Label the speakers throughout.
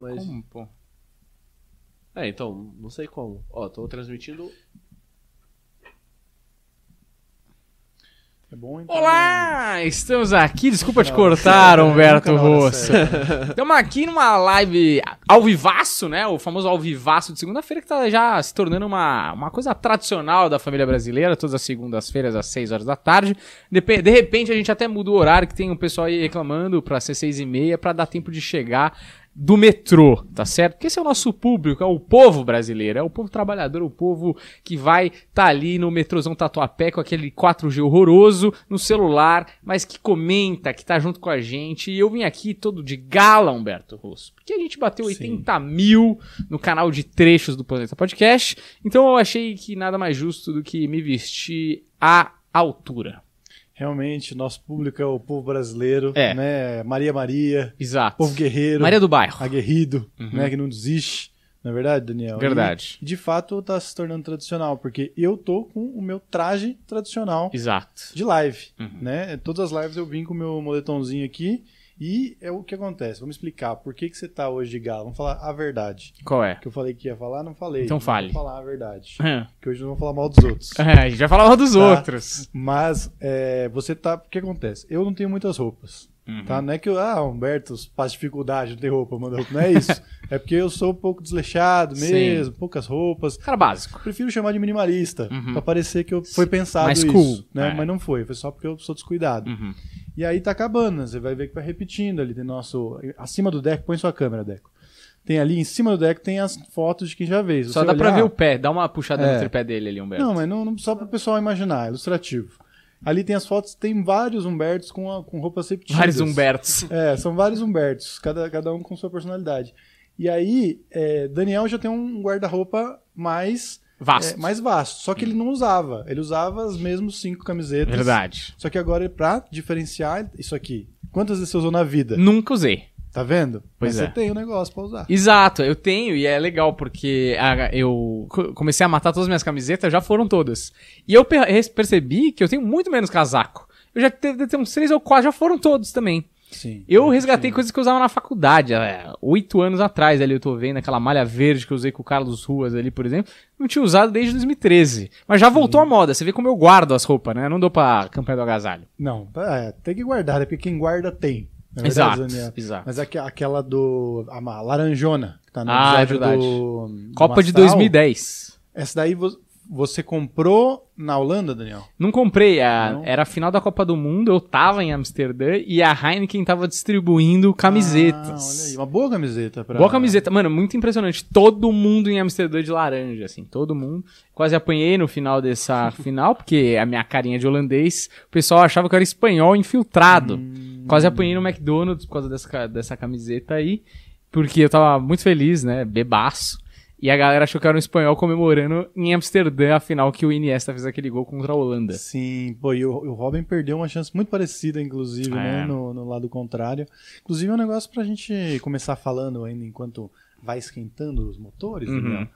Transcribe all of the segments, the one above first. Speaker 1: Mas.
Speaker 2: Como, pô?
Speaker 1: É, então, não sei como. Ó, tô transmitindo.
Speaker 3: É bom entrar
Speaker 2: Olá! Estamos aqui, desculpa te
Speaker 3: Não,
Speaker 2: cortar,
Speaker 3: é,
Speaker 2: Humberto
Speaker 3: nunca na hora
Speaker 2: Rosso. Estamos aqui numa live ao vivaço, né? O famoso ao vivaço de segunda-feira que tá já se tornando uma, uma coisa tradicional da família brasileira, todas as segundas-feiras às 6 horas da tarde. Depe- De repente a gente até muda o horário, que tem um pessoal aí reclamando pra ser 6 e meia, pra dar tempo de chegar do metrô, tá certo? Porque esse é o nosso público, é o povo brasileiro, é o povo trabalhador, o povo que vai tá ali no metrôzão Tatuapé com aquele 4G horroroso no celular, mas que comenta, que tá junto com a gente. E eu vim aqui todo de gala, Humberto Rosso, porque a gente bateu
Speaker 3: Sim.
Speaker 2: 80 mil no canal de trechos do Planeta Podcast, então eu achei que nada mais justo do que me vestir à altura.
Speaker 3: Realmente, nosso público é o povo brasileiro,
Speaker 2: É.
Speaker 3: né? Maria Maria,
Speaker 2: Exato.
Speaker 3: povo guerreiro,
Speaker 2: Maria do Bairro.
Speaker 3: aguerrido, né? Que não desiste. Não é verdade, Daniel?
Speaker 2: Verdade.
Speaker 3: E, de fato, tá se tornando tradicional, porque eu tô com o meu traje tradicional
Speaker 2: Exato.
Speaker 3: de live,
Speaker 2: Uhum.
Speaker 3: né? Todas as lives eu vim com o meu moletomzinho aqui e é o que acontece. Vamos explicar por que, que você tá hoje de gala. Vamos falar a verdade.
Speaker 2: Qual é?
Speaker 3: O que eu falei que ia falar, não falei.
Speaker 2: Então fale.
Speaker 3: Vamos falar a verdade.
Speaker 2: É,
Speaker 3: que hoje não vou falar mal dos outros.
Speaker 2: a gente vai falar dos
Speaker 3: Tá.
Speaker 2: outros.
Speaker 3: Mas é, você tá. O que acontece? Eu não tenho muitas roupas.
Speaker 2: Uhum.
Speaker 3: Tá? Não é que eu. Ah, Humberto passa dificuldade, não tem roupa, manda roupa. Não é isso. é porque eu sou um pouco desleixado
Speaker 2: Sim.
Speaker 3: mesmo, poucas roupas.
Speaker 2: Cara básico.
Speaker 3: Prefiro chamar de minimalista,
Speaker 2: Uhum.
Speaker 3: pra parecer que eu, foi pensado
Speaker 2: Mais
Speaker 3: isso.
Speaker 2: cool,
Speaker 3: né?
Speaker 2: é.
Speaker 3: Mas não foi, foi só porque eu sou descuidado.
Speaker 2: Uhum.
Speaker 3: E aí tá acabando, né? você vai ver que vai repetindo ali. Tem nosso. Acima do deck, põe sua câmera, Deco. Tem ali em cima do deck, tem as fotos de quem já fez.
Speaker 2: Só
Speaker 3: Você
Speaker 2: dá pra
Speaker 3: olhar-
Speaker 2: ver o pé, dá uma puxada no
Speaker 3: É.
Speaker 2: tripé dele ali, Humberto.
Speaker 3: Não, mas não, não só para o pessoal imaginar, é ilustrativo. Ali tem as fotos, tem vários Humbertos com, a- com roupas repetidas.
Speaker 2: Vários Humbertos.
Speaker 3: É, são vários Humbertos, cada, cada um com sua personalidade. E aí, é, Daniel já tem um guarda-roupa mais, é,
Speaker 2: Vasto.
Speaker 3: mais vasto, só que ele não usava. Ele usava as mesmas cinco camisetas.
Speaker 2: Verdade.
Speaker 3: Só que agora, pra diferenciar isso aqui, quantas vezes você usou na vida?
Speaker 2: Nunca usei.
Speaker 3: Tá vendo?
Speaker 2: Hum. Pois
Speaker 3: Mas
Speaker 2: é.
Speaker 3: você tem um negócio pra usar.
Speaker 2: Exato, eu tenho e é legal porque a- eu co- comecei a matar todas as minhas camisetas, já foram todas. E eu per- percebi que eu tenho muito menos casaco. Eu já te- tenho uns três ou quatro, já foram todos também.
Speaker 3: Sim.
Speaker 2: Eu resgatei coisas que eu usava na faculdade, é, oito anos atrás ali, eu tô vendo aquela malha verde que eu usei com o Carlos Ruas ali, por exemplo, não tinha usado desde 2013. Mas já voltou à moda, você vê como eu guardo as roupas, né? Eu Não dou pra campanha do agasalho.
Speaker 3: Não, tá, é, tem que guardar, é porque quem guarda tem. Na
Speaker 2: exato,
Speaker 3: É Daniel?
Speaker 2: exato.
Speaker 3: Mas aque- aquela do. A ma- laranjona, que tá no
Speaker 2: Ah, é
Speaker 3: episódio
Speaker 2: verdade.
Speaker 3: do, do
Speaker 2: Copa de
Speaker 3: Mastral.
Speaker 2: 2010.
Speaker 3: Essa daí vo- você comprou na Holanda, Daniel?
Speaker 2: Não comprei, a-
Speaker 3: Não?
Speaker 2: era a final da Copa do Mundo, eu tava em Amsterdã e a Heineken tava distribuindo
Speaker 3: Ah, olha
Speaker 2: camisetas.
Speaker 3: aí, uma boa camiseta. Pra...
Speaker 2: Boa camiseta, mano, muito impressionante. Todo mundo em Amsterdã de laranja, assim, todo mundo. Quase apanhei no final dessa final, porque a minha carinha de holandês, o pessoal achava que eu era espanhol infiltrado.
Speaker 3: Hum.
Speaker 2: Quase apanhei no McDonald's por causa dessa, ca- dessa camiseta aí, porque eu tava muito feliz, né, bebaço. E a galera achou que eu era um espanhol comemorando em Amsterdã a final que o Iniesta fez aquele gol contra a Holanda.
Speaker 3: Sim, pô, e o, o Robin perdeu uma chance muito parecida, inclusive,
Speaker 2: É.
Speaker 3: né? No, no lado contrário. Inclusive, é um negócio pra gente começar falando ainda enquanto vai esquentando os motores,
Speaker 2: Uhum.
Speaker 3: Daniel.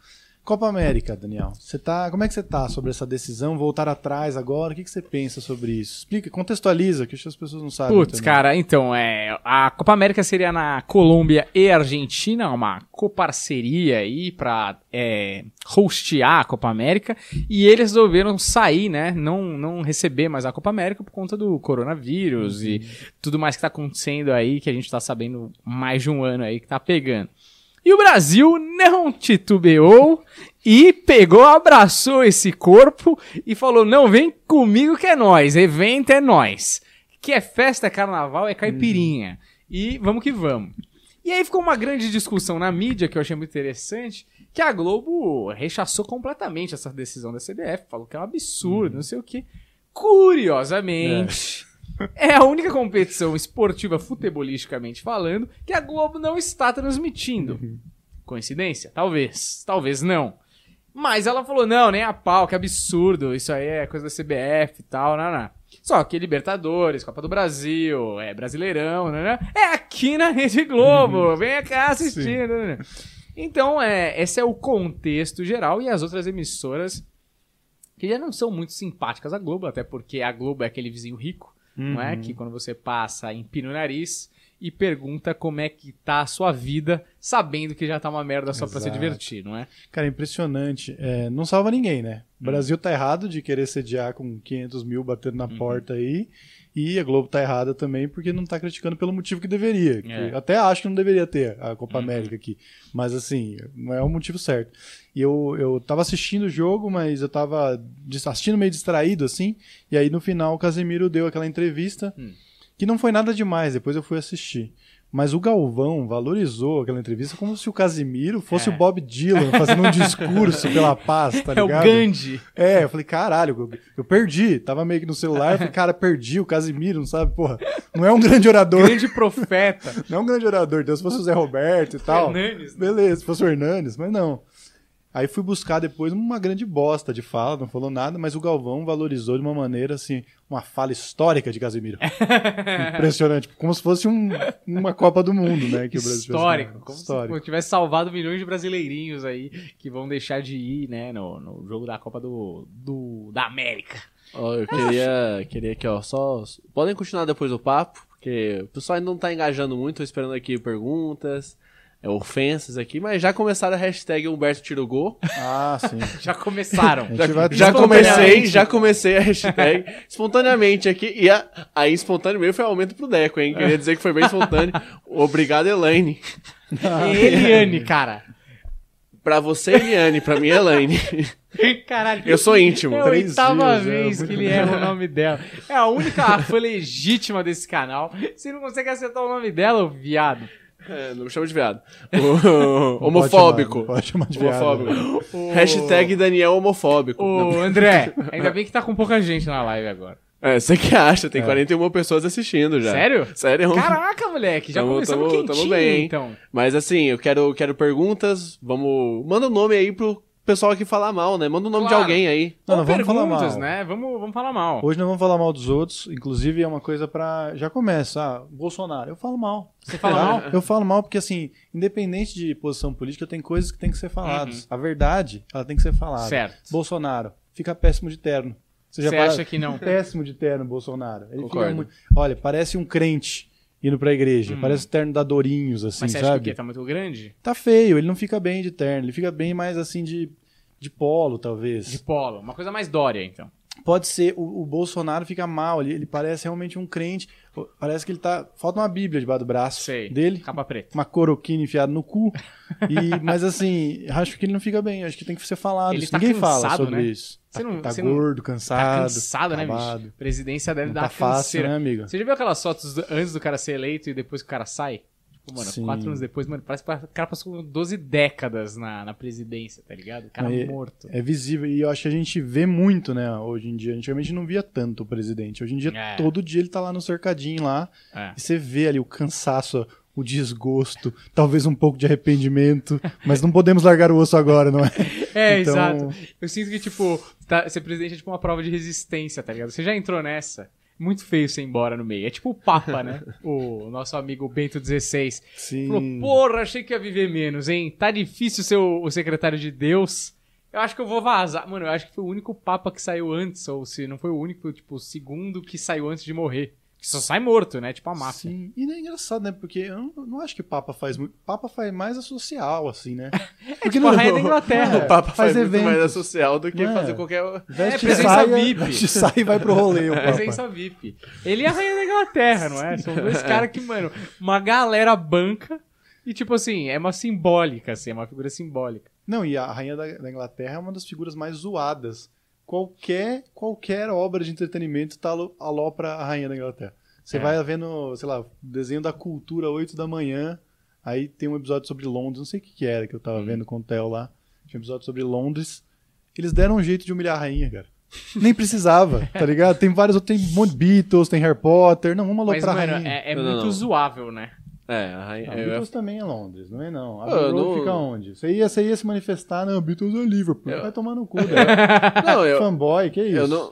Speaker 3: Copa América, Daniel. Você tá, como é que você tá sobre essa decisão? Voltar atrás agora? O que, que você pensa sobre isso? Explica, contextualiza, que acho que as pessoas não sabem.
Speaker 2: Putz,
Speaker 3: também.
Speaker 2: cara, então, é, a Copa América seria na Colômbia e Argentina, uma coparceria aí pra é, hostear a Copa América, e eles resolveram sair, né, não, não receber mais a Copa América por conta do coronavírus e tudo mais que tá acontecendo aí, que a gente tá sabendo mais de um ano aí que tá pegando. E o Brasil não titubeou e pegou, abraçou esse corpo e falou: não, vem comigo que é nós, evento é nós. Que é festa, é carnaval, é caipirinha. E vamos que vamos. E aí ficou uma grande discussão na mídia, que eu achei muito interessante, que a Globo rechaçou completamente essa decisão da CBF, falou que é um absurdo, não sei o quê. Curiosamente, é a única competição esportiva, futebolisticamente falando, que a Globo não está transmitindo. Coincidência? Talvez. Talvez não. Mas ela falou: não, nem a pau, que absurdo, isso aí é coisa da CBF e tal, naná. Só que Libertadores, Copa do Brasil, é Brasileirão, né? né? É aqui na Rede Globo, vem cá assistir. né, né. Então, é, esse é o contexto geral e as outras emissoras que já não são muito simpáticas à
Speaker 3: Uhum.
Speaker 2: é? Globo, até porque a Globo é aquele vizinho rico, não é? Que quando você passa, empina o nariz. e pergunta como é que tá a sua vida, sabendo que já tá uma merda só pra se
Speaker 3: Exato.
Speaker 2: divertir, não é?
Speaker 3: Cara, é impressionante. É, não salva ninguém, né?
Speaker 2: Hum.
Speaker 3: O Brasil tá errado de querer sediar com 500 mil batendo
Speaker 2: Uhum.
Speaker 3: na porta aí. E a Globo tá errada também porque não tá criticando pelo motivo que deveria. que
Speaker 2: É. Uhum.
Speaker 3: Até acho que não deveria ter a Copa América aqui. Mas assim, não é o motivo certo. E eu, eu tava assistindo o jogo, mas eu tava dis- assistindo meio distraído, assim. E aí no final o Casemiro deu aquela entrevista
Speaker 2: Hum.
Speaker 3: que não foi nada demais, depois eu fui assistir. Mas o Galvão valorizou aquela entrevista como se o Casimiro fosse
Speaker 2: É.
Speaker 3: o Bob Dylan fazendo um discurso pela paz, tá
Speaker 2: é o
Speaker 3: ligado?
Speaker 2: Gandhi.
Speaker 3: É, eu falei, caralho, eu, eu perdi. Tava meio que no celular, eu falei, cara, perdi o Casimiro, não sabe? Porra, não é um grande orador,
Speaker 2: grande profeta.
Speaker 3: não é um grande orador. Deus, se fosse o Zé Roberto e tal.
Speaker 2: Hernanes, né?
Speaker 3: Beleza, se fosse o Hernandes, mas não. Aí fui buscar depois uma grande bosta de fala, não falou nada, mas o Galvão valorizou de uma maneira, assim, uma fala histórica de Casemiro. Impressionante, como se fosse um- uma Copa do Mundo, né? Que o Brasil tivesse
Speaker 2: Histórico.
Speaker 3: ganhado.
Speaker 2: Como
Speaker 3: Histórico.
Speaker 2: se pô, tivesse salvado milhões de brasileirinhos aí que vão deixar de ir, né, no, no jogo da Copa do, do- da América.
Speaker 1: Ó, eu queria, queria aqui, ó, só. Podem continuar depois do papo, porque o pessoal ainda não tá engajando muito, tô esperando aqui perguntas, é, ofensas aqui, mas já começaram a hashtag Humberto Tiro Gol.
Speaker 3: Ah, sim.
Speaker 2: Já começaram.
Speaker 3: A gente
Speaker 1: Já,
Speaker 3: vai-
Speaker 1: já comecei,
Speaker 2: Espontaneamente.
Speaker 1: já comecei a hashtag espontaneamente aqui. E a, aí, espontâneo mesmo foi aumento pro Deco, hein? Queria dizer que foi bem espontâneo. Obrigado, Elaine.
Speaker 2: E Eliane, cara.
Speaker 1: Pra você, Eliane, pra mim, Elaine.
Speaker 2: Caralho.
Speaker 1: Eu sou íntimo.
Speaker 2: É a
Speaker 3: Três
Speaker 2: oitava
Speaker 3: dias, é,
Speaker 2: vez
Speaker 3: muito
Speaker 2: que ele
Speaker 3: bom.
Speaker 2: erra o nome dela. É a única fã legítima desse canal. Você não consegue acertar o nome dela, ô viado.
Speaker 1: É, não me chama de viado. O-
Speaker 3: Não
Speaker 1: homofóbico.
Speaker 3: Pode chamar, né? não pode chamar de viado.
Speaker 1: Homofóbico. Hashtag Daniel homofóbico.
Speaker 2: Ô, André, ainda bem que tá com pouca gente na live agora.
Speaker 1: É, você que acha, tem
Speaker 3: É.
Speaker 1: 41 pessoas assistindo já.
Speaker 2: Sério?
Speaker 1: Sério.
Speaker 2: Caraca, moleque, já
Speaker 1: Tamo-
Speaker 2: começamos
Speaker 1: tamo- tamo
Speaker 2: quentinho,
Speaker 1: bem, hein?
Speaker 2: então.
Speaker 1: Mas assim, eu quero, quero perguntas, vamos... Manda o nome aí pro pessoal aqui falar mal, né? Manda o nome
Speaker 2: Claro.
Speaker 1: de alguém aí.
Speaker 3: Não, não,
Speaker 2: Ou
Speaker 3: vamos falar
Speaker 2: perguntas,
Speaker 3: mal.
Speaker 2: né? Vamos, vamos falar mal.
Speaker 3: Hoje não vamos falar mal dos outros, inclusive é uma coisa pra. Já começa, ah, Bolsonaro, eu falo mal. Tá?
Speaker 2: Você fala mal?
Speaker 3: Eu falo mal porque, assim, independente de posição política, tem coisas que tem que ser faladas. A verdade, ela tem que ser falada.
Speaker 2: Uhum. Certo.
Speaker 3: Bolsonaro, fica péssimo de terno.
Speaker 2: Você
Speaker 3: para-
Speaker 2: acha que não?
Speaker 3: Péssimo de terno, Bolsonaro. Ele fica
Speaker 1: Concordo.
Speaker 3: muito... Olha, parece um crente indo pra igreja. Parece o terno da Dorinhos, assim,
Speaker 2: Uhum. Mas você acha que o
Speaker 3: sabe?
Speaker 2: quê? Tá muito grande?
Speaker 3: Tá feio, ele não fica bem de terno. Ele fica bem mais, assim, de, de polo, talvez.
Speaker 2: De polo. Uma coisa mais dória, então.
Speaker 3: Pode ser, o, o Bolsonaro fica mal, ele, ele parece realmente um crente. Parece que ele tá... Falta uma bíblia debaixo do braço
Speaker 2: Sei.
Speaker 3: dele.
Speaker 2: Capa preta.
Speaker 3: Uma coroquina enfiada no cu. E, mas assim, acho que ele não fica bem. Acho que tem que ser falado.
Speaker 2: Ele
Speaker 3: isso.
Speaker 2: tá
Speaker 3: Ninguém fala
Speaker 2: cansado,
Speaker 3: sobre
Speaker 2: né?
Speaker 3: isso.
Speaker 2: Você não-
Speaker 3: tá
Speaker 2: você não-
Speaker 3: gordo,
Speaker 2: Tá
Speaker 3: cansado.
Speaker 2: cansado, né,
Speaker 3: acabado.
Speaker 2: bicho? Presidência deve
Speaker 3: Não
Speaker 2: dar
Speaker 3: tá
Speaker 2: uma
Speaker 3: fácil,
Speaker 2: canseira.
Speaker 3: né, amigo?
Speaker 2: Você já viu aquelas fotos do- antes do cara ser eleito e depois que o cara sai? Tipo, mano,
Speaker 3: Sim.
Speaker 2: quatro anos depois, mano, parece que o cara passou 12 décadas na, na presidência, tá ligado? O cara
Speaker 3: Aí-
Speaker 2: morto.
Speaker 3: É visível. E eu acho que a gente vê muito, né, hoje em dia. Antigamente não via tanto o presidente. Hoje em dia,
Speaker 2: É.
Speaker 3: todo dia ele tá lá no cercadinho lá.
Speaker 2: É.
Speaker 3: E você vê ali o cansaço, o desgosto, talvez um pouco de arrependimento. Mas não podemos largar o osso agora, não é?
Speaker 2: É,
Speaker 3: Então-
Speaker 2: exato. Eu sinto que, tipo, tá- ser presidente é tipo uma prova de resistência, tá ligado? Você já entrou nessa. Muito feio você ir embora no meio. É tipo o Papa, né? o nosso amigo Bento XVI. Falou,
Speaker 3: Sim.
Speaker 2: porra, achei que ia viver menos, hein? Tá difícil ser o, o secretário de Deus. Eu acho que eu vou vazar. Mano, eu acho que foi o único papa que saiu antes, ou se não foi o único, foi, tipo, o segundo que saiu antes de morrer. Que só sai morto, né? Tipo a máfia.
Speaker 3: Sim, e é engraçado, né? Porque eu não, não acho que Papa faz muito. Papa faz mais a social, assim, né? Porque
Speaker 2: tipo a rainha da Inglaterra.
Speaker 3: É,
Speaker 1: o Papa faz,
Speaker 3: faz
Speaker 1: muito mais a
Speaker 3: eventos.
Speaker 1: social do que
Speaker 3: Não é?
Speaker 1: fazer qualquer...
Speaker 3: Veste
Speaker 2: É, presença
Speaker 3: saia,
Speaker 2: VIP.
Speaker 3: Veste saia e vai pro rolê, o Papa.
Speaker 2: É Presença VIP. Ele é a rainha da Inglaterra, não é? São dois caras que, mano, uma galera banca e, tipo assim, é uma simbólica, assim, é uma figura simbólica.
Speaker 3: Não, e a Rainha da, da Inglaterra é uma das figuras mais zoadas. Qualquer, qualquer obra de entretenimento tá alo- alopra a Rainha da Inglaterra. Você
Speaker 2: É.
Speaker 3: vai vendo, sei lá, desenho da cultura 8 da manhã, aí tem um episódio sobre Londres, não sei o que, que era que eu tava
Speaker 2: Hum.
Speaker 3: vendo com o Theo lá. Tinha um episódio sobre Londres. Eles deram um jeito de humilhar a rainha, cara. Nem precisava, tá ligado? Tem vários outros, tem um monte de Beatles, tem Harry Potter. Não, vamos
Speaker 2: Mas,
Speaker 3: aloprar a
Speaker 2: mano,
Speaker 3: rainha.
Speaker 2: é, é
Speaker 1: Não, não,
Speaker 2: muito
Speaker 1: não.
Speaker 2: zoável, né?
Speaker 1: É, a rainha...
Speaker 3: Não,
Speaker 1: eu ia
Speaker 3: Beatles também é Londres, não é não. A
Speaker 1: Ah,
Speaker 3: Abbey Road
Speaker 1: não-
Speaker 3: fica onde? Você ia, você ia se manifestar, não, Beatles é Liverpool.
Speaker 1: Eu-
Speaker 3: Vai tomar no cu, velho.
Speaker 1: Não, eu,
Speaker 3: Fanboy, que é isso?
Speaker 1: eu não.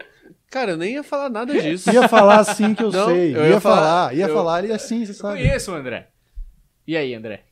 Speaker 1: Cara, eu nem ia falar nada disso.
Speaker 3: Ia falar assim que eu
Speaker 1: Não,
Speaker 3: sei.
Speaker 1: eu
Speaker 3: ia,
Speaker 1: ia
Speaker 3: falar,
Speaker 1: falar,
Speaker 3: ia
Speaker 1: eu-
Speaker 3: falar, e assim, você
Speaker 2: Eu
Speaker 3: sabe.
Speaker 2: conheço o André. E aí, André?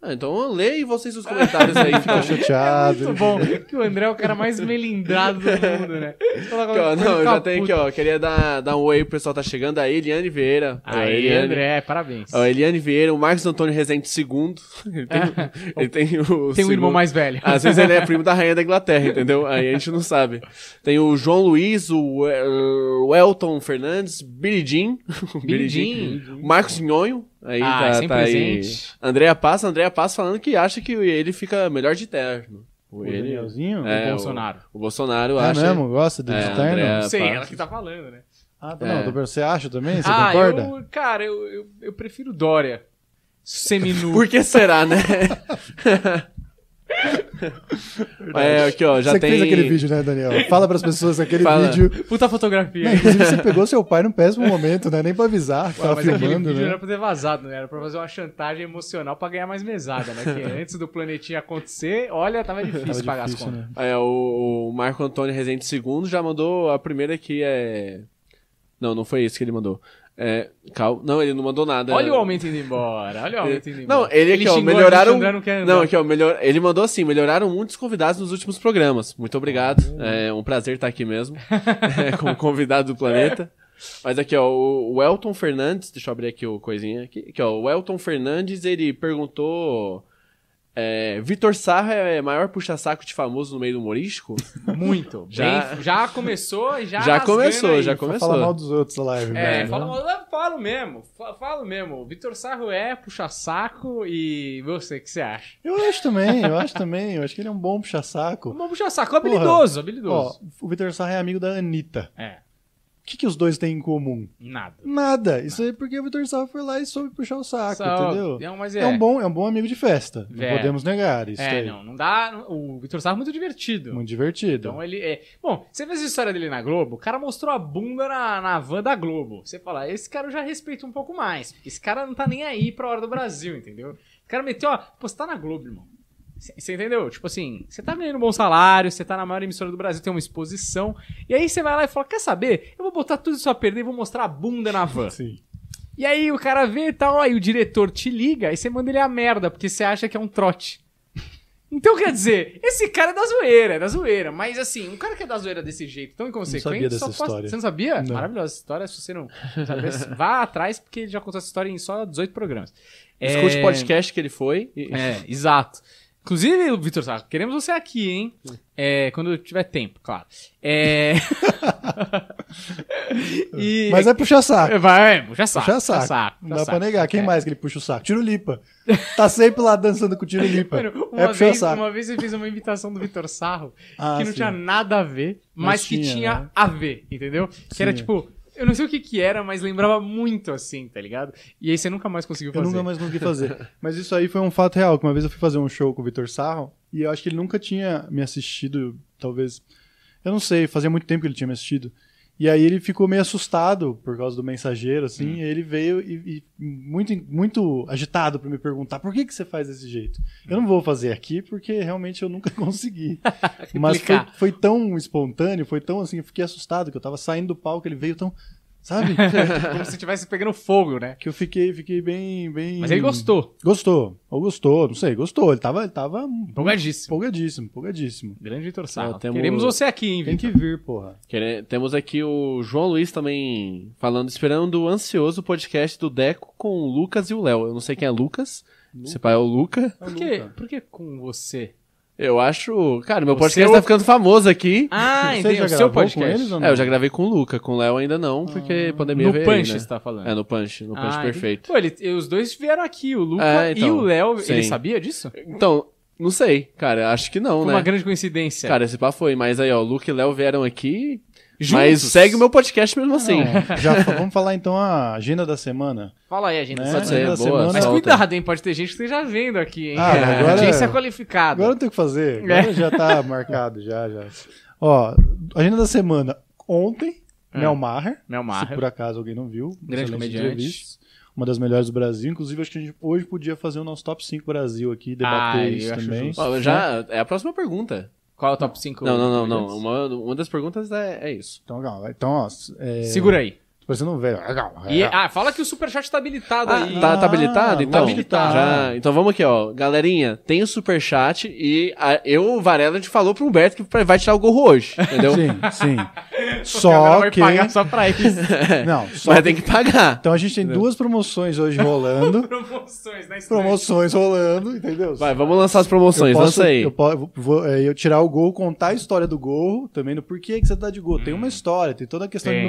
Speaker 1: Ah, então leia vocês os comentários aí.
Speaker 3: Ficou
Speaker 1: Fica
Speaker 3: chateado.
Speaker 2: Muito bom. Que o André é o cara mais melindrado do mundo, né?
Speaker 1: Aqui, ó, não, eu já tenho aqui, ó. Queria dar, dar um oi pro pessoal que tá chegando. A Eliane Vieira. Ó,
Speaker 2: Aí,
Speaker 1: Eliane.
Speaker 2: André, parabéns.
Speaker 1: Ó, Eliane Vieira, o Marcos Antônio Rezende II. Ele tem, ele tem o.
Speaker 2: Tem um irmão
Speaker 1: segundo-
Speaker 2: mais velho.
Speaker 1: Às vezes ele é primo da rainha da Inglaterra, entendeu? Aí a gente não sabe. Tem o João Luiz, o, El- o Elton Fernandes, Billy Jean. Billy
Speaker 2: Jean.
Speaker 1: Jean. Marcos Nhonho. Aí
Speaker 2: Ah,
Speaker 1: tá,
Speaker 2: sempre
Speaker 1: tá aí.
Speaker 2: presente.
Speaker 1: Andréa Paz, Andréa Paz falando que acha que ele fica melhor de terno. O,
Speaker 3: O
Speaker 1: ele, o,
Speaker 3: Danielzinho?
Speaker 1: É, o-
Speaker 2: Bolsonaro.
Speaker 1: Bolsonaro
Speaker 3: Ah,
Speaker 1: acha.
Speaker 3: mesmo? Gosta de
Speaker 1: É,
Speaker 3: externo?
Speaker 1: André-
Speaker 2: Não sei,
Speaker 1: Paz.
Speaker 2: ela que tá falando, né?
Speaker 3: Ah, tá, não,
Speaker 1: É.
Speaker 3: tô perguntando, você acha também? Você
Speaker 2: ah,
Speaker 3: concorda?
Speaker 2: eu, cara, eu, eu, eu prefiro Dória. Seminu.
Speaker 1: Por que será, né? é, aqui, ó, já
Speaker 3: você que
Speaker 1: tem.
Speaker 3: fez aquele vídeo, né, Daniel? Fala pras pessoas aquele
Speaker 1: Fala.
Speaker 3: vídeo.
Speaker 2: Puta fotografia.
Speaker 3: Não, inclusive, você pegou seu pai num péssimo momento, né? Nem pra avisar que
Speaker 1: tá
Speaker 2: Ué,
Speaker 3: tava
Speaker 2: mas aquele
Speaker 3: filmando,
Speaker 2: vídeo não era
Speaker 3: né?
Speaker 2: pra ter vazado, né? Era pra fazer uma chantagem emocional pra ganhar mais mesada, né? Que antes do planetinha acontecer, olha, tava difícil
Speaker 3: Tava
Speaker 2: pagar
Speaker 3: difícil,
Speaker 2: as contas.
Speaker 3: né?
Speaker 1: É, o, o Marco Antônio Rezende II já mandou a primeira que é. Não, não foi isso que ele mandou. É, cal... Não, ele não mandou nada.
Speaker 2: Olha o aumento indo embora, olha o aumento indo embora.
Speaker 1: Não, ele aqui, ó,
Speaker 2: xingou a gente,
Speaker 1: melhoraram.
Speaker 2: o André não quer andar.
Speaker 1: Não, aqui, ó, melhor... ele mandou assim: melhoraram muitos convidados nos últimos programas. Muito obrigado.
Speaker 2: Ah.
Speaker 1: É um prazer estar aqui mesmo, é, como convidado do planeta. Mas aqui, ó, o o Elton Fernandes, deixa eu abrir aqui o coisinha aqui. aqui ó, o Elton Fernandes, ele perguntou. É, Vitor Sarra é maior puxa-saco de famoso no meio do humorístico?
Speaker 2: Muito. Já,
Speaker 1: Já-
Speaker 2: Bem, já começou e já.
Speaker 1: já
Speaker 2: rasgando
Speaker 1: começou,
Speaker 2: aí.
Speaker 1: já
Speaker 3: Pra
Speaker 1: começou.
Speaker 3: falar mal dos outros a
Speaker 2: É,
Speaker 3: live. velho,
Speaker 2: fala,
Speaker 3: né?
Speaker 2: eu falo mesmo, fa- falo mesmo. O Vitor Sarro é puxa-saco e você, o que você acha?
Speaker 3: Eu acho também, eu acho também. Eu acho que ele é um bom puxa-saco.
Speaker 2: Um puxa-saco habilidoso, habilidoso.
Speaker 3: Ó, o Vitor Sarra é amigo da Anitta.
Speaker 2: É,
Speaker 3: O que, que os dois têm em comum?
Speaker 2: nada.
Speaker 3: Nada. Isso aí é porque o Vitor Sarra foi lá e soube puxar o saco,
Speaker 2: Só-
Speaker 3: entendeu?
Speaker 2: Não, mas
Speaker 3: É.
Speaker 2: é.
Speaker 3: um bom, é um bom amigo de festa. Não
Speaker 2: É.
Speaker 3: podemos negar isso.
Speaker 2: É,
Speaker 3: aí.
Speaker 2: não, não dá. O Vitor Sarro é muito divertido.
Speaker 3: Muito divertido.
Speaker 2: Então ele é. Bom, você fez a história dele na Globo? O cara mostrou a bunda na, na van da Globo. Você fala, esse cara eu já respeito um pouco mais. porque Esse cara não tá nem aí pra hora do Brasil, entendeu? O cara meteu, ó, pô, você tá na Globo, irmão. C- Você entendeu? Tipo assim, você tá ganhando um bom salário, você tá na maior emissora do Brasil, tem uma exposição. E aí você vai lá e fala: quer saber? Eu vou botar tudo isso a perder e vou mostrar a bunda na van.
Speaker 3: Sim.
Speaker 2: E aí o cara vê e tal, aí o diretor te liga e você manda ele a merda, porque você acha que é um trote. Então, quer dizer, esse cara é da zoeira, é da zoeira. Mas assim, um cara que é da zoeira desse jeito, tão
Speaker 3: Não
Speaker 2: inconsequente,
Speaker 3: sabia dessa
Speaker 2: só posta-
Speaker 3: história.
Speaker 2: Você não sabia?
Speaker 3: Não.
Speaker 2: Maravilhosa essa história. Se você não sabia, vá atrás, porque ele já contou essa história em só 18 programas.
Speaker 1: Escute
Speaker 2: É,
Speaker 1: o podcast que ele foi. e-
Speaker 2: É, exato. Inclusive, Vitor Sarro, queremos você aqui, hein? É, quando tiver tempo, claro. É... E- É
Speaker 3: Mas é puxar saco.
Speaker 2: Vai, puxa saco.
Speaker 3: Puxa saco. É. Não dá pra negar. Quem mais que ele puxa o saco? Tirolipa. Tá sempre lá dançando com o Tirolipa.
Speaker 2: Mano, uma,
Speaker 3: é puxar
Speaker 2: vez,
Speaker 3: saco.
Speaker 2: uma vez eu fiz uma imitação do Vitor Sarro
Speaker 3: Ah,
Speaker 2: que não
Speaker 3: sim.
Speaker 2: tinha nada a ver, mas,
Speaker 3: Mas
Speaker 2: que
Speaker 3: tinha,
Speaker 2: tinha
Speaker 3: né?
Speaker 2: a ver, entendeu? Que era
Speaker 3: Sim.
Speaker 2: tipo, eu não sei o que que era, mas lembrava muito assim, tá ligado? E aí você nunca mais conseguiu
Speaker 3: Eu
Speaker 2: fazer.
Speaker 3: nunca mais consegui fazer. Mas isso aí foi um fato real, que uma vez eu fui fazer um show com o Vitor Sarro e eu acho que ele nunca tinha me assistido, talvez. Eu não sei, fazia muito tempo que ele tinha me assistido. E aí ele ficou meio assustado por causa do mensageiro, assim,
Speaker 2: Hum.
Speaker 3: e ele veio e, e muito, muito agitado pra me perguntar por que, que você faz desse jeito. Eu não vou fazer aqui porque realmente eu nunca consegui. Mas foi,
Speaker 2: Replicar.
Speaker 3: foi tão espontâneo, foi tão assim, eu fiquei assustado que eu tava saindo do palco, ele veio tão. Sabe?
Speaker 2: Como se estivesse pegando fogo, né?
Speaker 3: que eu fiquei, fiquei bem, bem.
Speaker 2: Mas ele gostou.
Speaker 3: Gostou. Ou gostou, não sei, gostou. Ele tava, ele tava
Speaker 2: Empolgadíssimo.
Speaker 3: empolgadíssimo, empolgadíssimo.
Speaker 2: Grande Vitor Sarro.
Speaker 1: Ó, temos-
Speaker 2: Queremos você aqui, hein,
Speaker 3: Tem
Speaker 2: Vitor?
Speaker 3: que vir, porra.
Speaker 1: Quere- Temos aqui o João Luiz também falando, esperando o ansioso podcast do Deco com o Lucas e o Léo. Eu não sei quem é Lucas. Se pai é o Luca.
Speaker 3: Tá
Speaker 2: Por que, por que com você?
Speaker 1: Eu acho. Cara, meu
Speaker 2: Você
Speaker 1: podcast
Speaker 2: é o-
Speaker 1: tá ficando famoso aqui.
Speaker 2: Ah,
Speaker 3: Você
Speaker 2: entendi.
Speaker 3: já
Speaker 2: O seu
Speaker 3: gravou com
Speaker 2: podcast.
Speaker 3: eles ou não?
Speaker 1: É, eu já gravei com o Luca, com o Léo ainda não, porque pandemia
Speaker 2: Ah. no
Speaker 1: veio. aí,
Speaker 2: Punch,
Speaker 1: né?
Speaker 2: você tá falando.
Speaker 1: É, no Punch, no Punch
Speaker 2: Ah, entendi.
Speaker 1: perfeito.
Speaker 2: Pô, ele- e os dois vieram aqui, o Luca
Speaker 1: É,
Speaker 2: e
Speaker 1: então,
Speaker 2: o Léo. Ele
Speaker 1: sim.
Speaker 2: sabia disso? Foi
Speaker 1: Então, não sei, cara, acho que não, né?
Speaker 2: uma grande coincidência.
Speaker 1: Cara, esse pá foi, mas aí, ó, o Luca e o Léo vieram aqui.
Speaker 2: Juntos? Ah,
Speaker 1: Mas segue o meu podcast mesmo assim.
Speaker 3: Não, já, fa- vamos falar então a agenda da semana.
Speaker 2: Fala aí, agenda.
Speaker 3: Né?
Speaker 2: Só
Speaker 1: Pode ser,
Speaker 3: Ainda
Speaker 1: boa.
Speaker 3: semana-
Speaker 2: É. Mas
Speaker 1: solta.
Speaker 2: cuidado, hein? Pode ter gente que esteja vendo aqui, hein? É,
Speaker 3: Ah, agora-
Speaker 2: Audiência qualificada.
Speaker 3: Agora não tem o que fazer. Agora
Speaker 2: É.
Speaker 3: já tá marcado, já, já. Ó, agenda da semana. Ontem,
Speaker 2: É.
Speaker 3: Mel Maher.
Speaker 2: Mel Maher.
Speaker 3: Se por acaso alguém não viu.
Speaker 2: Grande
Speaker 3: excelente
Speaker 2: comediante.
Speaker 3: entrevista, Uma das melhores do Brasil. Inclusive, acho que a gente hoje podia fazer o nosso top 5 Brasil aqui, debater
Speaker 2: Ah, eu
Speaker 3: isso
Speaker 2: acho
Speaker 3: também.
Speaker 2: justo.
Speaker 1: Ó, já é a próxima pergunta.
Speaker 2: Qual é o top 5?
Speaker 1: Não, não, não, não. Uma, uma das perguntas é, é isso.
Speaker 3: Então, calma, vai. então ó, é,
Speaker 2: Segura aí.
Speaker 3: Parecendo um velho.
Speaker 2: E- ah, fala que o superchat tá habilitado
Speaker 1: Ah,
Speaker 2: aí.
Speaker 1: tá, tá
Speaker 3: Ah,
Speaker 1: habilitado? Então,
Speaker 2: habilitado.
Speaker 1: já- então vamos aqui, ó. Galerinha, tem o superchat e a- eu, o Varela, a gente falou pro Humberto que vai tirar o gorro hoje, entendeu?
Speaker 3: Sim, sim.
Speaker 2: O cara
Speaker 3: só
Speaker 2: vai
Speaker 3: que.
Speaker 2: pagar só pra isso.
Speaker 3: Não, só
Speaker 1: Mas tem que pagar.
Speaker 3: Então a gente tem duas promoções hoje rolando.
Speaker 2: Promoções, né?
Speaker 3: promoções rolando, entendeu?
Speaker 1: Vai, vamos lançar as promoções,
Speaker 3: eu posso,
Speaker 1: lança aí.
Speaker 3: Eu, po- vou, é, eu tirar o gol, contar a história do gol, também do porquê que você tá de gol. Tem
Speaker 1: Hum.
Speaker 3: uma história, tem toda a questão
Speaker 2: Tem.
Speaker 3: de
Speaker 1: É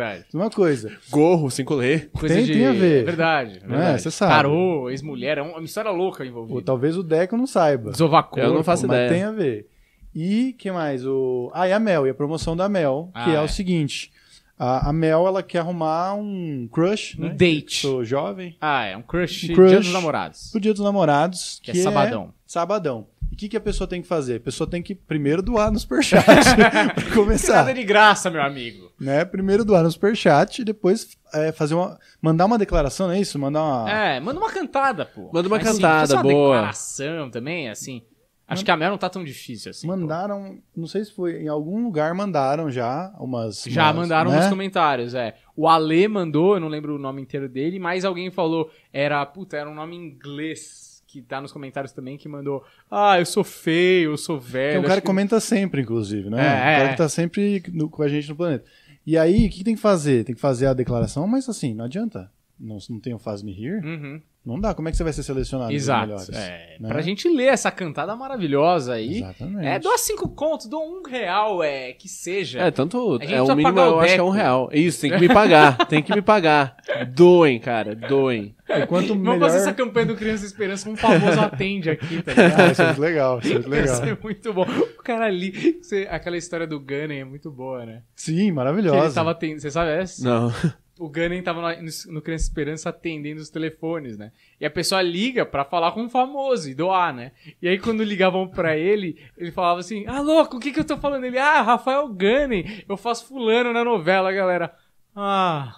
Speaker 2: é Verdade.
Speaker 3: tem Uma coisa.
Speaker 1: Gorro, 5L.
Speaker 2: Coisa
Speaker 3: Tem-
Speaker 2: de...
Speaker 3: tem a ver.
Speaker 2: Verdade.
Speaker 3: Não é?
Speaker 2: verdade.
Speaker 3: Você sabe.
Speaker 2: Tarô, ex-mulher, é uma história louca
Speaker 3: Ou
Speaker 2: envolvida.
Speaker 3: talvez o Deco não saiba.
Speaker 2: Desovacou.
Speaker 1: Eu não faço-
Speaker 3: mas
Speaker 1: ideia.
Speaker 3: tem a ver. E que mais? O... Ah, e a Mel, e a promoção da Mel, que
Speaker 2: Ah,
Speaker 3: é,
Speaker 2: é.
Speaker 3: o seguinte. A, a Mel, ela quer arrumar um crush,
Speaker 2: Um
Speaker 1: Hum.
Speaker 3: né?
Speaker 2: date.
Speaker 3: Sou jovem.
Speaker 2: Ah, é um crush,
Speaker 3: Um crush.
Speaker 2: Dia dos Namorados.
Speaker 3: Pro Dia dos Namorados,
Speaker 2: Que é sabadão.
Speaker 3: Sabadão. E o que, que a pessoa tem que fazer? A pessoa tem que primeiro doar no superchat pra
Speaker 2: Nada é
Speaker 3: começar.
Speaker 2: de graça, meu amigo.
Speaker 3: Né? Primeiro doar no superchat e depois é, fazer uma, mandar uma declaração, não é isso? Mandar uma.
Speaker 2: É, manda uma cantada, pô.
Speaker 1: Manda uma
Speaker 2: Assim,
Speaker 1: cantada,
Speaker 2: faça uma
Speaker 1: boa.
Speaker 2: declaração também, assim. Acho que a Mel não tá tão difícil assim. pô.
Speaker 3: mandaram, não sei se foi, em algum lugar mandaram já umas.
Speaker 2: Já
Speaker 3: umas,
Speaker 2: mandaram nos
Speaker 3: né?
Speaker 2: comentários, é. O Ale mandou, eu não lembro o nome inteiro dele, mas alguém falou, era, puta, era um nome em inglês, que tá nos comentários também, que mandou, ah, eu sou feio, eu sou velho.
Speaker 3: Tem um cara
Speaker 2: acho
Speaker 3: que
Speaker 2: que-
Speaker 3: comenta sempre, inclusive, né?
Speaker 2: É,
Speaker 3: um
Speaker 2: é.
Speaker 3: cara que tá sempre no- com a gente no planeta. E aí, o que, que tem que fazer? Tem que fazer a declaração, mas assim, não adianta. Não, se não tem o Faz Me Rir,
Speaker 2: Uhum,
Speaker 3: não dá. Como é que você vai ser selecionado? entre os
Speaker 2: exato.
Speaker 3: melhores,
Speaker 2: é,
Speaker 3: né?
Speaker 2: Pra gente ler essa cantada maravilhosa aí.
Speaker 3: Exatamente.
Speaker 2: É, dou cinco contos, dou um real, é, que seja.
Speaker 1: É, tanto.
Speaker 2: A gente
Speaker 1: É o
Speaker 2: precisa
Speaker 1: mínimo,
Speaker 2: pagar o
Speaker 1: eu acho que é um
Speaker 2: Deco.
Speaker 1: real. Isso, tem que me pagar. tem que me pagar. Doem, cara, doem.
Speaker 3: E quanto
Speaker 2: Vamos
Speaker 3: melhor...
Speaker 2: fazer essa campanha do Criança Esperança, um famoso atende aqui, tá ligado?
Speaker 3: Ah, isso é muito legal, isso é muito
Speaker 2: Ia
Speaker 3: legal.
Speaker 2: ser muito bom. O cara ali, você- aquela história do Gunner é muito boa, né?
Speaker 3: Sim,
Speaker 2: Que ele
Speaker 3: maravilhosa.
Speaker 2: tava atendendo, você sabe é essa?
Speaker 1: Não.
Speaker 2: o Gunning tava no, no, no Criança Esperança atendendo os telefones, né? E a pessoa liga pra falar com um famoso e doar, né? E aí quando ligavam pra ele, ele falava assim: Ah, louco, o que que eu tô falando? Ele, ah, Rafael Gunning, eu faço fulano na novela, a galera. Ah.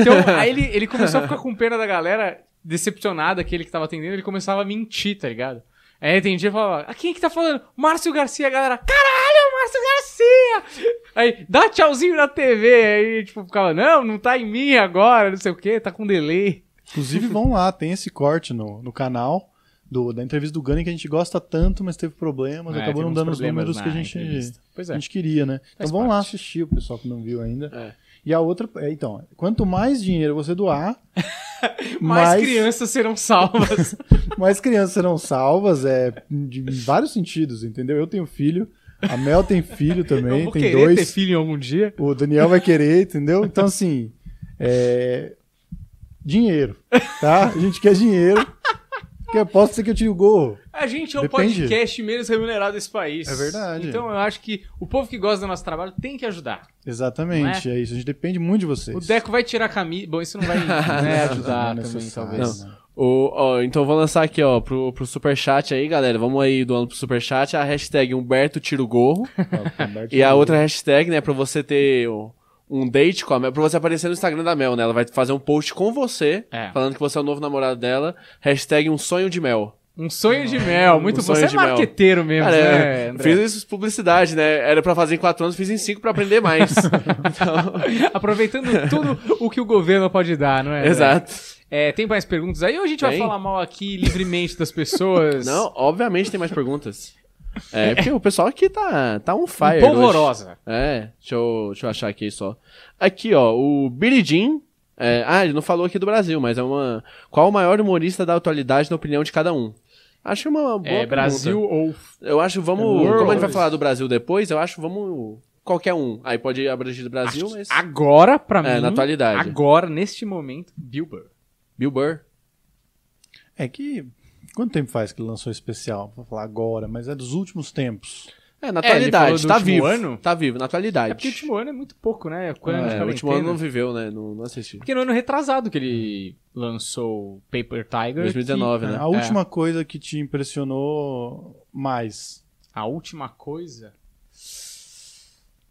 Speaker 2: Então, aí ele, ele começou a ficar com pena da galera, decepcionada, aquele que tava atendendo, ele começava a mentir, tá ligado? Aí atendia e falava, ah, quem que tá falando? Márcio Garcia, a galera, caralho, Márcio Garcia! Aí, dá tchauzinho na TV, aí, tipo, ficava, não, não tá em mim agora, não sei o que, tá com delay.
Speaker 3: Inclusive, vão lá, tem esse corte no, no canal do, da entrevista do Gunning que a gente gosta tanto, mas teve problemas,
Speaker 2: É, teve
Speaker 3: acabou não
Speaker 2: uns
Speaker 3: dando os
Speaker 2: problemas
Speaker 3: números
Speaker 2: na
Speaker 3: que a gente,
Speaker 2: entrevista. Pois é.
Speaker 3: a gente queria, né? Então
Speaker 2: Faz
Speaker 3: vão lá
Speaker 2: parte.
Speaker 3: assistir, o pessoal que não viu ainda.
Speaker 1: É.
Speaker 3: E a outra, é, então, quanto mais dinheiro você doar,
Speaker 2: Mais
Speaker 3: mais,
Speaker 2: crianças serão salvas.
Speaker 3: mais crianças serão salvas, é, de vários sentidos, entendeu? Eu tenho filho, a Mel tem filho
Speaker 2: Eu
Speaker 3: também,
Speaker 2: vou
Speaker 3: tem
Speaker 2: querer
Speaker 3: dois.
Speaker 2: ter filho algum dia.
Speaker 3: O Daniel vai querer, entendeu? Então, assim, é... dinheiro, tá? A gente quer dinheiro, porque posso ser que eu tire o gorro.
Speaker 2: A gente é o
Speaker 3: Depende.
Speaker 2: podcast menos remunerado desse país.
Speaker 3: É verdade.
Speaker 2: Então eu acho que o povo que gosta do nosso trabalho tem que ajudar.
Speaker 3: Exatamente, é? isso. A gente depende muito de vocês.
Speaker 2: O Deco vai tirar a camisa. Bom, isso não vai né, ajudar
Speaker 3: Não é
Speaker 2: também,
Speaker 3: necessário,
Speaker 2: talvez.
Speaker 3: né?
Speaker 1: O, ó, então vou lançar aqui, ó, pro, pro superchat aí, galera. Vamos aí doando pro superchat a hashtag Humberto Tira o Gorro. E a outra hashtag, né, pra você ter o- um date com a Mel, pra você aparecer no Instagram da Mel, né? Ela vai fazer um post com você,
Speaker 2: É.
Speaker 1: falando que você é o novo namorado dela. Hashtag um sonho de mel.
Speaker 2: Um sonho de mel, muito
Speaker 1: Um
Speaker 2: bom.
Speaker 1: sonho
Speaker 2: Você é
Speaker 1: de mel.
Speaker 2: marqueteiro mesmo,
Speaker 1: Cara,
Speaker 2: né,
Speaker 1: eu
Speaker 2: André?
Speaker 1: fiz isso publicidade, né? Era pra fazer em quatro anos, fiz em cinco pra aprender mais. então,
Speaker 2: Aproveitando tudo o que o governo pode dar, não é? André?
Speaker 1: exato.
Speaker 2: É, tem mais perguntas aí ou a gente vai
Speaker 1: Tem.
Speaker 2: falar mal aqui livremente das pessoas?
Speaker 1: Não, obviamente tem mais perguntas. É, porque o pessoal aqui tá, tá
Speaker 2: Um
Speaker 1: on fire. hoje.
Speaker 2: Polvorosa.
Speaker 1: É, deixa eu, deixa eu achar aqui só. Aqui, ó, o Billy Jean. é, ah, ele não falou aqui do Brasil, mas é uma. Qual o maior humorista da atualidade na opinião de cada um? Acho uma boa.
Speaker 2: É,
Speaker 1: pergunta.
Speaker 2: Brasil É ou.
Speaker 1: Eu acho, vamos.
Speaker 2: World.
Speaker 1: Como a gente vai falar do Brasil depois, eu acho, vamos. Qualquer um. Aí pode abranger do Brasil,
Speaker 2: Acho que
Speaker 1: mas.
Speaker 2: Agora, pra mim.
Speaker 1: É, na atualidade.
Speaker 2: Agora, neste momento, Bill Burr.
Speaker 1: Bill Burr.
Speaker 3: É que. Quanto tempo faz que ele lançou esse especial? Vou falar agora, mas é dos últimos tempos.
Speaker 1: É, na
Speaker 2: É, ele falou
Speaker 1: atualidade.
Speaker 2: do
Speaker 1: tá
Speaker 2: último
Speaker 1: vivo.
Speaker 2: ano?
Speaker 1: Tá vivo, na atualidade.
Speaker 2: É porque o último ano é muito pouco, né? Quando
Speaker 1: É,
Speaker 2: de
Speaker 1: o último ano
Speaker 2: quarentena.
Speaker 1: não viveu, né? Não, não assisti.
Speaker 2: Porque no ano retrasado que ele lançou Paper Tiger. Tá
Speaker 1: 2019, né?
Speaker 3: A última
Speaker 2: É.
Speaker 3: coisa que te impressionou mais,
Speaker 2: que a última coisa.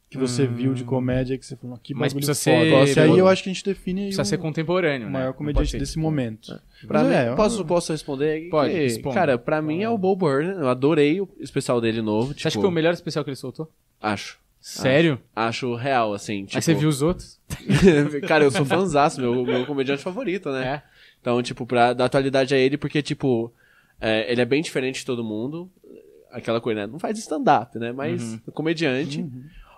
Speaker 3: que você viu de comédia, é que você falou, que
Speaker 2: Hum. Mas
Speaker 3: bagulho
Speaker 2: precisa
Speaker 3: foda.
Speaker 2: ser-
Speaker 3: Esse aí eu acho que a gente define aí um
Speaker 2: Precisa
Speaker 3: o
Speaker 2: ser contemporâneo, né?
Speaker 3: maior
Speaker 2: Não pode
Speaker 3: comediante
Speaker 2: ser,
Speaker 3: desse
Speaker 2: tipo,
Speaker 3: momento.
Speaker 1: Pra
Speaker 3: Mas
Speaker 1: mim,
Speaker 3: é, eu-
Speaker 1: posso, posso responder? aqui?
Speaker 2: Pode,
Speaker 1: Que,
Speaker 2: responda.
Speaker 1: Cara, pra mim é o Bo Burn. Eu adorei o especial dele novo.
Speaker 2: Você acha que foi o melhor especial que ele soltou?
Speaker 1: Acho.
Speaker 2: Sério?
Speaker 1: Acho real, assim. ah, Tipo,
Speaker 2: Aí você viu os outros?
Speaker 1: Cara, eu sou fãzaço, meu, meu comediante favorito, né?
Speaker 2: É.
Speaker 1: Então, tipo, pra dar atualidade a ele, porque, tipo, é, ele é bem diferente de todo mundo. Aquela coisa, né? Não faz stand-up, né? Mas comediante.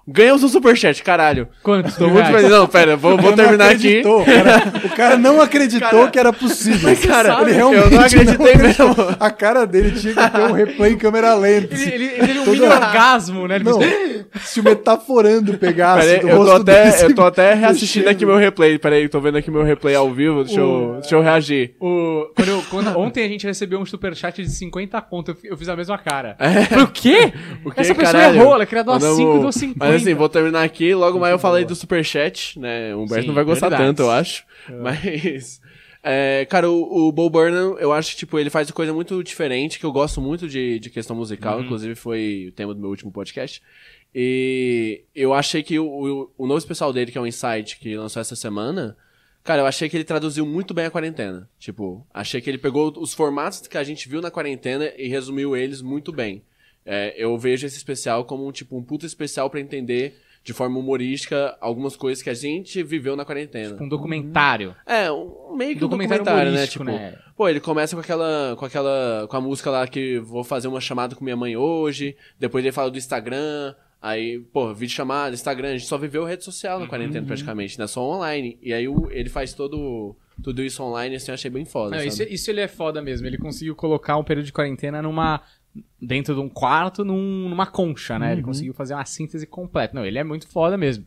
Speaker 1: Ganhamos um superchat, caralho. Então,
Speaker 2: Quantos?
Speaker 1: Tô muito feliz. Não, pera, vou, vou
Speaker 3: Não
Speaker 1: terminar aqui.
Speaker 3: acreditou, cara. o cara não acreditou
Speaker 1: Cara,
Speaker 3: que era possível.
Speaker 1: mas, cara,
Speaker 3: ele
Speaker 1: eu
Speaker 3: realmente
Speaker 1: não acreditei
Speaker 3: acreditou.
Speaker 1: mesmo.
Speaker 3: A cara dele tinha que ter um replay em câmera lenta. assim.
Speaker 2: Ele, ele, ele teve um mini orgasmo, né? Ele
Speaker 3: Não,
Speaker 2: fez-
Speaker 3: se o metaforando pegasse
Speaker 1: Peraí,
Speaker 3: do
Speaker 1: eu tô,
Speaker 3: rosto
Speaker 1: até,
Speaker 3: dele,
Speaker 1: eu tô até reassistindo
Speaker 3: mexendo.
Speaker 1: aqui meu replay. Peraí, tô vendo aqui meu replay ao vivo. Deixa eu, deixa eu reagir.
Speaker 2: O- quando eu- quando- ontem a gente recebeu um superchat de 50 conto, eu, fi- eu fiz a mesma cara. Falei, o quê?
Speaker 1: É. O quê,
Speaker 2: Essa pessoa
Speaker 1: caralho?
Speaker 2: errou, ela é queria dar
Speaker 1: Mandamos-
Speaker 2: 5 deu 50.
Speaker 1: Mas assim, vou terminar aqui. Logo mais eu falei do superchat, né? O Humberto
Speaker 2: Sim,
Speaker 1: não vai gostar
Speaker 2: verdade.
Speaker 1: tanto, eu acho. Mas. é, cara, o, o Bo Burnham, eu acho que tipo, ele faz coisa muito diferente, que eu gosto muito de, de questão
Speaker 2: Uhum.
Speaker 1: musical, inclusive foi o tema do meu último podcast. E eu achei que o, o, o novo especial dele, que é o Insight, que lançou essa semana, cara, eu achei que ele traduziu muito bem a quarentena. Tipo, achei que ele pegou os formatos que a gente viu na quarentena e resumiu eles muito bem. É, eu vejo esse especial como um tipo um puta especial pra entender de forma humorística algumas coisas que a gente viveu na quarentena.
Speaker 2: Um documentário.
Speaker 1: É, um, meio que um
Speaker 2: Documentário
Speaker 1: documentário, né?
Speaker 2: humorístico,
Speaker 1: Tipo,
Speaker 2: né?
Speaker 1: pô, ele começa com aquela, com aquela, com a música lá que vou fazer uma chamada com minha mãe hoje. Depois ele fala do Instagram. Aí, pô, vídeo chamada, Instagram. A gente só viveu rede social na quarentena praticamente, né? Só online. E aí o- ele faz todo, tudo isso online, assim, eu achei bem foda.
Speaker 2: Não,
Speaker 1: sabe?
Speaker 2: isso, isso ele é foda mesmo. Ele conseguiu colocar um período de quarentena numa. dentro de um quarto, num- numa concha, né? Ele
Speaker 3: Uhum.
Speaker 2: conseguiu fazer uma síntese completa. Não, ele é muito foda mesmo.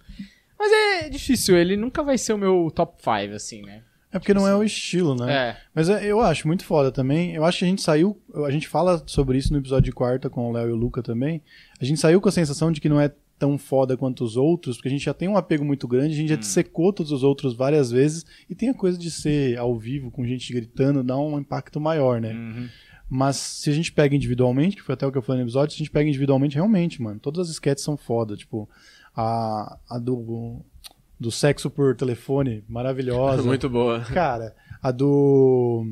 Speaker 2: Mas é difícil, ele nunca vai ser o meu top 5, assim, né?
Speaker 3: É porque não é o estilo, né?
Speaker 2: É.
Speaker 3: Mas é- eu acho muito foda também. Eu acho que a gente saiu. A gente fala sobre isso no episódio de quarta com o Léo e o Luca também. A gente saiu com a sensação de que não é tão foda quanto os outros, porque a gente já tem um apego muito grande, a gente já dissecou todos os outros várias vezes. E tem a coisa de ser ao vivo, com gente gritando, dá um impacto maior,
Speaker 2: É. Hum.
Speaker 3: né?
Speaker 2: Uhum.
Speaker 3: Mas se a gente pega individualmente, que foi até o que eu falei no episódio, se a gente pega individualmente, realmente, mano, todas as sketches são foda. Tipo, a, a do, do sexo por telefone, maravilhosa.
Speaker 1: Muito boa.
Speaker 3: Cara, a do.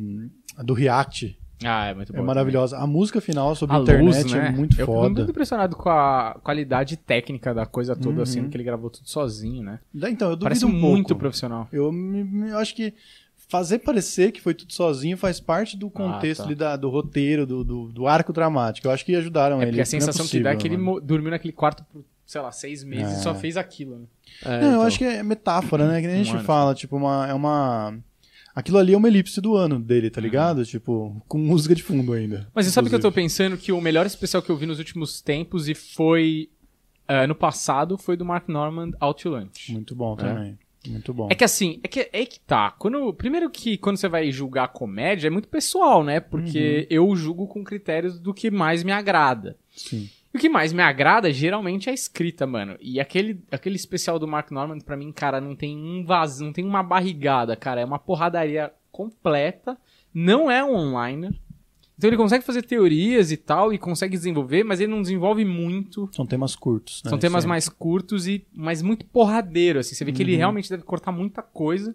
Speaker 3: A do React
Speaker 2: Ah, é muito bom.
Speaker 3: é
Speaker 2: também.
Speaker 3: maravilhosa. A música final sobre
Speaker 2: A
Speaker 3: internet
Speaker 2: luz, né?
Speaker 3: é muito
Speaker 2: eu fico muito
Speaker 3: foda.
Speaker 2: impressionado com a qualidade técnica da coisa toda, assim, que ele gravou tudo sozinho, né?
Speaker 3: Da- Então, eu Uhum. duvido
Speaker 2: Parece
Speaker 3: um
Speaker 2: muito
Speaker 3: pouco.
Speaker 2: profissional.
Speaker 3: Eu me- me- eu acho que fazer parecer que foi tudo sozinho faz parte do contexto
Speaker 2: tá.
Speaker 3: ali da- do roteiro, do, do, do arco dramático. Eu acho que ajudaram
Speaker 2: É
Speaker 3: ele.
Speaker 2: porque a
Speaker 3: isso não
Speaker 2: sensação que dá é que
Speaker 3: possível, né?
Speaker 2: ele
Speaker 3: mano.
Speaker 2: mo- dormiu naquele quarto por, sei lá, seis meses e só fez aquilo, né?
Speaker 1: É,
Speaker 3: Não, eu
Speaker 1: então.
Speaker 3: acho que é metáfora, né? Que nem a
Speaker 2: Um
Speaker 3: gente
Speaker 2: ano,
Speaker 3: fala, tipo, uma, é uma... Aquilo ali é uma elipse do ano dele, tá ligado? Tipo, com música de fundo ainda.
Speaker 2: Uhum. Mas você sabe que eu tô
Speaker 3: inclusive.
Speaker 2: pensando que o melhor especial que eu vi nos últimos tempos e foi ah, no passado foi do Mark Norman Out to Lunch.
Speaker 3: Muito bom também. Muito bom.
Speaker 2: É que assim, é que, é que tá. Quando, primeiro que quando você vai julgar a comédia é muito pessoal, né?
Speaker 3: Uhum.
Speaker 2: Porque eu julgo com critérios do que mais me agrada.
Speaker 3: Sim.
Speaker 2: E o que mais me agrada geralmente é a escrita, mano. E aquele, aquele especial do Mark Norman, pra mim, cara, não tem um vaso, não tem uma barrigada, cara. É uma porradaria completa. Não é um online. Então ele consegue fazer teorias e tal, e consegue desenvolver, mas ele não desenvolve muito.
Speaker 3: São temas curtos, né?
Speaker 2: São temas
Speaker 3: Sempre.
Speaker 2: mais curtos e mas muito porradeiro, assim. Você vê que ele realmente deve cortar muita coisa.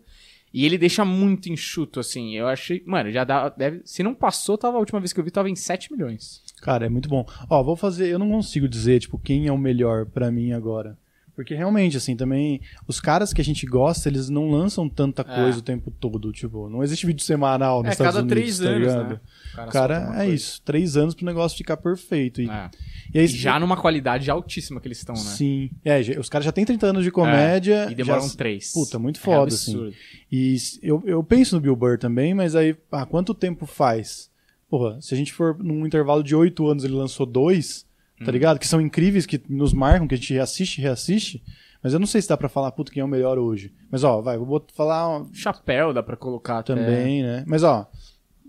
Speaker 2: E ele deixa muito enxuto, assim. Eu achei. Mano, já dá. Deve, se não passou, tava a última vez que eu vi, tava em 7 milhões.
Speaker 3: Cara, é muito bom. Ó, vou fazer. Eu não consigo dizer, tipo, quem é o melhor pra mim agora. Porque realmente, assim, também. Os caras que a gente gosta, eles não lançam tanta
Speaker 2: É.
Speaker 3: coisa o tempo todo. Tipo, não existe vídeo semanal nos
Speaker 2: é,
Speaker 3: Estados
Speaker 2: cada
Speaker 3: Unidos,
Speaker 2: três
Speaker 3: tá
Speaker 2: anos,
Speaker 3: ligado?
Speaker 2: né?
Speaker 3: Cara,
Speaker 2: solta uma
Speaker 3: é
Speaker 2: coisa.
Speaker 3: isso. Três anos pro negócio ficar perfeito. E,
Speaker 2: É.
Speaker 3: e aí,
Speaker 2: E já numa qualidade altíssima que eles estão, né? É,
Speaker 3: Sim. É, já- os caras já têm 30 anos de comédia.
Speaker 2: E um demoraram
Speaker 3: já-
Speaker 2: três.
Speaker 3: Puta, muito
Speaker 2: É
Speaker 3: foda, assim.
Speaker 2: absurdo.
Speaker 3: E s- eu, eu penso no Bill Burr também, mas aí, ah, quanto tempo faz? Porra, se a gente for num intervalo de oito anos, ele lançou dois,
Speaker 2: Uhum.
Speaker 3: tá ligado? Que são incríveis, que nos marcam, que a gente assiste e reassiste. Mas eu não sei se dá pra falar, puto, quem é o melhor hoje. Mas ó, vai, vou bot- falar ó,
Speaker 2: Chapéu dá pra colocar até.
Speaker 3: também, né? Mas ó,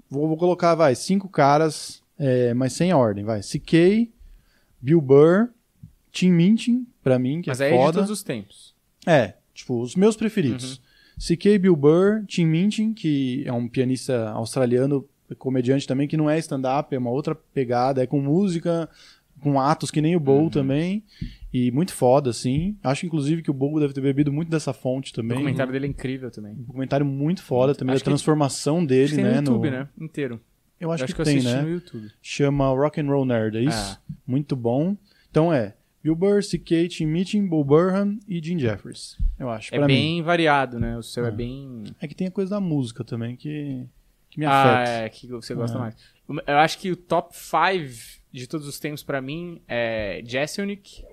Speaker 3: vou, vou colocar, vai, cinco caras, é, mas sem ordem, vai. CK, Bill Burr, Tim Minchin, pra mim, que
Speaker 2: Mas
Speaker 3: é
Speaker 2: aí é de
Speaker 3: foda.
Speaker 2: todos os tempos.
Speaker 3: É, tipo, os meus preferidos.
Speaker 2: Uhum.
Speaker 3: CK Bill Burr, Tim Minchin, que é um pianista australiano, comediante também, que não é stand-up, é uma outra pegada, é com música, com atos que nem o
Speaker 2: Uhum.
Speaker 3: Bowl também. E muito foda, assim. Acho, inclusive, que o Bowl deve ter bebido muito dessa fonte
Speaker 2: O
Speaker 3: também.
Speaker 2: documentário dele é incrível também.
Speaker 3: Um documentário muito foda também,
Speaker 2: Acho
Speaker 3: da
Speaker 2: que-
Speaker 3: transformação
Speaker 2: Acho
Speaker 3: dele,
Speaker 2: que tem
Speaker 3: né?
Speaker 2: no YouTube,
Speaker 3: no-
Speaker 2: né? Inteiro.
Speaker 3: Eu acho,
Speaker 2: eu
Speaker 3: que, tem,
Speaker 2: assisti
Speaker 3: né?
Speaker 2: no YouTube.
Speaker 3: Chama Rock and Roll Nerd, é isso? Muito bom. Então é, Bill Burr, C.K., Tim Meeting, Bo Burnham e Jim Jeffries, eu acho,
Speaker 2: É
Speaker 3: pra mim.
Speaker 2: bem variado, né? O seu é,
Speaker 3: É.
Speaker 2: bem.
Speaker 3: É que tem a coisa da música também que, que me
Speaker 2: ah,
Speaker 3: afeta.
Speaker 2: é, que você gosta
Speaker 3: É.
Speaker 2: mais. O- Eu acho que o top 5 de todos os tempos pra mim é Jessonic,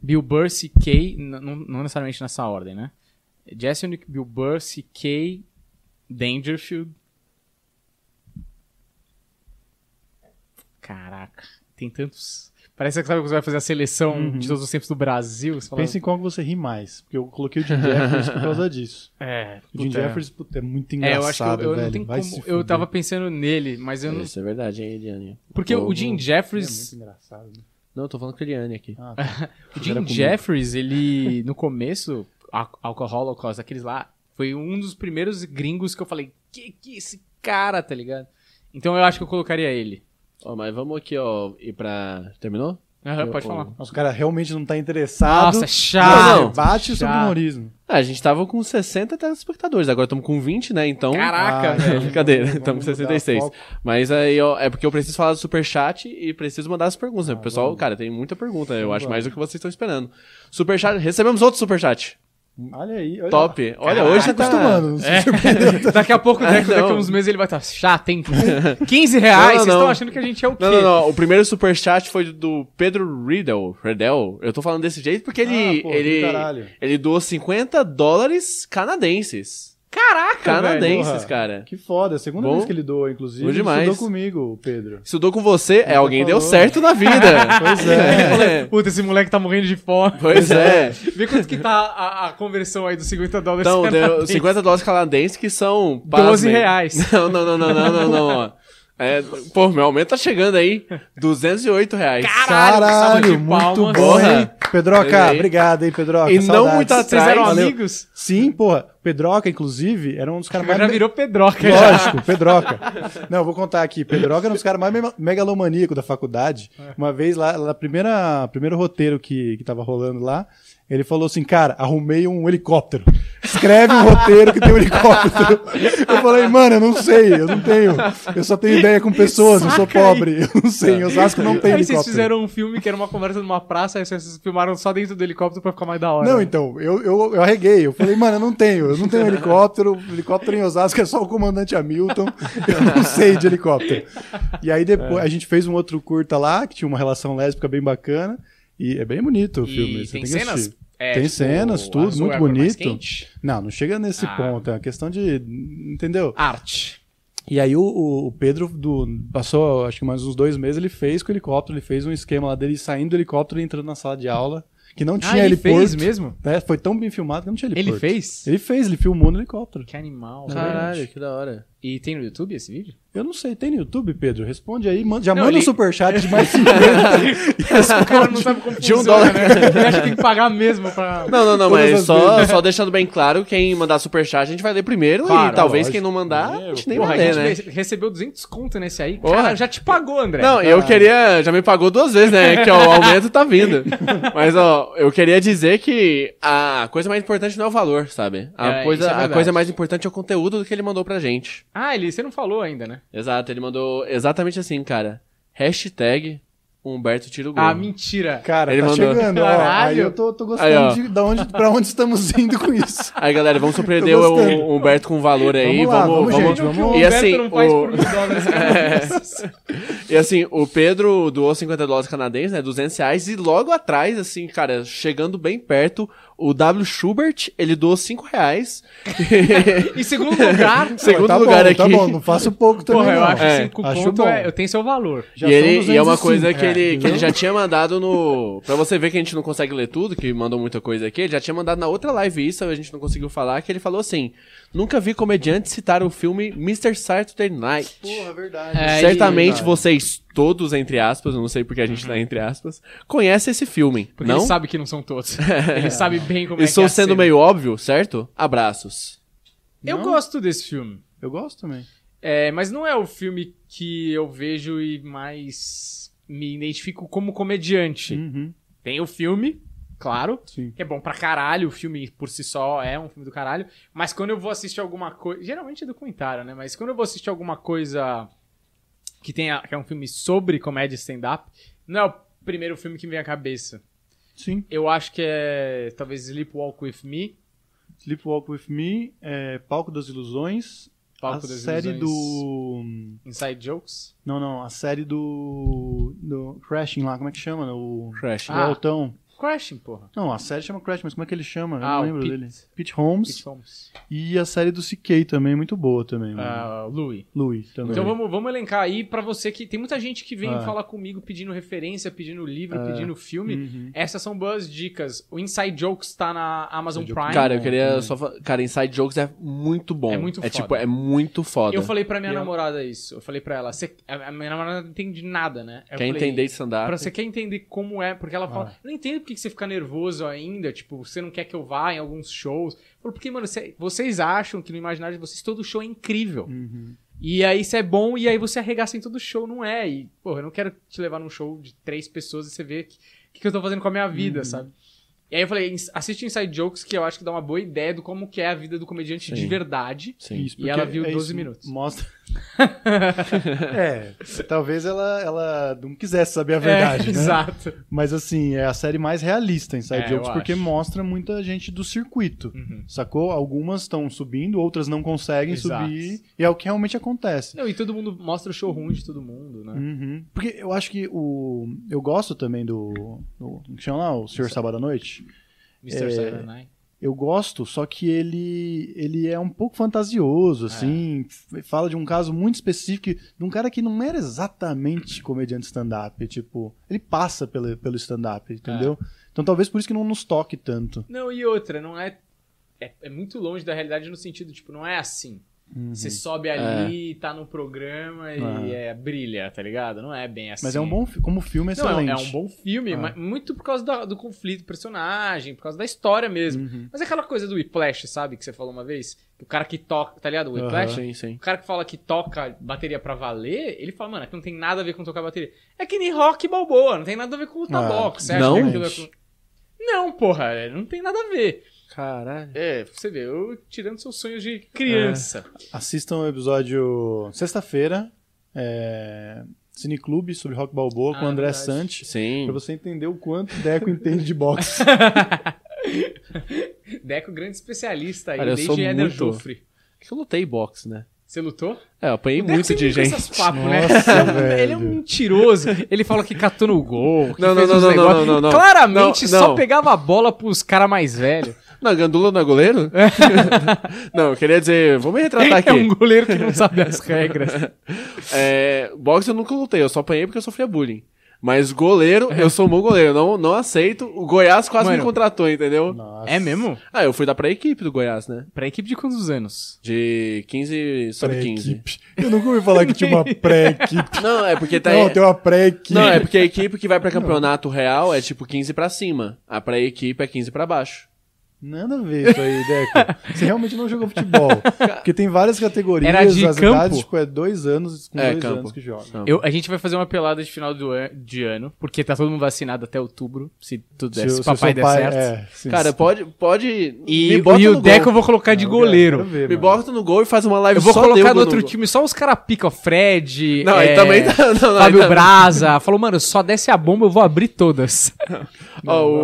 Speaker 2: Bill Burr, C.K., n- não não necessariamente nessa ordem, né? Jessonic, Bill Burr, C.K., Dangerfield. Caraca, tem tantos... Parece que sabe quando você vai fazer a seleção
Speaker 3: Uhum.
Speaker 2: de todos os tempos do Brasil. Você fala,
Speaker 3: Pensa em qual que você ri mais, porque eu coloquei o Jim Jeffries por causa disso.
Speaker 2: é,
Speaker 3: O Jim
Speaker 2: puta, é.
Speaker 3: Jeffries puta, é muito
Speaker 2: É,
Speaker 3: engraçado,
Speaker 2: eu acho que eu, eu
Speaker 3: velho.
Speaker 2: não tenho
Speaker 3: Vai
Speaker 2: como.
Speaker 3: se
Speaker 2: Eu
Speaker 3: fuder.
Speaker 2: tava pensando nele, mas eu não.
Speaker 1: Isso é verdade, hein, Eliane?
Speaker 2: Porque o
Speaker 1: Povo-
Speaker 2: Jim
Speaker 3: Ele é
Speaker 2: Jeffries.
Speaker 3: muito engraçado. Né?
Speaker 1: Não, eu tô falando com a Eliane aqui.
Speaker 3: Ah,
Speaker 2: o
Speaker 3: tá. Era
Speaker 2: Jim
Speaker 3: comigo.
Speaker 2: Jeffries, ele. No começo, Al- Alcoholics, aqueles lá, foi um dos primeiros gringos que eu falei, que que é esse cara, tá ligado? Então eu acho que eu colocaria ele.
Speaker 1: Ó, mas vamos aqui, ó, ir pra... Terminou?
Speaker 2: Aham,
Speaker 1: Eu-
Speaker 2: pode
Speaker 1: eu-
Speaker 2: falar.
Speaker 3: Nossa, o cara realmente não tá interessado.
Speaker 2: Nossa,
Speaker 1: Não,
Speaker 2: chato.
Speaker 1: não.
Speaker 3: Bate o
Speaker 2: chato.
Speaker 3: submenorismo.
Speaker 1: Ah, a gente tava com 60 telespectadores, agora estamos com 20, né? Então...
Speaker 2: Caraca,
Speaker 3: Ah,
Speaker 2: velho.
Speaker 3: não.
Speaker 1: Brincadeira,
Speaker 3: Vamos
Speaker 1: estamos com
Speaker 3: mudar
Speaker 1: 66.
Speaker 3: foco.
Speaker 1: Mas aí, ó, é porque eu preciso falar do superchat e preciso mandar as perguntas, né?
Speaker 3: Ah,
Speaker 1: Pessoal,
Speaker 3: vamos.
Speaker 1: cara, tem muita pergunta, eu
Speaker 3: Vamos
Speaker 1: acho
Speaker 3: lá.
Speaker 1: mais do que vocês estão esperando. Superchat, recebemos outro superchat.
Speaker 3: Olha aí. Olha
Speaker 1: Top.
Speaker 3: lá.
Speaker 1: Olha,
Speaker 3: Caraca,
Speaker 1: hoje você tá-
Speaker 3: acostumando. não se
Speaker 2: é.
Speaker 3: surpreendeu.
Speaker 2: Daqui a pouco, daqui,
Speaker 1: Ah, não.
Speaker 2: daqui a uns meses, ele vai estar. Chato, hein? 15 reais,
Speaker 1: Não, não,
Speaker 2: vocês estão
Speaker 1: não.
Speaker 2: achando que a gente é o quê?
Speaker 1: Não, não, não. O primeiro superchat foi do Pedro Riddle. Riddle. Eu tô falando desse jeito porque ele.
Speaker 3: Ah, pô, do
Speaker 1: ele,
Speaker 3: caralho.
Speaker 1: ele doou 50 dólares canadenses.
Speaker 2: Caraca, velho.
Speaker 1: Canadenses,
Speaker 3: porra.
Speaker 1: cara.
Speaker 3: Que foda. É a segunda
Speaker 1: Bom.
Speaker 3: vez que ele doou, inclusive.
Speaker 1: Bom
Speaker 3: Ele
Speaker 1: demais.
Speaker 3: Estudou comigo, o Pedro.
Speaker 1: Estudou com você, é alguém deu
Speaker 3: falou.
Speaker 1: certo na vida.
Speaker 3: Pois é.
Speaker 2: Puta, esse moleque tá morrendo de fome.
Speaker 1: pois é.
Speaker 2: Vê quanto que tá a, a conversão aí dos 50 dólares.
Speaker 1: Então, deu
Speaker 2: canadenses.
Speaker 1: 50 dólares canadenses que são.
Speaker 2: 12
Speaker 1: pasmem.
Speaker 2: reais.
Speaker 1: Não, não, não, não, não, não, não. ó. É, pô, meu aumento tá chegando aí. 208 reais.
Speaker 2: Caralho, salva de
Speaker 3: Caralho, muito
Speaker 2: palmas.
Speaker 3: bom,
Speaker 1: Porra.
Speaker 3: hein? Pedroca,
Speaker 1: Olha aí.
Speaker 3: obrigado, hein, Pedroca.
Speaker 1: E não
Speaker 3: saudades.
Speaker 1: muito atrás.
Speaker 2: Vocês eram
Speaker 1: Valeu.
Speaker 2: amigos?
Speaker 3: Sim, porra. Pedroca, inclusive, era um dos caras mais...
Speaker 2: Agora já virou pedroca. já.
Speaker 3: Lógico, Pedroca. Não, eu vou contar aqui. Pedroca era um dos caras mais me- megalomaníaco da faculdade.
Speaker 2: É.
Speaker 3: Uma vez, lá, lá na primeira primeiro roteiro que, que tava rolando lá, ele falou assim, cara, arrumei um helicóptero. Escreve um roteiro que tem um helicóptero. Eu falei, mano, eu não sei, eu não tenho. Eu só tenho ideia com pessoas, eu sou
Speaker 2: Saca aí. Tá.
Speaker 3: pobre. Eu não sei, em Osasco não tem
Speaker 2: Aí
Speaker 3: helicóptero.
Speaker 2: vocês fizeram um filme que era uma conversa numa praça, aí vocês filmaram só dentro do helicóptero pra ficar mais da hora.
Speaker 3: Não, então, eu, eu, eu arreguei. Eu falei, mano, eu não tenho. Eu não tenho helicóptero. Helicóptero em Osasco é só o comandante Hamilton. Eu não sei de helicóptero. E aí depois
Speaker 2: É.
Speaker 3: a gente fez um outro curta lá, que tinha uma relação lésbica bem bacana. E é bem bonito o filme. Você tem, que assistir.
Speaker 2: É,
Speaker 3: Tem
Speaker 2: tipo,
Speaker 3: cenas, tudo, muito bonito. Não, não chega nesse
Speaker 2: Ah.
Speaker 3: ponto. É uma questão de. Entendeu?
Speaker 2: Arte.
Speaker 3: E aí o, o- o Pedro do- passou, acho que mais uns dois meses, ele fez com o helicóptero. Ele fez um esquema lá dele saindo do helicóptero e entrando na sala de aula. Que não tinha
Speaker 2: ah, ele
Speaker 3: heliporto.
Speaker 2: fez mesmo?
Speaker 3: É, foi tão bem filmado que não tinha
Speaker 2: Ele
Speaker 3: heliporto.
Speaker 2: fez?
Speaker 3: Ele fez, ele filmou no helicóptero.
Speaker 2: Que animal.
Speaker 1: Caralho, que da hora.
Speaker 2: E tem no YouTube esse vídeo?
Speaker 3: Eu não sei, tem no YouTube, Pedro? Responde aí, manda, já
Speaker 2: Não,
Speaker 3: manda
Speaker 2: ele-
Speaker 3: um superchat de mais 50.
Speaker 2: O cara não sabe como
Speaker 1: De um
Speaker 2: funciona, né? Ele acha que tem que pagar mesmo pra...
Speaker 1: Não, não, não,
Speaker 3: Todas
Speaker 1: mas
Speaker 3: as
Speaker 1: só, só deixando bem claro, quem mandar superchat a gente vai ler primeiro
Speaker 2: Claro,
Speaker 1: e talvez
Speaker 3: lógico. É,
Speaker 1: quem não mandar, a gente nem
Speaker 2: Porra,
Speaker 1: vai
Speaker 2: a
Speaker 1: ler,
Speaker 2: gente
Speaker 1: né?
Speaker 2: re- recebeu 200 conto nesse aí.
Speaker 1: Porra.
Speaker 2: Cara, já te pagou, André.
Speaker 1: Não, eu queria. Já me pagou duas vezes, né? Que o aumento tá vindo. Mas, ó, eu queria dizer que a coisa mais importante não é o valor, sabe? A,
Speaker 2: É,
Speaker 1: coisa,
Speaker 2: isso é
Speaker 1: a
Speaker 2: verdade.
Speaker 1: coisa mais importante é o conteúdo do que ele mandou pra gente.
Speaker 2: Ah, ele, você não falou ainda, né?
Speaker 1: Exato, ele mandou exatamente assim, cara. Hashtag Humberto Tiro Gol.
Speaker 2: Ah, mentira.
Speaker 3: Cara,
Speaker 1: Ele
Speaker 3: tá
Speaker 1: mandou.
Speaker 3: chegando, ó. Aí
Speaker 2: Caralho.
Speaker 3: eu tô, tô
Speaker 1: Aí, ó.
Speaker 3: gostando de, da onde, pra onde estamos indo com isso.
Speaker 1: Aí, galera, vamos surpreender
Speaker 3: Tô gostando.
Speaker 1: o Humberto com valor aí.
Speaker 3: Vamos lá,
Speaker 1: vamos,
Speaker 3: vamos,
Speaker 1: vamos,
Speaker 3: gente,
Speaker 2: Vejam o que o Humberto não
Speaker 1: E assim,
Speaker 3: vamos-
Speaker 2: faz por
Speaker 1: o-
Speaker 2: mil dólares. cara.
Speaker 1: E assim, o Pedro doou 50 dólares canadenses, né? 200 reais. E logo atrás, assim, cara, chegando bem perto, o W. Schubert, ele doou 5 reais.
Speaker 2: em segundo lugar,
Speaker 1: Segundo
Speaker 3: tá
Speaker 1: lugar
Speaker 3: bom,
Speaker 1: aqui.
Speaker 3: Tá bom, não faço pouco também.
Speaker 2: porra, eu
Speaker 3: não.
Speaker 2: acho
Speaker 1: É,
Speaker 2: que 5
Speaker 3: acho
Speaker 2: ponto
Speaker 3: bom.
Speaker 2: é, eu tenho seu valor.
Speaker 3: Já
Speaker 1: e,
Speaker 3: são
Speaker 1: ele, e é uma
Speaker 3: 205,
Speaker 1: coisa que,
Speaker 3: é,
Speaker 1: ele, que
Speaker 3: entendeu?
Speaker 1: ele já tinha mandado no. Pra você ver que a gente não consegue ler tudo, que mandou muita coisa aqui, ele já tinha mandado na outra live isso, a gente não conseguiu falar, que ele falou assim: nunca vi comediante citar o filme Mr. Saturday Night.
Speaker 3: Porra, verdade.
Speaker 2: É,
Speaker 1: Certamente
Speaker 3: e- tá.
Speaker 1: vocês, todos, entre aspas, eu não sei porque a
Speaker 3: Uhum.
Speaker 1: gente tá entre aspas, conhecem esse filme.
Speaker 2: Porque
Speaker 1: não?
Speaker 2: ele sabe que não são todos. Ele sabe bem como é que
Speaker 1: Estou
Speaker 2: é a
Speaker 1: sendo
Speaker 2: cena.
Speaker 1: meio óbvio, certo? Abraços.
Speaker 2: Eu
Speaker 3: Não?
Speaker 2: gosto desse filme.
Speaker 3: Eu gosto também.
Speaker 2: É, mas não é o filme que eu vejo e mais me identifico como
Speaker 1: Hum.
Speaker 2: comediante.
Speaker 3: Uhum,
Speaker 2: Tem o filme, claro,
Speaker 3: sim.
Speaker 2: que é bom pra caralho, o filme por si só é um filme do caralho, mas quando eu vou assistir alguma coisa, geralmente é documentário, né, mas quando eu vou assistir alguma coisa que tenha que é um filme sobre comédia e stand up, não é o primeiro filme que me vem à cabeça.
Speaker 3: Sim.
Speaker 2: Eu acho que é talvez Sleepwalk With Me,
Speaker 3: Sleepwalk With Me, é, Palco das Ilusões.
Speaker 2: Palco
Speaker 3: a
Speaker 2: das
Speaker 3: série
Speaker 2: Ilusões,
Speaker 3: do...
Speaker 2: Inside Jokes.
Speaker 3: Não, não. A série do... Do Crashing lá. Como é que chama? O...
Speaker 1: Crash.
Speaker 3: O
Speaker 2: Ah.
Speaker 3: Altão.
Speaker 2: Crashing, porra.
Speaker 3: Não, a série chama Crash, mas como é que ele chama? Eu
Speaker 2: Ah,
Speaker 3: não
Speaker 2: o
Speaker 3: lembro
Speaker 2: Pete-
Speaker 3: dele. Pete Holmes.
Speaker 2: Pete Holmes.
Speaker 3: E a série do CK também, é muito boa também. mano.
Speaker 2: Ah, Louis.
Speaker 3: Louis também.
Speaker 2: Então vamos, vamos elencar aí pra você que tem muita gente que vem
Speaker 3: Ah.
Speaker 2: falar comigo pedindo referência, pedindo livro, pedindo filme.
Speaker 3: Uhum.
Speaker 2: Essas são boas dicas. O Inside Jokes tá na Amazon
Speaker 3: Inside
Speaker 2: Prime.
Speaker 3: Jokes.
Speaker 1: Cara, eu
Speaker 3: bom
Speaker 1: queria
Speaker 3: também.
Speaker 1: só falar. Cara, Inside Jokes é muito bom.
Speaker 2: É muito
Speaker 1: É
Speaker 2: foda.
Speaker 1: tipo, é muito foda.
Speaker 2: eu falei pra minha
Speaker 3: Eu-
Speaker 2: namorada isso. Eu falei pra ela. "Cê- A a minha namorada não entende nada, né? Eu
Speaker 1: Quer
Speaker 2: falei,
Speaker 1: entender de stand-up?
Speaker 2: Pra você quer entender como é, porque ela
Speaker 3: Ah.
Speaker 2: fala, eu não entendo porque que você fica nervoso ainda, tipo, você não quer que eu vá em alguns shows. Eu falo, porque, mano, cê- vocês acham que no imaginário de vocês todo show é incrível.
Speaker 3: Uhum.
Speaker 2: E aí isso é bom, e aí você arregaça em todo show, não é? E, porra, eu não quero te levar num show de três pessoas e você ver o que, que, que eu tô fazendo com a minha vida,
Speaker 3: Uhum.
Speaker 2: sabe? E aí eu falei, "Ins- assiste Inside Jokes, que eu acho que dá uma boa ideia do como que é a vida do comediante de
Speaker 1: Sim.
Speaker 2: verdade.
Speaker 1: Sim.
Speaker 2: E ela viu
Speaker 3: isso,
Speaker 2: 12 minutos.
Speaker 3: Mostra. é, talvez ela, ela não quisesse saber a verdade,
Speaker 2: É,
Speaker 3: né?
Speaker 2: Exato.
Speaker 3: Mas assim, é a série mais realista Inside
Speaker 2: É,
Speaker 3: Jokes,
Speaker 2: eu
Speaker 3: porque
Speaker 2: acho.
Speaker 3: mostra muita gente do circuito.
Speaker 2: Uhum.
Speaker 3: Sacou? Algumas estão subindo, outras não conseguem
Speaker 2: Exato.
Speaker 3: subir. E é o que realmente acontece.
Speaker 2: Não, e todo mundo mostra o show ruim de todo mundo, né?
Speaker 3: Uhum. Porque eu acho que o. Eu gosto também do. do como que chama lá? O Senhor Sábado à Noite.
Speaker 2: Mr. Saturday Night.
Speaker 3: Eu gosto, só que ele ele é um pouco
Speaker 2: É.
Speaker 3: fantasioso, assim. f- Fala de um caso muito específico, de um cara que não era exatamente comediante stand-up. Tipo, ele passa pelo, pelo stand-up, entendeu?
Speaker 2: É.
Speaker 3: Então talvez por isso que não nos toque tanto.
Speaker 2: Não, e outra, não é, é. é muito longe da realidade no sentido, tipo, não é assim.
Speaker 3: Uhum.
Speaker 2: Você sobe
Speaker 3: É.
Speaker 2: ali, tá no programa e é, brilha, tá ligado? Não é bem assim.
Speaker 3: Mas é um bom fi- como filme é
Speaker 2: Não, é um-
Speaker 3: excelente.
Speaker 2: é um bom filme,
Speaker 3: Ah.
Speaker 2: mas muito por causa da- do conflito do personagem, por causa da história mesmo.
Speaker 3: Uhum.
Speaker 2: Mas é aquela coisa do Whiplash, sabe? Que você falou uma vez. O cara que toca, tá ligado? O Whiplash.
Speaker 1: Ah, Sim, sim.
Speaker 2: O cara que fala que toca bateria pra valer, ele fala, mano, aqui não tem nada a ver com tocar bateria. É que nem rock balboa, não tem nada a ver com o
Speaker 3: Ah,
Speaker 2: tabox. Você
Speaker 1: não?
Speaker 2: acha que aquilo é com- Não, porra, é, não tem nada a ver.
Speaker 1: Caralho.
Speaker 2: É, pra você vê, eu tirando seus sonhos de criança.
Speaker 3: Assistam o episódio sexta-feira, é... Cineclube sobre Rock Balboa com
Speaker 2: Ah,
Speaker 3: o André
Speaker 2: verdade.
Speaker 3: Sante.
Speaker 1: Sim.
Speaker 3: Pra você entender o quanto o Deco entende de boxe.
Speaker 2: Deco, grande especialista aí,
Speaker 1: É. Cara, eu
Speaker 2: desde
Speaker 1: sou
Speaker 2: Éder
Speaker 1: muito-
Speaker 2: Joffre.
Speaker 1: que eu lutei boxe, né?
Speaker 2: Você lutou?
Speaker 1: É, eu apanhei
Speaker 2: O Deco
Speaker 1: muito
Speaker 2: sempre
Speaker 1: de
Speaker 2: com
Speaker 1: gente.
Speaker 2: essas papo, né?
Speaker 3: Nossa,
Speaker 2: Ele é um- Ele é um
Speaker 3: velho.
Speaker 2: mentiroso. Ele fala que catou no gol. que
Speaker 1: Não, não,
Speaker 2: fez
Speaker 1: não,
Speaker 2: uns
Speaker 1: não,
Speaker 2: negócios.
Speaker 1: não, não, não.
Speaker 2: Claramente
Speaker 1: Não,
Speaker 2: só
Speaker 1: não.
Speaker 2: pegava a bola pros caras mais velhos.
Speaker 1: Não, Gandula não é goleiro? não, eu queria dizer, vou me retratar aqui.
Speaker 2: É um goleiro que não sabe as regras.
Speaker 1: É, boxe eu nunca lutei, eu só apanhei porque eu sofria bullying. Mas goleiro, eu sou um bom goleiro, eu não, não aceito. O Goiás quase
Speaker 2: É. Mano.
Speaker 1: me contratou, entendeu?
Speaker 3: Nossa.
Speaker 2: É mesmo?
Speaker 1: Ah, eu fui dar pra equipe do Goiás, né?
Speaker 2: Pra equipe de quantos anos?
Speaker 1: De 15 sobre 15.
Speaker 3: Pré-equipe. Eu nunca ouvi falar que tinha uma pré-equipe.
Speaker 1: Não, é porque tá
Speaker 3: Não, tem uma pré-equipe.
Speaker 1: Não, é porque a equipe que vai pra campeonato real é tipo 15 pra cima. A pra equipe é 15 pra baixo.
Speaker 3: Nada a ver isso aí, Deco. Você realmente não jogou futebol. Porque tem várias categorias,
Speaker 2: Era de
Speaker 3: as
Speaker 2: campo?
Speaker 3: idades, tipo, é dois anos com
Speaker 1: É,
Speaker 3: dois
Speaker 1: campo.
Speaker 3: anos que joga.
Speaker 1: Não.
Speaker 2: Eu, a gente vai fazer uma pelada de final do an- de ano, porque tá todo mundo vacinado até outubro, se tudo der, se, o
Speaker 3: seu
Speaker 2: papai der certo.
Speaker 3: é, sim.
Speaker 1: Cara, pode. pode
Speaker 2: E,
Speaker 1: me bota
Speaker 2: e
Speaker 1: no
Speaker 2: o
Speaker 1: gol.
Speaker 2: Deco eu vou colocar de
Speaker 3: Não,
Speaker 2: goleiro.
Speaker 3: quero
Speaker 1: Me
Speaker 3: ver, mano.
Speaker 1: bota no gol e faz uma live
Speaker 2: Eu vou
Speaker 1: só
Speaker 2: colocar
Speaker 1: deu
Speaker 2: no
Speaker 1: gol
Speaker 2: outro
Speaker 1: gol.
Speaker 2: time só os caras pica, ó, Fred.
Speaker 1: Não,
Speaker 2: é,
Speaker 1: aí também tá. Não, não, aí
Speaker 2: Fábio
Speaker 1: tá-
Speaker 2: Braza. Falou, mano, só desce a bomba, eu vou abrir todas.
Speaker 1: Ó,
Speaker 3: Vai, vai,
Speaker 1: o-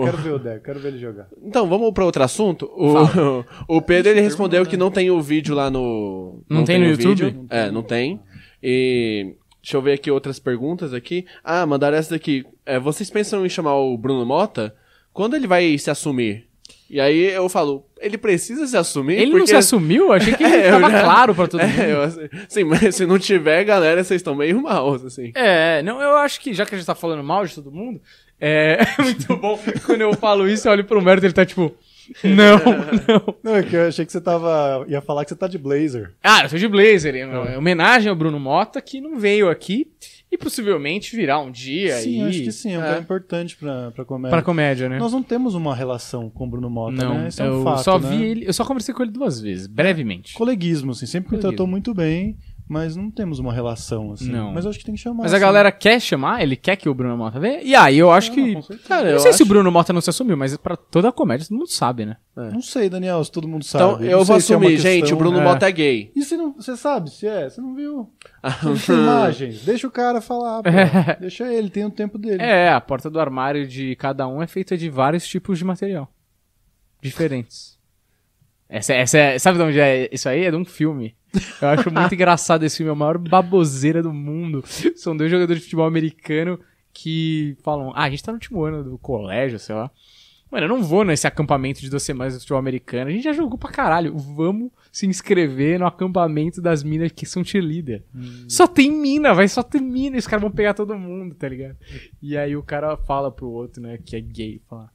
Speaker 3: Eu quero ver o Deco, quero ver ele jogar.
Speaker 1: Então, vamos pra outro assunto. O, o Pedro ele respondeu que não tem o vídeo lá no.
Speaker 2: Não tem no
Speaker 1: o
Speaker 2: YouTube?
Speaker 1: vídeo. É, não tem. E. Deixa eu ver aqui outras perguntas aqui. Ah, mandaram essa daqui. É, vocês pensam em chamar o Bruno Mota? Quando ele vai se assumir? E aí eu falo, ele precisa se assumir?
Speaker 2: Ele não
Speaker 1: Porque-
Speaker 2: se né? assumiu? Achei que ele
Speaker 1: É, eu
Speaker 2: tava
Speaker 1: já-
Speaker 2: claro pra todo
Speaker 1: É,
Speaker 2: mundo.
Speaker 1: eu assi- sim, mas se não tiver, galera, vocês estão meio mal, assim.
Speaker 2: É, não, eu acho que já que a gente tá falando mal de todo mundo, é muito bom quando eu falo isso, eu olho pro Merto e ele tá tipo, não, não.
Speaker 3: Não, é que eu achei que você tava. ia falar que você tá de blazer.
Speaker 2: Ah, eu sou de blazer, é uma homenagem ao Bruno Mota que não veio aqui e possivelmente virá um dia
Speaker 3: sim,
Speaker 2: e
Speaker 3: eu acho que sim, é um
Speaker 1: É.
Speaker 3: cara importante pra, pra comédia.
Speaker 2: para comédia, né?
Speaker 3: Nós não temos uma relação com o Bruno Mota,
Speaker 2: não,
Speaker 3: né? Isso é um
Speaker 2: eu
Speaker 3: fato,
Speaker 2: só
Speaker 3: né?
Speaker 2: vi ele, eu só conversei com ele duas vezes, brevemente.
Speaker 3: Coleguismo, assim, sempre me
Speaker 2: Coleguismo.
Speaker 3: tratou muito bem. Mas não temos uma relação, assim.
Speaker 2: Não.
Speaker 3: Mas eu acho que tem que chamar.
Speaker 2: Mas a
Speaker 3: assim.
Speaker 2: galera quer chamar? Ele quer que o Bruno Mota venha? E aí eu acho
Speaker 3: Ah,
Speaker 2: que.
Speaker 3: com certeza.
Speaker 1: Cara,
Speaker 2: Não
Speaker 1: eu
Speaker 2: sei se
Speaker 1: acho-
Speaker 2: o Bruno Mota não se assumiu, mas pra toda a comédia todo mundo sabe, né?
Speaker 3: Não sei, Daniel, se todo mundo sabe.
Speaker 1: Então,
Speaker 3: Não
Speaker 1: eu vou
Speaker 3: sei se é uma
Speaker 1: assumir,
Speaker 3: questão-
Speaker 1: gente, o Bruno
Speaker 2: É.
Speaker 1: Mota é gay.
Speaker 3: E você, não, você sabe se é? Você não viu?
Speaker 2: Ah,
Speaker 3: Não tem imagens. Deixa o cara falar, pô. Deixa ele, tem o tempo dele.
Speaker 2: É, a porta do armário de cada um é feita de vários tipos de material. Diferentes. Essa, essa é- sabe de onde é isso aí? É de um filme. Eu acho muito engraçado esse filme, é a maior baboseira do mundo. São dois jogadores de futebol americano que falam: Ah, a gente tá no último ano do colégio, sei lá. Mano, eu não vou nesse acampamento de duas semanas do futebol americano. A gente já jogou pra caralho. Vamos se inscrever no acampamento das minas que são cheerleader. Só tem mina, vai, só tem mina. Os caras vão pegar todo mundo, tá ligado? E aí o cara fala pro outro, né, que é gay. Fala.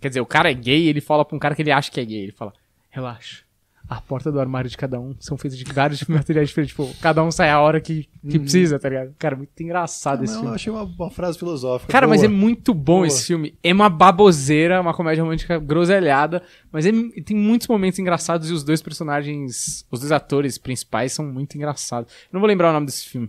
Speaker 2: Quer dizer, o cara é gay ele fala pra um cara que ele acha que é gay. Ele fala, relaxa. A porta do armário de cada um são feitas de vários materiais diferentes. Tipo, cada um sai a hora que, que precisa, tá ligado? Cara, muito engraçado
Speaker 3: Mas
Speaker 2: esse filme.
Speaker 3: eu achei uma, uma frase filosófica.
Speaker 2: Cara, mas é
Speaker 3: boa.
Speaker 2: muito bom
Speaker 3: Boa.
Speaker 2: esse filme. É uma baboseira, uma comédia romântica groselhada, mas é- tem muitos momentos engraçados e os dois personagens, os dois atores principais são muito engraçados. Eu não vou lembrar o nome desse filme.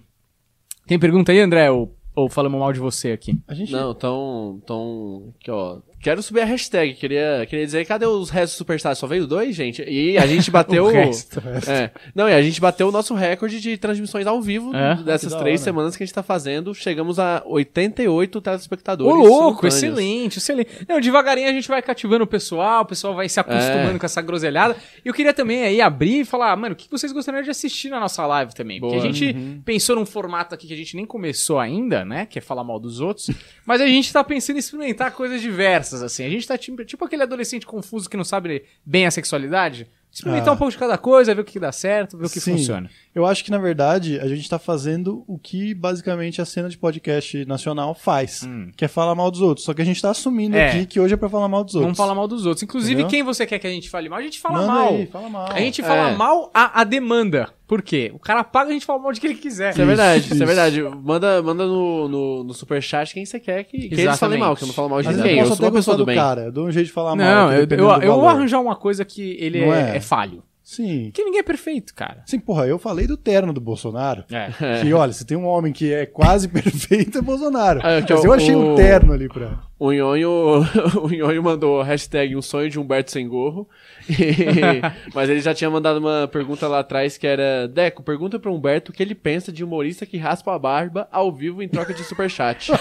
Speaker 2: Tem pergunta aí, André? Ou, ou falamos mal de você aqui?
Speaker 3: A gente
Speaker 1: Não, então. Então. Aqui, ó. Quero subir a hashtag. Queria, queria dizer, cadê os restos do Superstar? Só veio dois, gente? E a gente bateu.
Speaker 2: O resto.
Speaker 1: É. Não, e a gente bateu o nosso recorde de transmissões ao vivo
Speaker 2: É?
Speaker 1: dessas
Speaker 3: Que da
Speaker 1: três
Speaker 3: hora.
Speaker 1: semanas que a gente tá fazendo. Chegamos a 88 telespectadores. é
Speaker 2: Ô, louco,
Speaker 1: simultâneos.
Speaker 2: excelente, excelente. Não, devagarinho a gente vai cativando o pessoal, o pessoal vai se acostumando com essa groselhada. E eu queria também aí abrir e falar, "Ah, mano, o que vocês gostariam de assistir na nossa live também? Porque a
Speaker 1: Boa.
Speaker 3: Uhum.
Speaker 2: gente pensou num formato aqui que a gente nem começou ainda, né? Que é falar mal dos outros. mas a gente tá pensando em experimentar coisas diversas, assim. A gente tá tipo, tipo aquele adolescente confuso que não sabe bem a sexualidade. Experimentar
Speaker 3: Ah.
Speaker 2: um pouco de cada coisa, ver o que dá certo, ver o que
Speaker 3: Sim.
Speaker 2: funciona.
Speaker 3: Eu acho que, na verdade, a gente tá fazendo o que basicamente a cena de podcast nacional faz, que é falar mal dos outros. Só que a gente tá assumindo
Speaker 2: Hum. É.
Speaker 3: aqui que hoje é pra falar mal dos outros.
Speaker 2: Vamos falar mal dos outros. Inclusive,
Speaker 3: Entendeu?
Speaker 2: quem você quer que a gente fale mal, a gente fala
Speaker 3: Manda
Speaker 2: mal.
Speaker 3: Aí, fala mal.
Speaker 2: A gente fala
Speaker 1: É.
Speaker 2: mal a, a demanda. Por quê? O cara paga a gente fala mal de que ele quiser.
Speaker 1: Isso é verdade, isso,
Speaker 3: Isso,
Speaker 1: é verdade. Manda, manda no, no, no superchat quem você quer que, que eles falem
Speaker 2: Exatamente.
Speaker 1: mal, que eu não falo mal de
Speaker 3: Mas
Speaker 1: ninguém.
Speaker 3: eu
Speaker 1: Eu sou
Speaker 3: posso até
Speaker 1: uma
Speaker 3: gostar
Speaker 1: pessoa
Speaker 3: do
Speaker 1: do bem.
Speaker 3: cara, eu dou um jeito de falar mal.
Speaker 2: Não,
Speaker 3: aqui,
Speaker 2: eu, um eu,
Speaker 3: dependendo do
Speaker 2: eu vou
Speaker 3: valor.
Speaker 2: arranjar uma coisa que ele
Speaker 3: Não
Speaker 2: é,
Speaker 3: é?
Speaker 2: é falho.
Speaker 3: Sim.
Speaker 2: Porque ninguém é perfeito, cara.
Speaker 3: Sim, porra, eu falei do terno do Bolsonaro.
Speaker 2: É.
Speaker 3: Que, olha, se tem um homem que é quase perfeito, é Bolsonaro.
Speaker 1: Ah, que
Speaker 3: Mas
Speaker 1: é
Speaker 3: eu
Speaker 1: o-
Speaker 3: achei um
Speaker 1: o-
Speaker 3: terno ali pra...
Speaker 1: O Nhonho, o Nhonho mandou hashtag um sonho de Humberto sem gorro. E- mas ele já tinha mandado uma pergunta lá atrás que era: Deco, pergunta pro Humberto o que ele pensa de humorista que raspa a barba ao vivo em troca de superchat.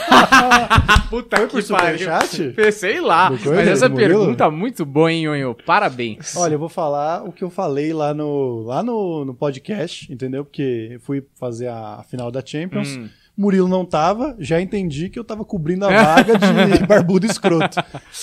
Speaker 2: Puta
Speaker 3: Foi por superchat?
Speaker 2: Sei lá.
Speaker 3: Do coisa,
Speaker 2: Mas essa
Speaker 3: do Murilo?
Speaker 2: pergunta é muito boa, hein, Nhonho? Parabéns.
Speaker 3: Olha, eu vou falar o que eu falei lá no, lá no, no podcast, entendeu? Porque eu fui fazer a, final da
Speaker 2: Hum.
Speaker 3: Champions. Murilo não tava, já entendi que eu tava cobrindo a vaga de barbudo escroto.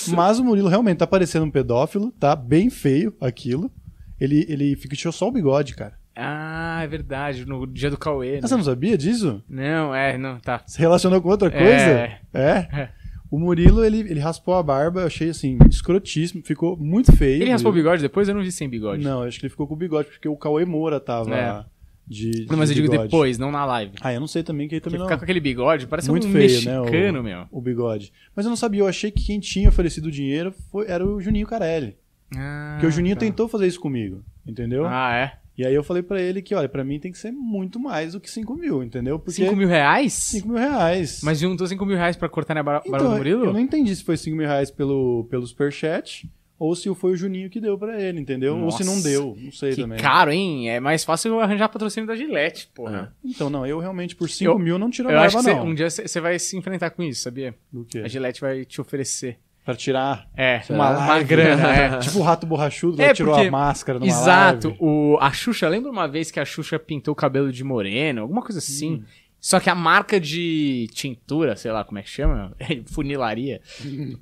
Speaker 3: Mas o Murilo realmente tá parecendo um pedófilo, tá bem feio aquilo. Ele, ele fica tirou só o bigode, cara.
Speaker 2: Ah, é verdade. No dia do Cauê. Né?
Speaker 3: Ah, Você não sabia disso?
Speaker 2: Não, é, não, tá.
Speaker 3: Se relacionou com outra coisa?
Speaker 2: É.
Speaker 3: É. O Murilo, ele, ele raspou a barba, eu achei assim, escrotíssimo, ficou muito feio.
Speaker 2: Ele raspou o
Speaker 3: Murilo.
Speaker 2: bigode depois? Eu não vi sem bigode.
Speaker 3: Não, eu acho que ele ficou com o bigode, porque o Cauê Moura tava
Speaker 2: É.
Speaker 3: de,
Speaker 2: Não, mas
Speaker 3: de
Speaker 2: eu digo
Speaker 3: bigode.
Speaker 2: depois, não na live.
Speaker 3: Ah, eu não sei também que aí
Speaker 2: Porque
Speaker 3: também não...
Speaker 2: ficar com aquele bigode parece
Speaker 3: Muito
Speaker 2: um
Speaker 3: feio, né, o-
Speaker 2: mexicano, meu.
Speaker 3: O bigode. Mas eu não sabia, eu achei que quem tinha oferecido o dinheiro foi- era o Juninho Carelli.
Speaker 2: Ah,
Speaker 3: Porque o Juninho
Speaker 2: tá.
Speaker 3: tentou fazer isso comigo, entendeu?
Speaker 2: Ah, é?
Speaker 3: E aí eu falei pra ele que, olha, pra mim tem que ser muito mais do que 5 mil, entendeu? Porque
Speaker 2: 5 mil reais?
Speaker 3: 5 mil reais.
Speaker 2: Mas juntou 5 mil reais pra cortar na bar barba
Speaker 3: então,
Speaker 2: do Murilo?
Speaker 3: eu não entendi se foi 5 mil reais pelo, pelo superchat ou se foi o Juninho que deu pra ele, entendeu? Ou se não
Speaker 2: Nossa,
Speaker 3: deu, não sei
Speaker 2: Que
Speaker 3: também.
Speaker 2: caro, hein? É mais fácil eu arranjar patrocínio da Gillette, porra.
Speaker 1: É.
Speaker 3: Então, não, eu realmente por 5
Speaker 2: Eu-
Speaker 3: mil não tiro a
Speaker 2: Eu acho
Speaker 3: barba,
Speaker 2: que cê-
Speaker 3: não.
Speaker 2: um dia você vai se enfrentar com isso, sabia?
Speaker 3: Do quê?
Speaker 2: A Gillette vai te oferecer.
Speaker 3: Pra tirar
Speaker 2: É,
Speaker 3: uma,
Speaker 2: uma, uma
Speaker 3: live,
Speaker 2: grana,
Speaker 3: né?
Speaker 2: é.
Speaker 3: Tipo o rato borrachudo, lá
Speaker 2: É,
Speaker 3: tirou
Speaker 2: porque-
Speaker 3: a máscara numa
Speaker 2: Exato.
Speaker 3: live.
Speaker 2: O, a Xuxa, lembra uma vez que a Xuxa pintou o cabelo de moreno, alguma coisa
Speaker 3: Hum.
Speaker 2: assim? Só que a marca de tintura, sei lá como é que chama, funilaria,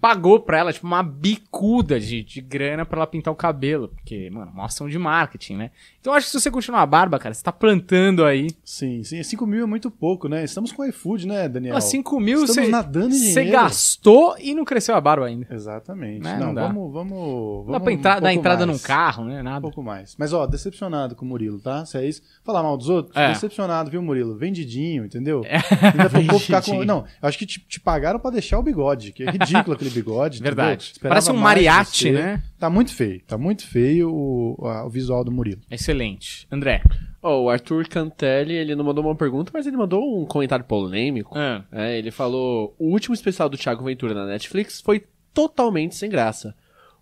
Speaker 2: pagou pra ela, tipo, uma bicuda de, de grana pra ela pintar o cabelo. Porque, mano, uma ação de marketing, né? Então eu acho que se você continuar a barba, cara, você tá plantando aí.
Speaker 3: Sim, sim. 5 mil é muito pouco, né? Estamos com o iFood, né, Daniel?
Speaker 2: Ó, 5 mil
Speaker 3: Estamos
Speaker 2: você
Speaker 3: nadando em
Speaker 2: você
Speaker 3: dinheiro.
Speaker 2: gastou e não cresceu a barba ainda.
Speaker 3: Exatamente.
Speaker 2: Né,
Speaker 3: Não,
Speaker 2: não dá.
Speaker 3: vamos,
Speaker 2: Não
Speaker 3: vamos,
Speaker 2: dá
Speaker 3: vamos
Speaker 2: pra entrar,
Speaker 3: um
Speaker 2: dar
Speaker 3: pouco
Speaker 2: entrada
Speaker 3: mais.
Speaker 2: num carro, né?
Speaker 3: Um
Speaker 2: Nada.
Speaker 3: pouco mais. Mas, ó, decepcionado com o Murilo, tá? Se é isso. Falar mal dos outros?
Speaker 2: É.
Speaker 3: Decepcionado, viu, Murilo? Vendidinho e entendeu? Ainda faltou ficar com.
Speaker 2: Jeitinho.
Speaker 3: Não, eu acho que te, te pagaram pra deixar o bigode, que é ridículo aquele bigode. entendeu?
Speaker 2: Verdade.
Speaker 3: Esperava
Speaker 2: Parece um
Speaker 3: mais de
Speaker 2: mariachi,
Speaker 3: você.
Speaker 2: né?
Speaker 3: Tá muito feio, tá muito feio o, a- o visual do Murilo.
Speaker 2: Excelente. André.
Speaker 1: Ó, o Arthur Cantelli, ele não mandou uma pergunta, mas ele mandou um comentário polêmico.
Speaker 2: Ah,
Speaker 1: É, ele falou: o último especial do Thiago Ventura na Netflix foi totalmente sem graça.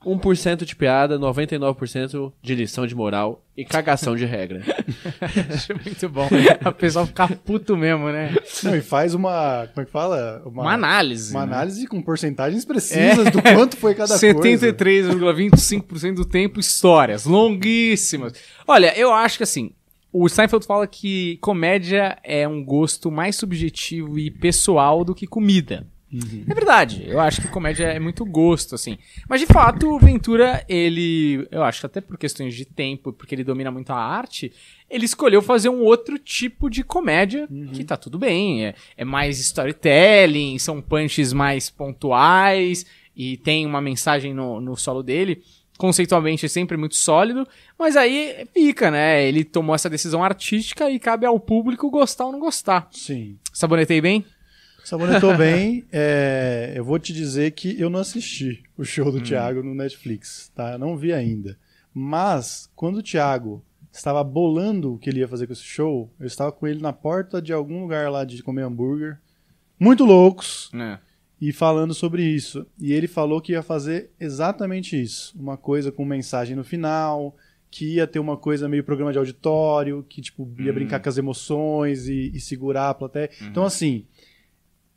Speaker 1: 1% de piada, 99% de lição de moral e cagação de regra.
Speaker 2: acho muito bom. O pessoal fica puto mesmo, né?
Speaker 3: Não, e faz uma. Como é que fala? Uma,
Speaker 2: Uma análise.
Speaker 3: uma
Speaker 2: né?
Speaker 3: análise com porcentagens precisas do quanto foi cada coisa.
Speaker 2: 73,25% do tempo histórias longuíssimas. Olha, eu acho que assim, o Seinfeld fala que comédia é um gosto mais subjetivo e pessoal do que comida.
Speaker 3: Uhum.
Speaker 2: É verdade, eu acho que comédia é muito gosto, assim. Mas de fato, o Ventura, ele, eu acho que até por questões de tempo, porque ele domina muito a arte, ele escolheu fazer um outro tipo de comédia,
Speaker 3: Uhum.
Speaker 2: que tá tudo bem. É, é mais storytelling, são punches mais pontuais, e tem uma mensagem no, no solo dele. Conceitualmente é sempre muito sólido, mas aí fica, né? Ele tomou essa decisão artística e cabe ao público gostar ou não gostar.
Speaker 3: Sim.
Speaker 2: Sabonetei bem?
Speaker 3: Sabonetou bem. é, eu vou te dizer que eu não assisti o show do Thiago no Netflix, tá? Eu não vi ainda. Mas, quando o Thiago estava bolando o que ele ia fazer com esse show, eu estava com ele na porta de algum lugar lá de comer hambúrguer. Muito loucos.
Speaker 2: É.
Speaker 3: e falando sobre isso. E ele falou que ia fazer exatamente isso. Uma coisa com mensagem no final, que ia ter uma coisa meio programa de auditório, que tipo, ia brincar com as emoções e, e segurar a plateia. Então, assim,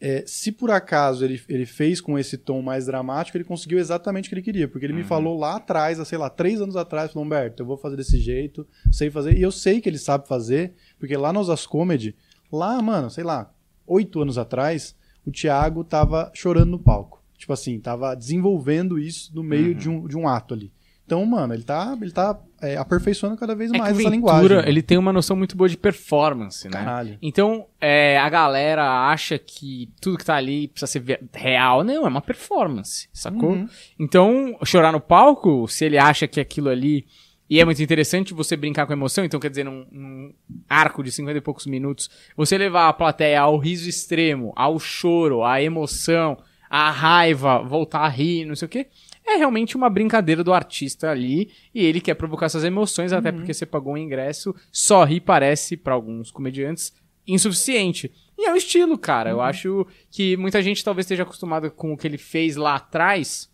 Speaker 3: é, se por acaso ele, ele fez com esse tom mais dramático, ele conseguiu exatamente o que ele queria. Porque ele me falou lá atrás, há, sei lá, três anos atrás, falou, Humberto, eu vou fazer desse jeito, sei fazer. E eu sei que ele sabe fazer, porque lá nos As Comedy, lá, mano, sei lá, oito anos atrás, o Thiago tava chorando no palco. Tipo assim, tava desenvolvendo isso no meio de,
Speaker 2: Uhum.
Speaker 3: um, de um ato ali. Então, mano, ele tá, ele tá é, aperfeiçoando cada vez
Speaker 2: É que
Speaker 3: mais
Speaker 2: o
Speaker 3: essa
Speaker 2: Ventura,
Speaker 3: linguagem.
Speaker 2: ele tem uma noção muito boa de performance, né?
Speaker 3: Caralho.
Speaker 2: Então, é, a galera acha que tudo que tá ali precisa ser ve- real. Não, é uma performance, sacou?
Speaker 3: Uhum.
Speaker 2: Então, chorar no palco, se ele acha que aquilo ali. E é muito interessante você brincar com a emoção, então quer dizer, num, num arco de 50 e poucos minutos, você levar a plateia ao riso extremo, ao choro, à emoção, à raiva, voltar a rir, não sei o quê. É realmente uma brincadeira do artista ali, e ele quer provocar essas emoções, até porque você pagou um ingresso, só rir parece, pra alguns comediantes, insuficiente. E é o estilo, cara. Eu acho que muita gente talvez esteja acostumada com o que ele fez lá atrás,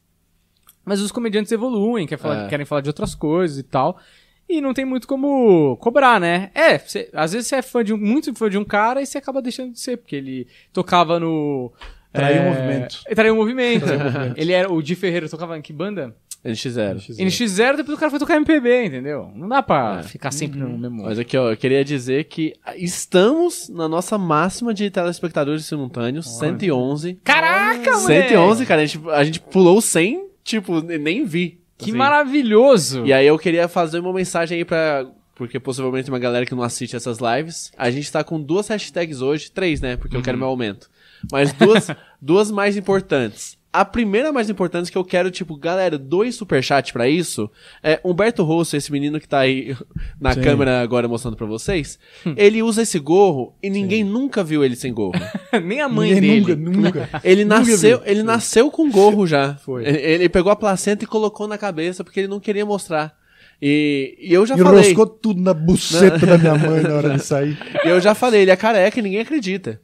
Speaker 2: mas os comediantes evoluem, quer falar-
Speaker 1: É.
Speaker 2: querem falar de outras coisas e tal. E não tem muito como cobrar, né? É, cê- às vezes você é fã de um, muito fã de um cara e você acaba deixando de ser, porque ele tocava no.
Speaker 3: Traiu o
Speaker 2: é,
Speaker 3: movimento.
Speaker 2: Ele traiu o movimento.
Speaker 3: Tá um
Speaker 2: ele era. O Di Ferreira tocava em que banda?
Speaker 1: NX0.
Speaker 3: é.
Speaker 2: NX0, depois o cara foi tocar MPB, entendeu? Não dá pra
Speaker 1: É.
Speaker 2: ficar sempre no mesmo.
Speaker 1: Mas é aqui, ó, eu queria dizer que estamos na nossa máxima de telespectadores simultâneos, 111.
Speaker 2: Caraca, mano!
Speaker 1: 111, cara, a gente, a gente pulou 100, tipo, ne- nem vi.
Speaker 2: Que
Speaker 1: assim.
Speaker 2: maravilhoso!
Speaker 1: E aí eu queria fazer uma mensagem aí pra. Porque possivelmente tem uma galera que não assiste essas lives. A gente tá com duas hashtags hoje, três, né? Porque eu quero meu aumento. Mas duas, duas mais importantes. A primeira mais importante que eu quero, tipo, galera, dois superchat pra isso. É Humberto Rosso, esse menino que tá aí na
Speaker 3: Sim.
Speaker 1: câmera agora mostrando pra vocês. Ele usa esse gorro e ninguém nunca viu ele sem gorro.
Speaker 2: Nem a mãe
Speaker 3: Ninguém
Speaker 2: dele.
Speaker 3: Nunca, nunca.
Speaker 1: Ele
Speaker 3: Nunca
Speaker 1: nasceu,
Speaker 3: vi.
Speaker 1: ele nasceu com gorro já.
Speaker 3: Foi.
Speaker 1: Ele, ele pegou a placenta e colocou na cabeça porque ele não queria mostrar. E, e eu já falei.
Speaker 3: Enroscou tudo na buceta da minha mãe na hora de sair.
Speaker 1: E eu já falei, ele é careca e ninguém acredita.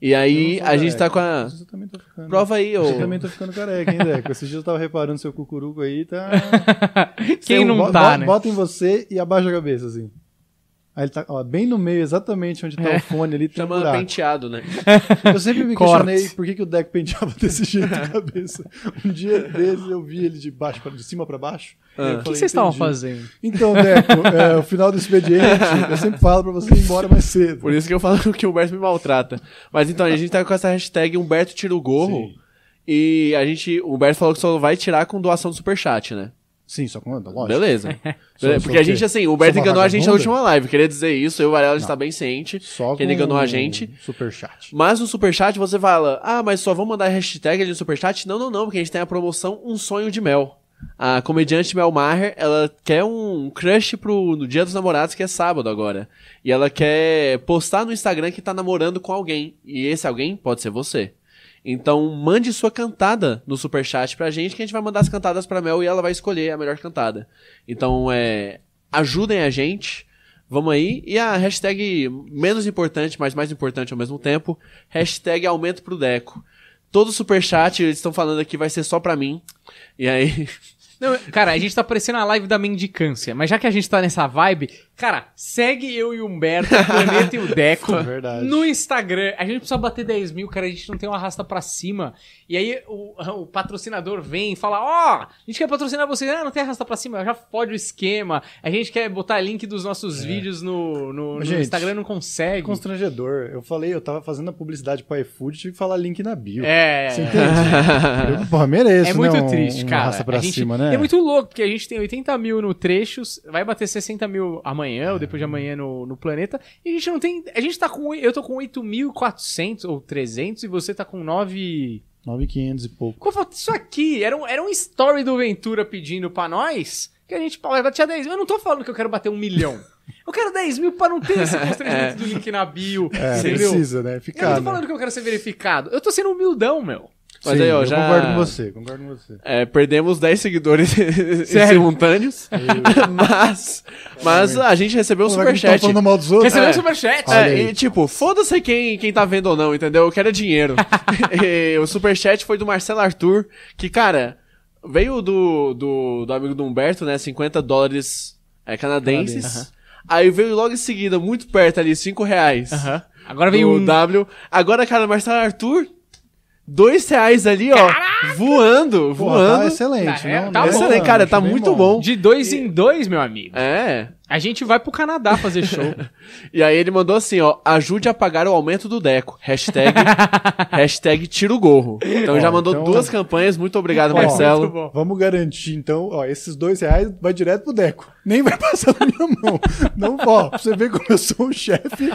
Speaker 1: E aí
Speaker 3: Eu não sou
Speaker 1: a gente tá
Speaker 3: careca.
Speaker 1: com a.
Speaker 3: Mas eu também tô ficando.
Speaker 1: Prova aí, ô.
Speaker 3: Eu também tô ficando careca, hein, Deco? Esses dias eu tava reparando seu cucuruco aí, tá...
Speaker 2: Quem
Speaker 3: Tem um-
Speaker 2: não
Speaker 3: bo-
Speaker 2: tá,
Speaker 3: bo-
Speaker 2: né?
Speaker 3: Bota em você e abaixa a cabeça, assim. Aí ele tá, ó, bem no meio, exatamente onde tá
Speaker 2: É.
Speaker 3: o fone ali, tem um
Speaker 1: Chama
Speaker 3: buraco.
Speaker 1: penteado, né?
Speaker 3: Eu sempre me
Speaker 2: Corte.
Speaker 3: questionei por que, que o Deco penteava desse jeito a cabeça. Um dia desses eu vi ele de baixo pra, de cima pra baixo.
Speaker 1: Ah.
Speaker 3: e
Speaker 1: O
Speaker 3: eu
Speaker 2: O que
Speaker 3: falei,
Speaker 2: vocês estavam
Speaker 3: "Entendi."
Speaker 2: fazendo?
Speaker 3: Então, Deco, é, o final do expediente, eu sempre falo pra você ir embora mais cedo.
Speaker 1: Por isso que eu falo que o Humberto me maltrata. Mas então, a gente tá com essa hashtag Humberto tira o gorro.
Speaker 3: Sim.
Speaker 1: E a gente. O Humberto falou que só vai tirar com doação do superchat, né?
Speaker 3: Sim, só com lógico.
Speaker 1: Beleza.
Speaker 3: Sou- sou
Speaker 1: Porque a
Speaker 3: o quê?
Speaker 1: gente, assim, o Humberto
Speaker 3: Sou uma
Speaker 1: enganou a gente na
Speaker 3: vagabunda?
Speaker 1: última live. Queria dizer isso, eu e o Varela está bem ciente.
Speaker 3: Só
Speaker 1: que ele enganou a gente.
Speaker 3: Superchat.
Speaker 1: Mas no superchat você fala, ah, mas só vou mandar hashtag ali no superchat? Não, não, não, porque a gente tem a promoção Um Sonho de Mel. A comediante Mel Maher, ela quer um crush pro no Dia dos Namorados, que é sábado agora. E ela quer postar no Instagram que tá namorando com alguém. E esse alguém pode ser você. Então, mande sua cantada no superchat pra gente, que a gente vai mandar as cantadas pra Mel e ela vai escolher a melhor cantada. Então, é, ajudem a gente. Vamos aí. E a hashtag menos importante, mas mais importante ao mesmo tempo, hashtag aumento pro Deco. Todo superchat, eles estão falando aqui, vai ser só pra mim. E aí,
Speaker 2: Não, cara, a gente tá parecendo a live da mendicância, mas já que a gente tá nessa vibe, cara, segue eu e o Humberto, o Planeta e o Deco.
Speaker 3: É verdade.
Speaker 2: No Instagram, a gente precisa bater 10 mil, cara, a gente não tem uma arrasta pra cima. E aí o, o patrocinador vem e fala: Ó, a gente quer patrocinar vocês, ah, não tem arrasta pra cima, já fode o esquema. A gente quer botar link dos nossos vídeos no, no, no
Speaker 3: É. Gente,
Speaker 2: Instagram, não consegue.
Speaker 3: Constrangedor. Eu falei, eu tava fazendo a publicidade pro iFood, tive que falar link na bio.
Speaker 2: É.
Speaker 3: Você entende? Eu, porra, mereço,
Speaker 2: É muito
Speaker 3: né, um-
Speaker 2: triste,
Speaker 3: uma
Speaker 2: cara.
Speaker 3: raça pra
Speaker 2: A gente-
Speaker 3: cima, né?
Speaker 2: É muito louco, porque a gente tem 80 mil no Trechos, vai bater 60 mil amanhã ou depois de amanhã no, no Planeta, e a gente não tem... A gente tá com... oi- Eu tô com 8.400 ou 300 e você tá com 9...
Speaker 3: 9,500 e pouco.
Speaker 2: Qual foi isso aqui? Era um, era um story do Ventura pedindo pra nós que a gente pô, vai bater 10 mil. Eu não tô falando que eu quero bater um milhão. Eu quero 10 mil pra não ter esse constrangimento do link na bio,
Speaker 3: É,
Speaker 2: entendeu?
Speaker 3: precisa, né?
Speaker 2: Eu não
Speaker 3: Ficar,
Speaker 2: tô falando que eu quero ser verificado. Eu tô sendo humildão, meu.
Speaker 1: Mas aí, ó,
Speaker 3: eu
Speaker 1: já-
Speaker 3: concordo com você, concordo com você.
Speaker 1: é, perdemos 10 seguidores em
Speaker 2: Sério?
Speaker 1: simultâneos. mas, mas a gente recebeu um
Speaker 3: Pô, vai que não tá
Speaker 1: superchat.
Speaker 3: falando mal dos outros?
Speaker 2: Recebeu
Speaker 1: É.
Speaker 2: um superchat.
Speaker 3: Olha
Speaker 1: É,
Speaker 3: aí.
Speaker 1: e, tipo, foda-se quem, quem tá vendo ou não, entendeu? Eu quero é dinheiro. E o superchat foi do Marcelo Arthur, que, cara, veio do, do, do amigo do Humberto, né? 50 dólares é, canadenses.
Speaker 3: Canadenses.
Speaker 1: Aí veio logo em seguida, muito perto ali, 5 reais.
Speaker 2: Aham. Agora
Speaker 1: Do
Speaker 2: veio um...
Speaker 1: W. Agora, cara, Marcelo Arthur, 2 reais ali, ó. Voando,
Speaker 3: Pô, tá
Speaker 1: voando.
Speaker 3: excelente,
Speaker 2: Tá,
Speaker 3: né?
Speaker 2: é, tá
Speaker 3: Excelente,
Speaker 1: bom, cara, tá
Speaker 3: bem
Speaker 1: muito bom.
Speaker 2: De dois em dois, meu amigo.
Speaker 1: É.
Speaker 2: A gente vai pro Canadá fazer show.
Speaker 1: E aí ele mandou assim, ó, ajude a pagar o aumento do Deco. Hashtag, hashtag tira o gorro. Então
Speaker 3: Ó,
Speaker 1: já mandou
Speaker 3: então-
Speaker 1: duas campanhas, muito obrigado,
Speaker 3: Ó,
Speaker 1: Marcelo.
Speaker 2: muito bom.
Speaker 3: Vamos garantir, então, ó, esses dois reais vai direto pro Deco. Nem vai passar na minha mão. Não, ó, pra você ver como eu sou um chefe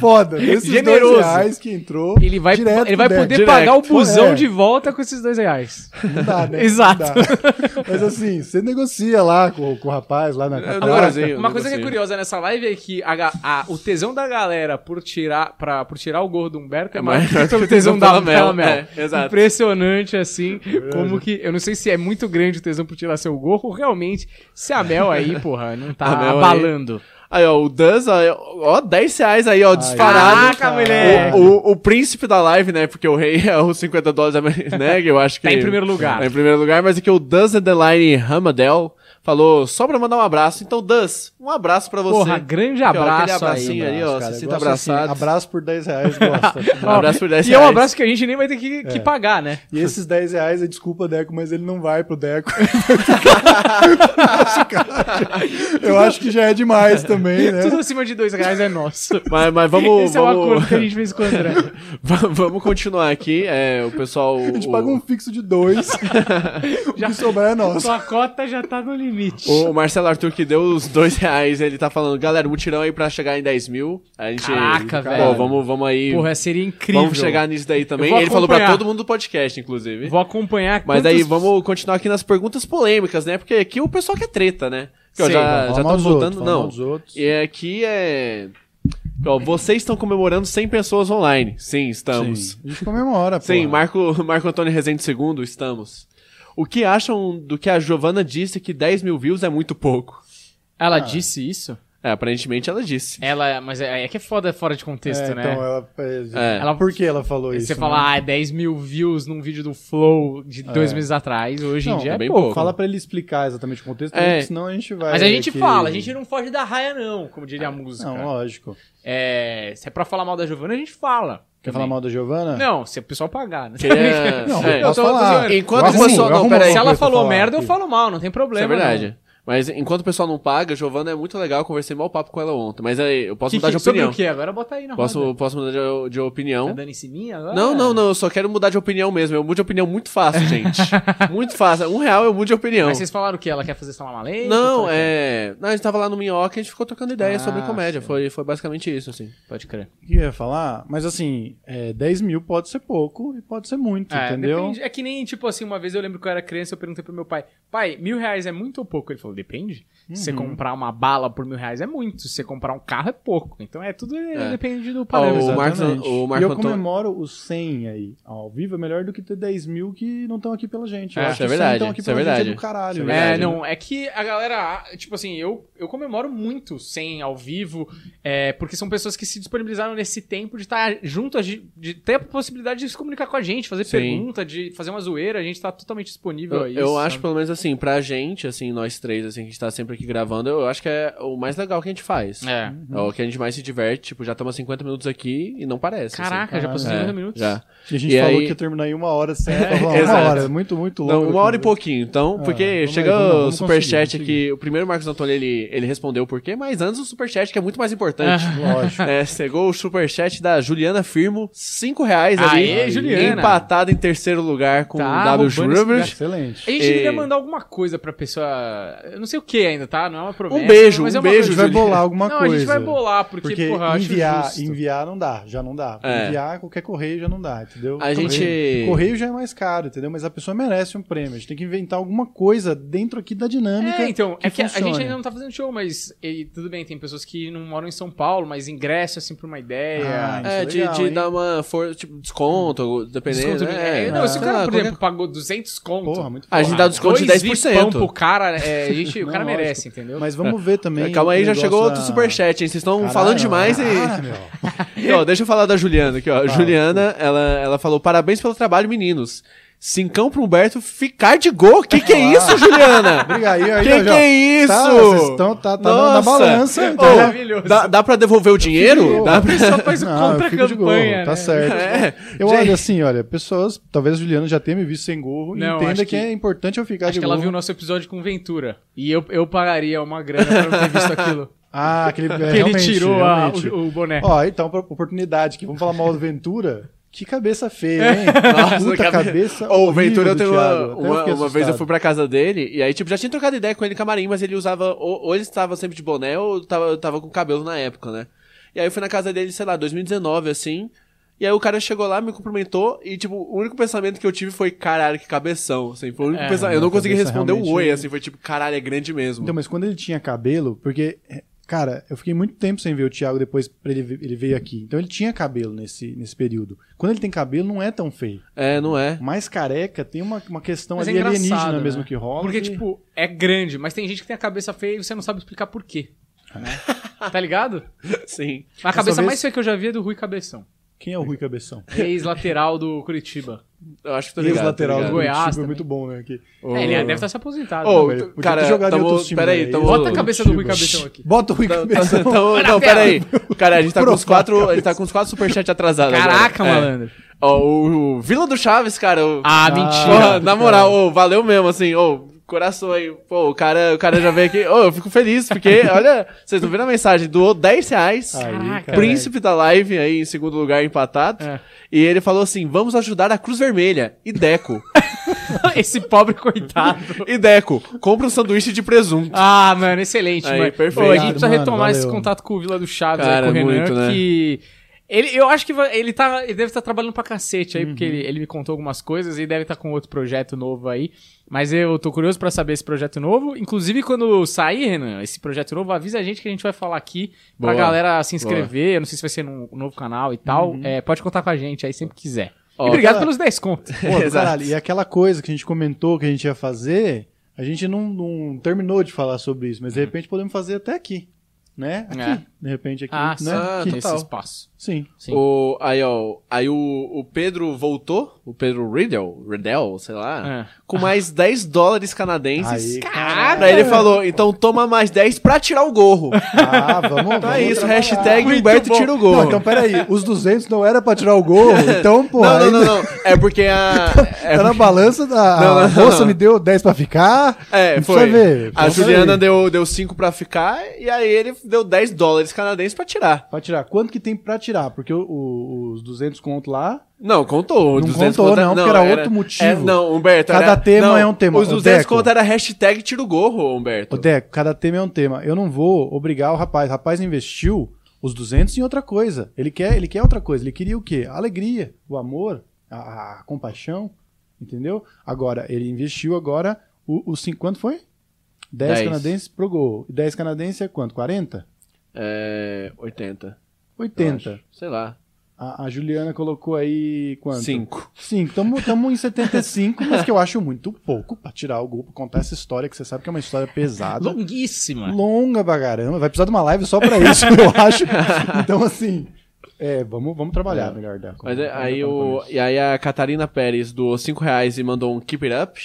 Speaker 3: foda. Esses
Speaker 2: Generoso.
Speaker 3: dois reais que entrou,
Speaker 2: Ele vai,
Speaker 3: direto
Speaker 2: ele vai
Speaker 3: pro Deco.
Speaker 2: poder
Speaker 1: Direto.
Speaker 2: pagar o busão
Speaker 3: É.
Speaker 2: de volta com esses dois reais.
Speaker 3: Não dá, né?
Speaker 2: Exato.
Speaker 3: Não dá. Mas assim, você negocia lá com, com o rapaz, lá na
Speaker 1: Agora
Speaker 3: catraca.
Speaker 1: sim, eu
Speaker 2: Uma
Speaker 1: não
Speaker 2: coisa que é
Speaker 1: sei.
Speaker 2: curiosa nessa live é que a ga- a- o tesão da galera por tirar, pra, por tirar o gorro do Humberto é
Speaker 1: É
Speaker 2: maior
Speaker 1: maior
Speaker 2: que o
Speaker 1: que
Speaker 2: tesão da Mel.
Speaker 1: É, exato. É
Speaker 2: Impressionante, assim, como que... Eu não sei se é muito grande o tesão por tirar seu gorro, ou realmente, se a Mel aí, porra, não tá
Speaker 1: A Mel aí.
Speaker 2: abalando.
Speaker 1: Aí, ó, o Danza, ó, ó, 10 reais aí, ó, disparado.
Speaker 2: Caraca, moleque.
Speaker 1: O, o, o príncipe da live, né? Porque o rei é os 50 dólares, amer- né? Que eu acho que.
Speaker 2: Tá em primeiro lugar.
Speaker 1: Tá em primeiro lugar, mas aqui o Danza The Line Ramadel falou só pra mandar um abraço. Então, Danz, um abraço pra você.
Speaker 2: Porra, grande
Speaker 1: Aqui, ó, aquele
Speaker 2: abraço aí.
Speaker 1: abracinho ali, ó,
Speaker 3: Cara,
Speaker 1: se
Speaker 3: eu
Speaker 1: sinta
Speaker 3: gosto assim,
Speaker 1: abraçado.
Speaker 3: abraço por 10 reais, gosta.
Speaker 1: Um abraço por 10
Speaker 2: E é um
Speaker 1: reais. É.
Speaker 2: abraço que a gente nem vai ter que, que pagar, né?
Speaker 3: E esses 10 reais é desculpa, Deco, mas ele não vai pro Deco. eu acho que já é demais também, né?
Speaker 2: Tudo acima de dois reais é nosso.
Speaker 1: Mas, mas vamos.
Speaker 2: Esse é o
Speaker 1: vamos...
Speaker 2: acordo que a gente fez com o André.
Speaker 1: Va- Vamos continuar aqui. É, o pessoal.
Speaker 3: A gente
Speaker 1: o-
Speaker 3: paga um fixo de dois. o que sobrar é nosso.
Speaker 2: Sua cota já tá no limite.
Speaker 1: o, o Marcelo Arthur que deu os dois reais, ele tá falando, galera, mutirão aí pra chegar em 10 mil. A gente.
Speaker 2: Caraca,
Speaker 1: Pô,
Speaker 2: velho.
Speaker 1: vamos, vamos aí.
Speaker 2: Porra, seria incrível.
Speaker 1: vamos chegar nisso daí também.
Speaker 2: Eu vou
Speaker 1: Ele falou pra
Speaker 2: acompanhar.
Speaker 1: todo mundo do podcast, inclusive.
Speaker 2: Vou acompanhar.
Speaker 1: Mas
Speaker 2: quantos-
Speaker 1: aí vamos continuar aqui nas perguntas polêmicas, né? Porque aqui o pessoal quer treta, né? Porque, ó,
Speaker 2: Sim,
Speaker 1: já, já
Speaker 3: Fala mal
Speaker 1: estamos
Speaker 3: dos
Speaker 1: voltando.
Speaker 3: outros, fala mal
Speaker 1: não.
Speaker 3: dos outros.
Speaker 1: E aqui é. Ó, vocês estão comemorando 100 pessoas online. Sim, estamos.
Speaker 3: Sim, a gente comemora, pô.
Speaker 1: Sim, Marco, Marco Antônio Rezende II, estamos. O que acham do que a Giovana disse que 10 mil views é muito pouco?
Speaker 3: Ah.
Speaker 2: Ela disse isso?
Speaker 1: É, aparentemente ela disse.
Speaker 2: Ela. Mas é, é que é foda fora de contexto,
Speaker 3: É,
Speaker 2: né?
Speaker 3: Então ela, é,
Speaker 1: É.
Speaker 2: Ela-
Speaker 3: Por que ela falou isso?
Speaker 2: Você
Speaker 3: né? É.
Speaker 2: fala, ah, 10 mil views num vídeo do Flow de dois meses atrás, hoje em
Speaker 3: Não,
Speaker 2: dia é
Speaker 1: é bem
Speaker 2: pouco.
Speaker 1: pouco.
Speaker 3: Fala pra ele explicar exatamente o contexto,
Speaker 1: É.
Speaker 3: senão a gente vai.
Speaker 2: Mas a gente
Speaker 3: aqui-
Speaker 2: fala, a gente não foge da raia, não, como diria a música.
Speaker 3: Ah, Não, lógico.
Speaker 2: É, se é pra falar mal da Giovana, a gente fala.
Speaker 3: Quer falar mal da Giovana?
Speaker 2: Não, se o pessoal pagar, né?
Speaker 1: Queria-
Speaker 3: Não,
Speaker 1: É.
Speaker 3: eu posso
Speaker 2: Eu tô- tô
Speaker 3: falar.
Speaker 2: zoando.
Speaker 1: Enquanto
Speaker 3: Eu
Speaker 1: o pessoal-
Speaker 3: eu
Speaker 1: não,
Speaker 3: arrumo
Speaker 1: peraí.
Speaker 2: Se
Speaker 3: alguma
Speaker 2: ela
Speaker 3: coisa um pra
Speaker 2: falou
Speaker 3: falar
Speaker 2: merda, eu
Speaker 3: aqui.
Speaker 2: falo mal, não tem
Speaker 1: Isso é
Speaker 2: problema.
Speaker 1: verdade.
Speaker 2: não.
Speaker 1: Mas enquanto o pessoal não paga, Giovana é muito legal, eu conversei mal papo com ela ontem. Mas aí, eu posso
Speaker 2: Que-
Speaker 1: mudar
Speaker 2: que-
Speaker 1: de opinião.
Speaker 2: Sobre o que? Agora bota aí na roda.
Speaker 1: Posso, posso mudar de, de
Speaker 2: Tá
Speaker 1: opinião.
Speaker 2: dando em cima agora?
Speaker 1: Não, não, não, eu só quero mudar de opinião mesmo. Eu mudo de opinião muito fácil, gente. muito fácil. Um real eu mudo de opinião.
Speaker 2: Mas vocês falaram o que? Ela quer fazer salamaleia?
Speaker 1: Não, é. Não, a gente tava lá no Minhoca e a gente ficou trocando ideia
Speaker 2: Ah,
Speaker 1: sobre comédia.
Speaker 2: sei.
Speaker 1: Foi, foi basicamente isso, assim.
Speaker 2: Pode crer.
Speaker 3: O que eu ia falar? Mas assim, é, 10 mil pode ser pouco e pode ser muito,
Speaker 2: É,
Speaker 3: entendeu?
Speaker 2: depende. É que nem, tipo assim, uma vez eu lembro que eu era criança, eu perguntei pro meu pai, pai, mil reais é muito ou pouco? Ele falou, depende. Se você comprar uma bala por mil reais é muito, se você comprar um carro é pouco. Então é tudo é,
Speaker 1: É.
Speaker 2: depende do
Speaker 1: Ó,
Speaker 2: parâmetro.
Speaker 1: o Marcos-
Speaker 3: Exatamente.
Speaker 1: o Marco
Speaker 3: e eu
Speaker 1: Antônio-
Speaker 3: comemoro os 100 aí ao vivo, é melhor do que ter 10 mil que não estão aqui pela gente. Eu
Speaker 2: É,
Speaker 3: acho
Speaker 1: isso
Speaker 3: que
Speaker 1: é
Speaker 3: os 100
Speaker 1: verdade,
Speaker 3: tão aqui
Speaker 1: isso é
Speaker 3: pela gente é
Speaker 1: verdade.
Speaker 3: do caralho.
Speaker 1: Isso é
Speaker 3: né?
Speaker 2: É,
Speaker 1: verdade,
Speaker 2: não, é que a galera, tipo assim, eu, eu comemoro muito sem ao vivo, é, porque são pessoas que se disponibilizaram nesse tempo de estar junto, a gente- de, ter a possibilidade de se comunicar com a gente, fazer
Speaker 1: Sim.
Speaker 2: pergunta, de fazer uma zoeira, a gente tá totalmente disponível
Speaker 1: Eu,
Speaker 2: a isso.
Speaker 1: eu acho,
Speaker 2: sabe?
Speaker 1: pelo menos assim, pra gente, assim, nós três, assim, que a gente tá sempre aqui gravando, eu acho que é o mais legal que a gente faz.
Speaker 2: É.
Speaker 1: É o que a gente mais se diverte, tipo, já estamos 50 minutos aqui e não parece. assim.
Speaker 2: Caraca, já
Speaker 3: caralho.
Speaker 2: passou
Speaker 1: É,
Speaker 2: 50 minutos.
Speaker 1: Já.
Speaker 3: E a gente
Speaker 1: E
Speaker 3: falou
Speaker 1: aí-
Speaker 3: que ia terminar em uma hora sem
Speaker 2: É,
Speaker 3: falar uma
Speaker 1: exato.
Speaker 3: hora. É Muito, muito
Speaker 1: Não,
Speaker 3: longo.
Speaker 1: uma hora e pouquinho, então,
Speaker 3: Ah,
Speaker 1: porque
Speaker 3: vamos aí,
Speaker 1: chegou o
Speaker 3: vamos- vamos
Speaker 1: superchat
Speaker 3: conseguir, conseguir.
Speaker 1: aqui. O primeiro Marcos Antônio, ele, ele respondeu o porquê, mas antes o superchat, que é muito mais importante.
Speaker 2: Ah.
Speaker 3: Lógico.
Speaker 1: É, chegou o superchat da Juliana Firmo, 5 reais ali.
Speaker 2: Aê, Juliana.
Speaker 1: Empatada em terceiro lugar com
Speaker 2: Tá
Speaker 1: o W
Speaker 2: roubando esse
Speaker 1: Schrubert.
Speaker 3: Excelente.
Speaker 2: A gente
Speaker 1: E-
Speaker 2: deveria mandar alguma coisa pra pessoa. Eu não sei o que ainda, tá? Não é uma promessa.
Speaker 1: Um beijo,
Speaker 2: mas é
Speaker 1: um
Speaker 2: uma
Speaker 3: A
Speaker 1: beijo,
Speaker 2: coisa-
Speaker 3: gente vai
Speaker 1: Juliana.
Speaker 3: bolar alguma
Speaker 2: não,
Speaker 3: coisa.
Speaker 2: a gente vai bolar, porque,
Speaker 3: Porque
Speaker 2: porra, eu acho
Speaker 3: enviar,
Speaker 2: justo.
Speaker 3: enviar não dá, já não dá.
Speaker 1: É.
Speaker 3: Enviar qualquer correio já não dá, entendeu?
Speaker 1: A gente-
Speaker 3: Correio, correio já é mais caro, entendeu? Mas a pessoa merece um prêmio. A gente tem que inventar alguma coisa dentro aqui da dinâmica.
Speaker 2: É, então,
Speaker 3: que
Speaker 2: é que a- a
Speaker 3: funcione.
Speaker 2: gente ainda não tá fazendo show, mas e, tudo bem, tem pessoas que não moram em São Paulo, mas ingresso assim pra uma ideia.
Speaker 3: Ah,
Speaker 1: É,
Speaker 3: Isso é
Speaker 1: de,
Speaker 3: legal,
Speaker 1: de
Speaker 3: hein?
Speaker 1: dar uma força, tipo, desconto, dependendo.
Speaker 2: desconto de-
Speaker 1: né?
Speaker 2: é, não, se
Speaker 1: sei
Speaker 2: o cara,
Speaker 1: lá,
Speaker 2: por
Speaker 1: qualquer-
Speaker 2: exemplo, pagou 200 conto.
Speaker 3: Porra, muito
Speaker 1: então. A
Speaker 3: foda.
Speaker 1: gente dá desconto de
Speaker 2: dois
Speaker 1: 10%.
Speaker 2: vipão pro cara, é, a gente, o
Speaker 3: Não,
Speaker 2: cara
Speaker 3: lógico.
Speaker 2: merece, entendeu?
Speaker 3: Mas vamos ver também.
Speaker 1: É, Calma aí,
Speaker 3: o
Speaker 1: já
Speaker 3: negócio
Speaker 1: chegou outro
Speaker 3: da-
Speaker 1: superchat, hein? Vocês estão
Speaker 3: Caralho,
Speaker 1: falando demais e.
Speaker 3: ah, meu.
Speaker 1: Aqui, ó, deixa eu falar da Juliana aqui, ó.
Speaker 3: Fala.
Speaker 1: Juliana, ela, ela falou: parabéns pelo trabalho, meninos. Cincão pro Humberto ficar de gol. Que que é isso, Juliana?
Speaker 3: Obrigado. aí,
Speaker 1: Que
Speaker 3: ó,
Speaker 1: que
Speaker 3: já-
Speaker 1: é isso?
Speaker 3: Tá, vocês estão tá, tá na- na
Speaker 1: Nossa.
Speaker 3: balança. então.
Speaker 1: Ô,
Speaker 3: entendeu?
Speaker 2: maravilhoso.
Speaker 1: Dá, dá pra devolver o dinheiro?
Speaker 3: Fico-
Speaker 1: Dá pra...
Speaker 2: só faz
Speaker 3: Não, eu fico de gorro,
Speaker 2: contra-campanha, né?
Speaker 3: tá certo.
Speaker 1: É.
Speaker 3: Eu
Speaker 1: Gente.
Speaker 3: olho assim, olha, pessoas, talvez a Juliana já tenha me visto sem gorro
Speaker 2: Não,
Speaker 3: e entenda
Speaker 2: acho
Speaker 3: que...
Speaker 2: que-
Speaker 3: é importante eu ficar
Speaker 2: Acho
Speaker 3: de
Speaker 2: que ela
Speaker 3: gorro.
Speaker 2: viu o nosso episódio com Ventura. E eu, eu pagaria uma grana pra não ter visto aquilo.
Speaker 3: Ah, aquele é,
Speaker 2: que ele
Speaker 3: realmente,
Speaker 2: tirou a-
Speaker 3: realmente.
Speaker 2: o, é. o boné.
Speaker 3: Ó, então, pra- oportunidade aqui. Vamos falar mal do Ventura? Que cabeça feia,
Speaker 2: É.
Speaker 3: hein? Puta cabeça.
Speaker 1: Ô, o
Speaker 3: horrível
Speaker 1: Ventura, eu
Speaker 3: do
Speaker 1: tenho
Speaker 3: Thiago.
Speaker 1: uma,
Speaker 3: Até
Speaker 1: uma,
Speaker 3: fiquei
Speaker 1: uma vez eu
Speaker 3: assustado.
Speaker 1: fui pra casa dele e aí, tipo, já tinha trocado ideia com ele no camarim, mas ele usava, ou, ou ele estava sempre de boné ou tava, tava com cabelo na época, né? E aí eu fui na casa dele, sei lá, 2019, assim. E aí o cara chegou lá, me cumprimentou e, tipo, o único pensamento que eu tive foi, caralho, que cabeção, assim. Foi o único
Speaker 2: É,
Speaker 1: pensamento. Eu
Speaker 3: não,
Speaker 1: não consegui
Speaker 3: cabeça
Speaker 1: responder o
Speaker 3: realmente-
Speaker 1: oi, assim. Foi tipo, caralho, é grande mesmo.
Speaker 3: Então, mas quando ele tinha cabelo, porque, é, cara, eu fiquei muito tempo sem ver o Thiago depois pra ele, ve- ele veio aqui. Então ele tinha cabelo nesse, nesse período. Quando ele tem cabelo, não é tão feio.
Speaker 1: É, não é.
Speaker 3: Mais careca, tem uma, uma questão
Speaker 2: Mas é
Speaker 3: ali alienígena
Speaker 2: engraçado, né?
Speaker 3: mesmo que rola.
Speaker 2: Porque,
Speaker 3: que-
Speaker 2: tipo, é grande, mas tem gente que tem a cabeça feia e você não sabe explicar por quê. Né? tá ligado?
Speaker 1: Sim.
Speaker 2: A cabeça
Speaker 3: vez-
Speaker 2: mais feia que eu já vi é do Rui Cabeção.
Speaker 3: Quem é o Rui Cabeção?
Speaker 2: Ex-lateral do Curitiba.
Speaker 1: Eu acho que tô
Speaker 3: Três
Speaker 1: ligado.
Speaker 3: lateral
Speaker 1: tô ligado.
Speaker 3: do
Speaker 2: Goiás
Speaker 3: Goiás.
Speaker 2: também.
Speaker 3: É muito bom, né? Aqui.
Speaker 2: É, ele deve estar se aposentado.
Speaker 1: Ô,
Speaker 2: né?
Speaker 3: Ele podia
Speaker 1: cara,
Speaker 3: ter jogado em
Speaker 1: tamo-
Speaker 3: outros times,
Speaker 1: peraí,
Speaker 3: né?
Speaker 1: tamo-
Speaker 2: Bota a cabeça do Rui Cabeção aqui. Tá,
Speaker 3: Bota o Rui
Speaker 1: Então,
Speaker 3: Cabeção.
Speaker 1: então, não, peraí. Cara, a gente tá com os quatro. A gente tá com os quatro superchats atrasados. agora.
Speaker 2: Caraca,
Speaker 1: É.
Speaker 2: malandro.
Speaker 1: Ó, o, o Vila do Chaves, cara. o-
Speaker 2: Ah,
Speaker 1: Porra,
Speaker 2: mentira.
Speaker 1: na moral, ô, valeu mesmo, assim, ô, coração aí. Pô, o cara, o cara já veio aqui. Ô, eu fico feliz, porque, olha, vocês estão vendo a mensagem? Doou 10 reais.
Speaker 3: Aí,
Speaker 2: Caraca.
Speaker 3: cara.
Speaker 1: Príncipe da live aí em segundo lugar empatado.
Speaker 2: É.
Speaker 1: E ele falou assim: vamos ajudar a Cruz Vermelha. E Deco.
Speaker 2: Esse pobre coitado.
Speaker 1: e Deco, compra um sanduíche de presunto.
Speaker 2: Ah, mano, excelente,
Speaker 1: Aí,
Speaker 2: mano.
Speaker 1: perfeito.
Speaker 2: Pô, a gente precisa
Speaker 3: Mano,
Speaker 2: retomar esse
Speaker 3: valeu.
Speaker 2: contato com o Vila do Chaves
Speaker 1: Cara,
Speaker 2: aí com o Renan,
Speaker 1: muito, né?
Speaker 2: que. Ele, eu acho que vai- ele, tá, ele deve estar trabalhando pra cacete aí,
Speaker 3: Uhum.
Speaker 2: porque ele, ele me contou algumas coisas e deve estar com outro projeto novo aí. Mas eu tô curioso pra saber esse projeto novo. Inclusive, quando sair, Renan, esse projeto novo, avisa a gente que a gente vai falar aqui pra
Speaker 1: Boa.
Speaker 2: galera se inscrever. Eu não sei se vai ser num novo canal e
Speaker 3: Uhum.
Speaker 2: tal. É, pode contar com a gente aí sempre que quiser.
Speaker 1: Ó,
Speaker 2: e Ah, obrigado
Speaker 3: cara-
Speaker 2: pelos 10 contos.
Speaker 3: Pô, do
Speaker 1: Exato.
Speaker 3: caralho. E aquela coisa que a gente comentou que a gente ia fazer,
Speaker 1: Uhum.
Speaker 3: a gente não, não terminou de falar sobre isso, mas de repente podemos fazer até aqui. Né? Aqui.
Speaker 2: É.
Speaker 3: de repente aqui,
Speaker 2: Ah, só
Speaker 3: né?
Speaker 1: Ah,
Speaker 3: que
Speaker 2: nesse
Speaker 3: tal?
Speaker 2: espaço.
Speaker 3: Sim.
Speaker 2: Sim.
Speaker 1: O, aí, ó. Aí o, o Pedro voltou, o Pedro Riddle, Riddle, sei lá,
Speaker 2: É.
Speaker 1: com mais 10 dólares canadenses.
Speaker 3: Aí,
Speaker 1: Caralho! Aí ele falou, então toma mais 10 pra tirar o gorro.
Speaker 3: Ah,
Speaker 1: Então
Speaker 3: vamos vamos
Speaker 1: é isso,
Speaker 3: trabalhar.
Speaker 1: hashtag
Speaker 2: Muito
Speaker 1: Humberto
Speaker 2: bom.
Speaker 1: tira o
Speaker 3: Não,
Speaker 1: gorro.
Speaker 3: então peraí, os 200 não era pra tirar o gol, então, pô,
Speaker 1: não,
Speaker 3: aí
Speaker 1: não, não, não. É porque a. é
Speaker 3: tá na balança, da,
Speaker 1: Não,
Speaker 3: a
Speaker 1: não, não,
Speaker 3: moça
Speaker 1: não.
Speaker 3: me deu 10 pra ficar,
Speaker 1: É,
Speaker 3: não
Speaker 1: foi.
Speaker 3: precisa ver,
Speaker 1: a
Speaker 3: vamos
Speaker 1: Juliana
Speaker 3: aí.
Speaker 1: deu 5 deu cinco pra ficar e aí ele deu 10 dólares canadenses pra tirar.
Speaker 3: Pra tirar, quanto que tem pra tirar? Porque o- o- os 200 conto lá,
Speaker 1: Não, contou.
Speaker 3: Não
Speaker 1: 200
Speaker 3: contou, não, porque era outro motivo.
Speaker 1: é, não, Humberto.
Speaker 3: Cada
Speaker 1: era-
Speaker 3: tema
Speaker 1: não,
Speaker 3: é um tema.
Speaker 1: Os
Speaker 3: Ô,
Speaker 1: 200
Speaker 3: Deco.
Speaker 1: conto era hashtag tira o gorro, Humberto.
Speaker 3: ô Deco, cada tema é um tema, eu não vou obrigar o rapaz, o rapaz investiu os 200 em outra coisa, ele quer, ele quer outra coisa, ele queria o quê? A alegria, o amor, a, a compaixão, entendeu? Agora, ele investiu agora, o- os 5, quanto foi? 10
Speaker 1: Dez.
Speaker 3: canadenses pro gol, 10 canadenses é quanto? 40?
Speaker 1: É. 80. eu
Speaker 3: 80.
Speaker 1: acho. Sei lá.
Speaker 3: A, a Juliana colocou aí quanto?
Speaker 1: 5.
Speaker 3: Sim, estamos em 75, mas que eu acho muito pouco pra tirar o gol, pra contar essa história, que você sabe que é uma história pesada.
Speaker 2: Longuíssima.
Speaker 3: Longa pra caramba. Vai precisar de uma live só pra isso, eu acho. Então, assim, é, vamos, vamos trabalhar
Speaker 1: É.
Speaker 3: melhor, né? Deco.
Speaker 1: Mas é-
Speaker 3: Vamos
Speaker 1: aí,
Speaker 3: trabalhar
Speaker 1: o,
Speaker 3: com isso.
Speaker 1: e aí a Catarina Pérez doou 5 reais e mandou um keep it up.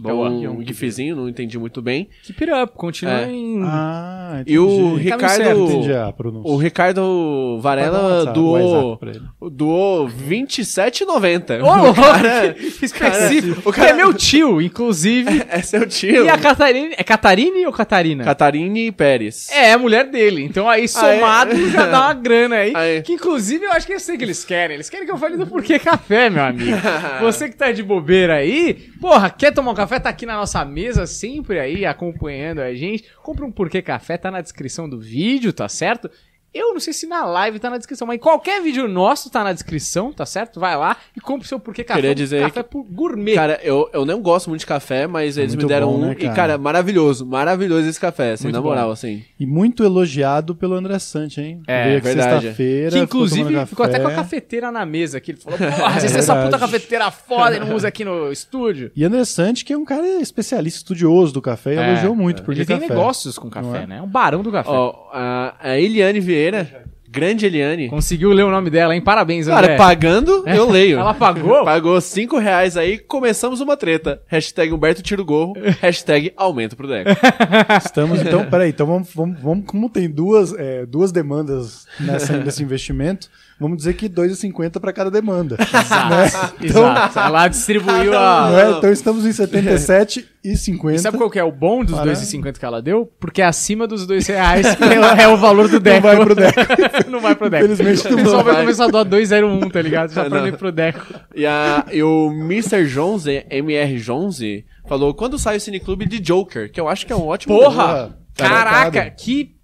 Speaker 2: Boa.
Speaker 1: Que é um, um gifzinho, não entendi muito bem.
Speaker 2: Keep it up, continua
Speaker 1: É.
Speaker 2: em...
Speaker 3: Ah, entendi.
Speaker 1: E o
Speaker 2: Tá no
Speaker 1: Ricardo.
Speaker 2: certo,
Speaker 3: Entendi a pronúncia.
Speaker 1: O Ricardo
Speaker 3: Vai dar um
Speaker 1: Varela
Speaker 3: WhatsApp, um
Speaker 1: doou,
Speaker 3: WhatsApp pra ele.
Speaker 1: doou 27,90.
Speaker 2: Ô,
Speaker 1: O cara-
Speaker 3: né?
Speaker 2: que específico.
Speaker 1: o cara-
Speaker 2: Que é meu tio, inclusive.
Speaker 1: é seu tio.
Speaker 2: e a Catarine... É Catarine ou Catarina?
Speaker 1: Catarine Pérez.
Speaker 2: É, é a mulher dele. Então aí somado já dá uma grana aí.
Speaker 1: Aí.
Speaker 2: Que inclusive eu acho que eu sei o que eles querem. Eles querem que eu fale do porquê café, meu amigo.
Speaker 3: É,
Speaker 2: Você que tá de bobeira aí, porra, quer tomar um café? Tá aqui na nossa mesa sempre aí, acompanhando a gente. Compra um porquê café, tá na descrição do vídeo, tá certo? Eu não sei se na live tá na descrição, mas qualquer vídeo nosso tá na descrição, tá certo? Vai lá e compra o seu porquê café.
Speaker 1: Queria
Speaker 2: um
Speaker 1: dizer
Speaker 2: café por gourmet.
Speaker 1: Cara, eu, eu não gosto muito de café, mas eles
Speaker 3: muito
Speaker 1: me deram
Speaker 3: bom,
Speaker 1: um.
Speaker 3: né,
Speaker 1: E,
Speaker 3: cara?
Speaker 1: cara, maravilhoso. Maravilhoso esse café, assim,
Speaker 2: Muito
Speaker 1: na
Speaker 2: bom.
Speaker 1: moral, assim.
Speaker 3: E muito elogiado pelo André Sante, hein?
Speaker 2: É,
Speaker 3: Veio aqui
Speaker 1: verdade.
Speaker 3: Sexta-feira.
Speaker 2: Que
Speaker 3: ficou tomando
Speaker 2: inclusive ficou até com a
Speaker 3: café. É
Speaker 2: cafeteira na mesa aqui. Ele falou: Porra, vocês têm essa
Speaker 3: verdade.
Speaker 2: puta cafeteira foda e não usa aqui no estúdio.
Speaker 3: E André Sante, que é um cara especialista, estudioso do café,
Speaker 2: É,
Speaker 3: elogiou muito. Porque
Speaker 2: Ele tem
Speaker 3: café.
Speaker 2: negócios com
Speaker 3: Não
Speaker 2: café,
Speaker 3: é?
Speaker 2: né? É um barão do café.
Speaker 1: Ó, a, a Eliane Vieira, grande Eliane.
Speaker 2: Conseguiu ler o nome dela, hein? Parabéns, André.
Speaker 1: Cara, pagando, eu leio.
Speaker 2: É. Ela pagou?
Speaker 1: Pagou 5 reais aí, começamos uma treta. Hashtag Humberto tira o gorro, hashtag aumento pro Deco.
Speaker 3: Estamos, então, peraí, então vamos, vamos, vamos- como tem duas, é, duas demandas nessa, nesse investimento, vamos dizer que 2,50 para cada demanda. Né?
Speaker 2: Exato.
Speaker 3: Então,
Speaker 2: Exato. Ela distribuiu
Speaker 1: Ah,
Speaker 2: a.
Speaker 3: Não é?
Speaker 1: não.
Speaker 3: Então estamos em
Speaker 2: E sabe
Speaker 3: 77,50.
Speaker 2: qual que é o bom dos
Speaker 3: Para.
Speaker 2: 2,50 que ela deu? Porque acima dos dois reais é o valor do Deco.
Speaker 3: Não vai pro Deco.
Speaker 2: não vai pro Deco.
Speaker 3: Infelizmente,
Speaker 2: o
Speaker 3: não
Speaker 2: pessoal vai
Speaker 1: vai.
Speaker 2: começar a doar 2,01, tá ligado? Já pra
Speaker 1: É, Não.
Speaker 2: ir pro Deco.
Speaker 1: E, a, e o Mr. Jones, MR Jones, falou: quando sai o Cineclube de Joker? Que eu acho que é um ótimo.
Speaker 2: Porra!
Speaker 3: Tá
Speaker 2: Caraca,
Speaker 3: datado.
Speaker 2: que.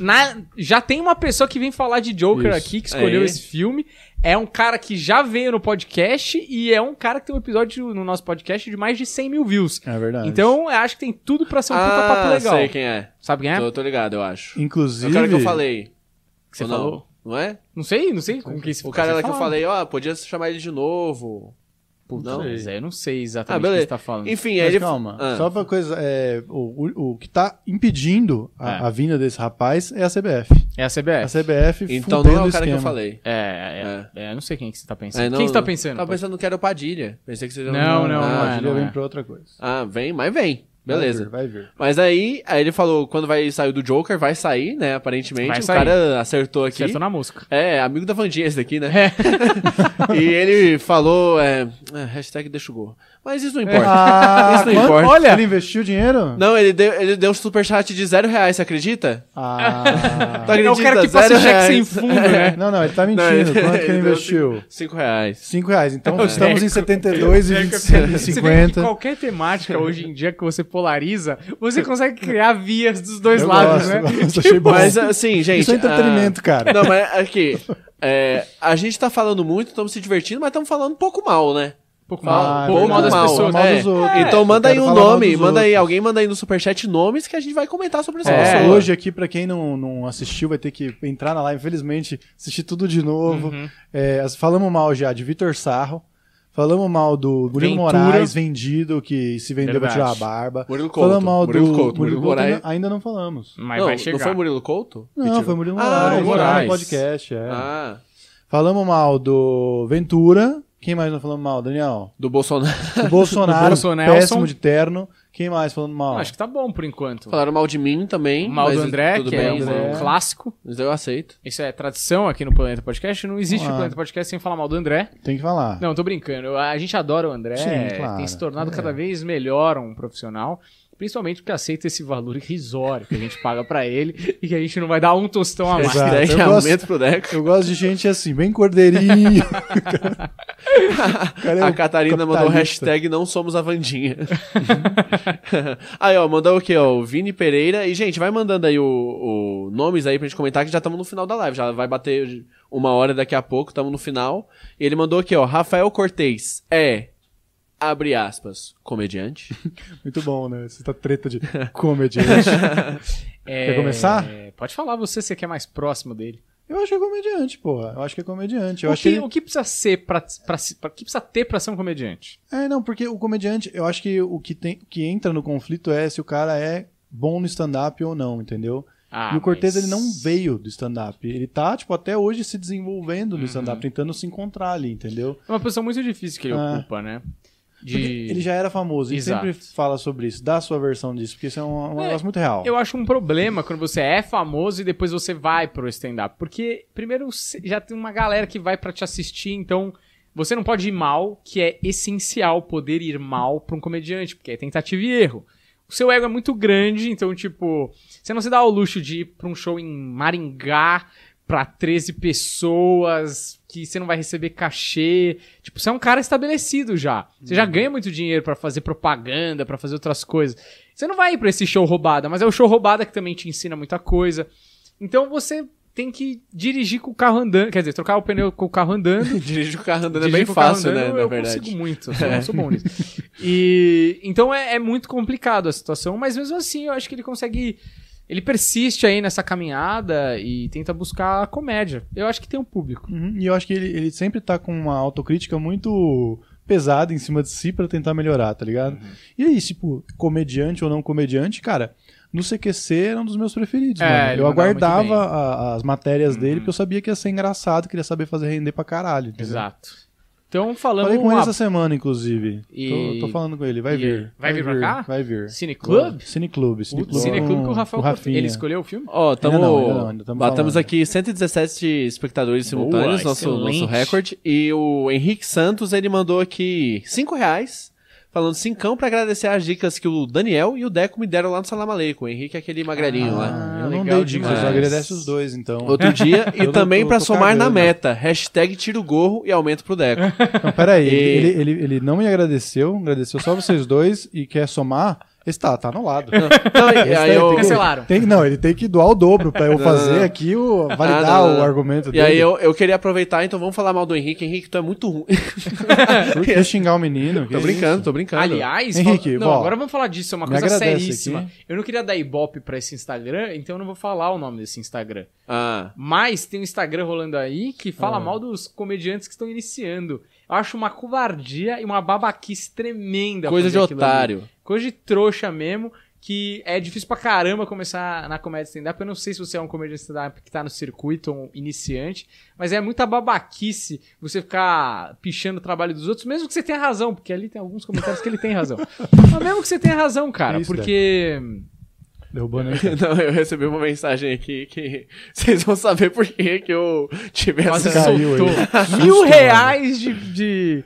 Speaker 2: na- já tem uma pessoa que vem falar de Joker
Speaker 3: Isso.
Speaker 2: aqui, que escolheu
Speaker 1: Aí.
Speaker 2: esse filme. É um cara que já veio no podcast e é um cara que tem um episódio no nosso podcast de mais de 100 mil views.
Speaker 3: É verdade.
Speaker 2: Então, eu acho que tem tudo pra ser um puta papo
Speaker 1: Ah,
Speaker 2: legal.
Speaker 1: sei quem é.
Speaker 2: Sabe quem é?
Speaker 1: Tô, tô ligado, eu acho. É
Speaker 3: inclusive.
Speaker 1: O cara que eu falei.
Speaker 2: Que você
Speaker 1: Ou
Speaker 2: falou?
Speaker 1: Não, não é?
Speaker 2: Não sei, não sei com quem se
Speaker 1: O cara lá que eu
Speaker 2: falou.
Speaker 1: falei, ó, podia chamar ele de novo. não?
Speaker 2: Mas é, eu não sei
Speaker 1: Ah,
Speaker 2: exatamente o que
Speaker 1: beleza.
Speaker 2: você tá falando.
Speaker 1: Enfim, aí
Speaker 3: Mas
Speaker 1: ele.
Speaker 3: calma,
Speaker 1: Ah.
Speaker 3: só uma coisa, é, o, o, o que tá impedindo a,
Speaker 2: É.
Speaker 3: a vinda desse rapaz é a CBF.
Speaker 2: É a
Speaker 3: A
Speaker 2: CBF.
Speaker 3: CBF
Speaker 1: Então não
Speaker 3: fudendo
Speaker 1: é o
Speaker 3: o
Speaker 1: cara que eu
Speaker 3: esquema.
Speaker 1: falei.
Speaker 2: É, é, é, eu não sei quem que você tá pensando.
Speaker 1: É, não-
Speaker 2: quem que você tá pensando?
Speaker 1: Tava pensando que era o Padilha. Pensei que você já
Speaker 2: Não, não,
Speaker 1: ah,
Speaker 2: não é,
Speaker 3: ele vem pra outra coisa.
Speaker 1: Ah, vem, mas vem. Beleza.
Speaker 3: Vai vir.
Speaker 1: Mas aí, aí ele falou, quando vai sair o do Joker, vai sair, né? Aparentemente.
Speaker 2: Vai
Speaker 1: o
Speaker 2: sair.
Speaker 1: cara acertou aqui.
Speaker 2: Acertou na música.
Speaker 1: É, amigo da Vandinha esse daqui, né?
Speaker 2: É.
Speaker 1: e ele falou, é, é, hashtag deixa o gol. Mas isso não importa.
Speaker 3: Ah,
Speaker 1: Isso não
Speaker 3: quanto-
Speaker 1: importa.
Speaker 3: Olha, ele investiu dinheiro?
Speaker 1: Não, ele deu, ele deu um superchat de zero reais, você acredita?
Speaker 3: Ah.
Speaker 1: Tu
Speaker 2: É o cara que
Speaker 1: Zero
Speaker 2: passa o cheque sem
Speaker 1: reais.
Speaker 2: fundo, né?
Speaker 1: É.
Speaker 3: Não, não, ele
Speaker 1: Tá
Speaker 3: tá
Speaker 1: Não,
Speaker 3: mentindo.
Speaker 1: ele-
Speaker 3: Quanto que ele
Speaker 1: ele deu
Speaker 3: investiu?
Speaker 1: cinco- Cinco reais.
Speaker 3: 5 reais. Então
Speaker 2: É.
Speaker 3: estamos em
Speaker 2: Deco.
Speaker 3: 72 e
Speaker 2: É,
Speaker 1: é
Speaker 2: Você vê que
Speaker 3: 50.
Speaker 2: qualquer temática hoje em dia que você polariza, você consegue criar vias dos dois
Speaker 3: Eu
Speaker 2: lados,
Speaker 3: gosto,
Speaker 2: né?
Speaker 3: eu gosto, achei bom.
Speaker 1: Mas assim, gente.
Speaker 3: Isso é entretenimento,
Speaker 1: ah,
Speaker 3: cara.
Speaker 1: Não, mas aqui. é, a gente tá falando muito, estamos se divertindo, mas estamos falando pouco mal, né?
Speaker 2: Pouco
Speaker 3: Ah,
Speaker 2: mal,
Speaker 3: é
Speaker 2: pouco mal das
Speaker 3: verdade.
Speaker 2: pessoas.
Speaker 3: Mal
Speaker 2: né?
Speaker 3: dos outros.
Speaker 1: Então
Speaker 3: É,
Speaker 1: manda
Speaker 3: eu
Speaker 1: aí
Speaker 3: quero
Speaker 1: um
Speaker 3: falar mal
Speaker 1: nome,
Speaker 3: dos
Speaker 1: manda aí,
Speaker 3: outros.
Speaker 1: alguém manda aí no superchat nomes que a gente vai comentar sobre essa
Speaker 3: Nossa,
Speaker 2: É.
Speaker 1: pessoa.
Speaker 3: hoje aqui, pra quem não, não assistiu, vai ter que entrar
Speaker 2: Uhum.
Speaker 3: na live, infelizmente, assistir tudo de novo. É, as- falamos mal já de Vitor Sarro, Falamos mal do Murilo
Speaker 2: Ventura.
Speaker 3: Moraes vendido, que se vendeu
Speaker 2: Verdade.
Speaker 3: pra tirar a barba.
Speaker 1: Murilo Couto.
Speaker 3: Falamos mal do
Speaker 1: Murilo Couto. Murilo
Speaker 3: ainda-
Speaker 1: Moraes.
Speaker 3: ainda, não falamos.
Speaker 2: Mas
Speaker 1: não,
Speaker 2: vai chegar.
Speaker 1: não foi Murilo Couto? Que
Speaker 3: Não,
Speaker 1: tirou?
Speaker 3: foi Murilo
Speaker 1: Ah,
Speaker 3: Moraes,
Speaker 1: o
Speaker 3: lá
Speaker 2: Moraes.
Speaker 3: no podcast. é.
Speaker 1: Ah,
Speaker 3: Falamos mal do Ventura. Quem mais não falamos mal, Daniel?
Speaker 1: do Bolsonaro.
Speaker 3: Do Bolsonaro,
Speaker 2: Bolsonaro.
Speaker 3: péssimo de terno. Quem mais falando mal?
Speaker 2: Não, acho que tá bom por enquanto.
Speaker 1: Falaram mal de mim também.
Speaker 2: Mal do
Speaker 1: mas
Speaker 2: André,
Speaker 1: tudo
Speaker 2: que é
Speaker 1: bem,
Speaker 2: um
Speaker 1: né?
Speaker 3: André.
Speaker 2: clássico.
Speaker 1: Mas eu aceito.
Speaker 2: Isso é tradição aqui no Planeta Podcast. Não existe
Speaker 3: Ah.
Speaker 2: o Planeta Podcast sem falar mal do André.
Speaker 3: Tem que falar.
Speaker 2: Não, tô brincando. Eu- A gente adora o André.
Speaker 3: Ah. Sim, claro.
Speaker 2: Tem se tornado
Speaker 3: É.
Speaker 2: cada vez melhor um profissional. Principalmente porque aceita esse valor irrisório que a gente paga pra ele e que a gente não vai dar um tostão a mais.
Speaker 3: Exato.
Speaker 1: Hashtag
Speaker 3: eu gosto-
Speaker 1: aumento pro Deco.
Speaker 3: Eu gosto de gente assim, bem cordeirinho. cara é
Speaker 1: a
Speaker 3: um
Speaker 1: Catarina mandou
Speaker 3: capitalista.
Speaker 1: hashtag não somos a Vandinha. aí, ó, mandou o quê? Ó, o Vini Pereira. E, gente, vai mandando aí o, o nomes aí pra gente comentar que já estamos no final da live. Já vai bater uma hora daqui a pouco, estamos no final. E ele mandou aqui, ó, Rafael Cortez é, abre aspas, comediante.
Speaker 3: Muito bom, né? Essa treta de comediante.
Speaker 2: É,
Speaker 3: Quer começar?
Speaker 2: Pode falar você, você que é mais próximo dele.
Speaker 3: Eu acho que é comediante, porra. Eu acho que é comediante. Eu
Speaker 2: o,
Speaker 3: acho
Speaker 2: que,
Speaker 3: que ele-
Speaker 2: o que precisa ser pra, pra, se- pra- o que precisa ter pra ser um comediante?
Speaker 3: É, não, porque o comediante, eu acho que o que, tem, o que entra no conflito é se o cara é bom no stand-up ou não, entendeu?
Speaker 2: Ah,
Speaker 3: e o Cortez,
Speaker 2: mas-
Speaker 3: ele não veio do stand-up. Ele tá, tipo, até hoje se desenvolvendo no
Speaker 2: Uhum.
Speaker 3: stand-up, tentando se encontrar ali, entendeu?
Speaker 2: É uma posição muito difícil que ele
Speaker 3: Ah.
Speaker 2: ocupa, né? De...
Speaker 3: Porque ele já era famoso, ele
Speaker 2: Exato.
Speaker 3: sempre fala sobre isso, dá a sua versão disso, porque isso é um, um
Speaker 2: É,
Speaker 3: negócio muito real.
Speaker 2: Eu acho um problema quando você é famoso e depois você vai pro stand-up. Porque, primeiro, cê- já tem uma galera que vai pra te assistir, então você não pode ir mal, que é essencial poder ir mal pra um comediante, porque é tentativa e erro. O seu ego é muito grande, então, tipo, você não se dá ao luxo de ir pra um show em Maringá pra 13 pessoas, que você não vai receber cachê. Tipo, você é um cara estabelecido já. Você já ganha muito dinheiro pra fazer propaganda, pra fazer outras coisas. Você não vai ir pra esse show roubada, mas é o show roubada que também te ensina muita coisa. Então você tem que dirigir com o carro andando, quer dizer, trocar o pneu com o carro andando.
Speaker 1: Dirige o carro andando é
Speaker 2: dirigir
Speaker 1: bem
Speaker 2: com o carro
Speaker 1: fácil, né,
Speaker 2: andando,
Speaker 1: na
Speaker 2: eu
Speaker 1: verdade.
Speaker 2: consigo muito, assim, eu sou, eu sou bom nisso. E então é, é muito complicado a situação, mas mesmo assim eu acho que ele consegue ele persiste aí nessa caminhada e tenta buscar a comédia. Eu acho que tem um público.
Speaker 3: Uhum, E eu acho que ele, ele sempre tá com uma autocrítica muito pesada em cima de si pra tentar melhorar, tá ligado?
Speaker 2: Uhum.
Speaker 3: E aí, tipo, comediante ou não comediante, cara, no CQC era um dos meus preferidos,
Speaker 2: É,
Speaker 3: mano.
Speaker 2: ele mandava
Speaker 3: Eu
Speaker 2: muito
Speaker 3: aguardava
Speaker 2: bem. Uhum.
Speaker 3: a- as matérias dele porque eu sabia que ia ser engraçado, queria saber fazer render pra caralho.
Speaker 1: Uhum.
Speaker 3: entendeu?
Speaker 2: Exato. Então falando
Speaker 3: Falei com ele
Speaker 2: uma-
Speaker 3: essa semana, inclusive.
Speaker 2: E-
Speaker 3: Tô, tô falando com ele, vai
Speaker 2: e-
Speaker 3: vir.
Speaker 2: vai vir pra cá?
Speaker 3: Vai vir.
Speaker 2: Cine Club?
Speaker 3: Cineclube. Cineclube,
Speaker 2: Cineclube com o Rafael Cortez.
Speaker 3: Rafinha.
Speaker 2: Ele escolheu o filme?
Speaker 1: Ó, tamo,
Speaker 3: Ainda não, ainda não, ainda tamo
Speaker 1: batamos
Speaker 3: falando.
Speaker 1: aqui 117
Speaker 2: Boa,
Speaker 1: espectadores simultâneos, nosso,
Speaker 2: excelente.
Speaker 1: nosso recorde. E o Henrique Santos, ele mandou aqui 5 reais, falando cincão pra agradecer as dicas que o Daniel e o Deco me deram lá no Salam Aleikum. O Henrique é aquele magrelinho lá.
Speaker 3: Ah, eu não
Speaker 2: legal
Speaker 3: dei dicas, eu só
Speaker 1: demais.
Speaker 3: agradece os dois, então.
Speaker 1: Outro dia,
Speaker 3: Eu
Speaker 1: e
Speaker 3: não
Speaker 1: também
Speaker 3: tô-
Speaker 1: pra
Speaker 3: tô
Speaker 1: somar na
Speaker 3: cagando.
Speaker 1: meta, hashtag tira o gorro e aumento pro Deco.
Speaker 3: Não, peraí,
Speaker 1: E-
Speaker 3: ele, ele, ele, ele não me agradeceu, agradeceu só vocês dois e quer somar. Esse tá, tá anulado.
Speaker 1: Não, Então, e
Speaker 3: Esse
Speaker 1: aí
Speaker 3: tem-
Speaker 1: eu-
Speaker 3: tem que-
Speaker 2: Cancelaram.
Speaker 3: Tem, que- não, ele tem que doar o dobro pra eu
Speaker 1: não,
Speaker 3: fazer
Speaker 1: não.
Speaker 3: aqui o. validar
Speaker 1: Ah, não, não,
Speaker 3: o
Speaker 1: não.
Speaker 3: argumento
Speaker 1: E
Speaker 3: dele.
Speaker 1: aí eu, eu queria aproveitar, então vamos falar mal do Henrique. Henrique, tu é muito ruim.
Speaker 3: Por que xingar o menino? Que
Speaker 1: tô
Speaker 3: isso?
Speaker 1: brincando, tô brincando.
Speaker 2: Aliás,
Speaker 3: Henrique,
Speaker 2: fala- não,
Speaker 3: vó,
Speaker 2: agora vamos falar disso, é uma
Speaker 3: me
Speaker 2: coisa
Speaker 3: agradece
Speaker 2: seríssima.
Speaker 3: aqui.
Speaker 2: Eu não queria dar ibope pra esse Instagram, então eu não vou falar o nome desse Instagram.
Speaker 1: Ah,
Speaker 2: Mas tem um Instagram rolando aí que
Speaker 3: Ah.
Speaker 2: fala mal dos comediantes que estão iniciando. Eu acho uma covardia e uma babaquice tremenda.
Speaker 1: coisa de
Speaker 2: fazer aquilo ali.
Speaker 1: otário.
Speaker 2: Coisa de trouxa mesmo, que é difícil pra caramba começar na comédia stand-up. Eu não sei se você é um comediante stand-up que tá no circuito ou um iniciante, mas é muita babaquice você ficar pichando o trabalho dos outros, mesmo que você tenha razão, porque ali tem alguns comentários que ele tem razão. mas mesmo que você tenha razão, cara,
Speaker 3: É isso,
Speaker 2: porque.
Speaker 3: Derrubando ele.
Speaker 1: Não, eu recebi uma mensagem aqui que vocês vão saber por que que eu tive
Speaker 2: Quase
Speaker 1: essa...
Speaker 3: Nossa, caiu
Speaker 2: soltou
Speaker 3: aí.
Speaker 2: mil
Speaker 3: Susto,
Speaker 2: reais de, de.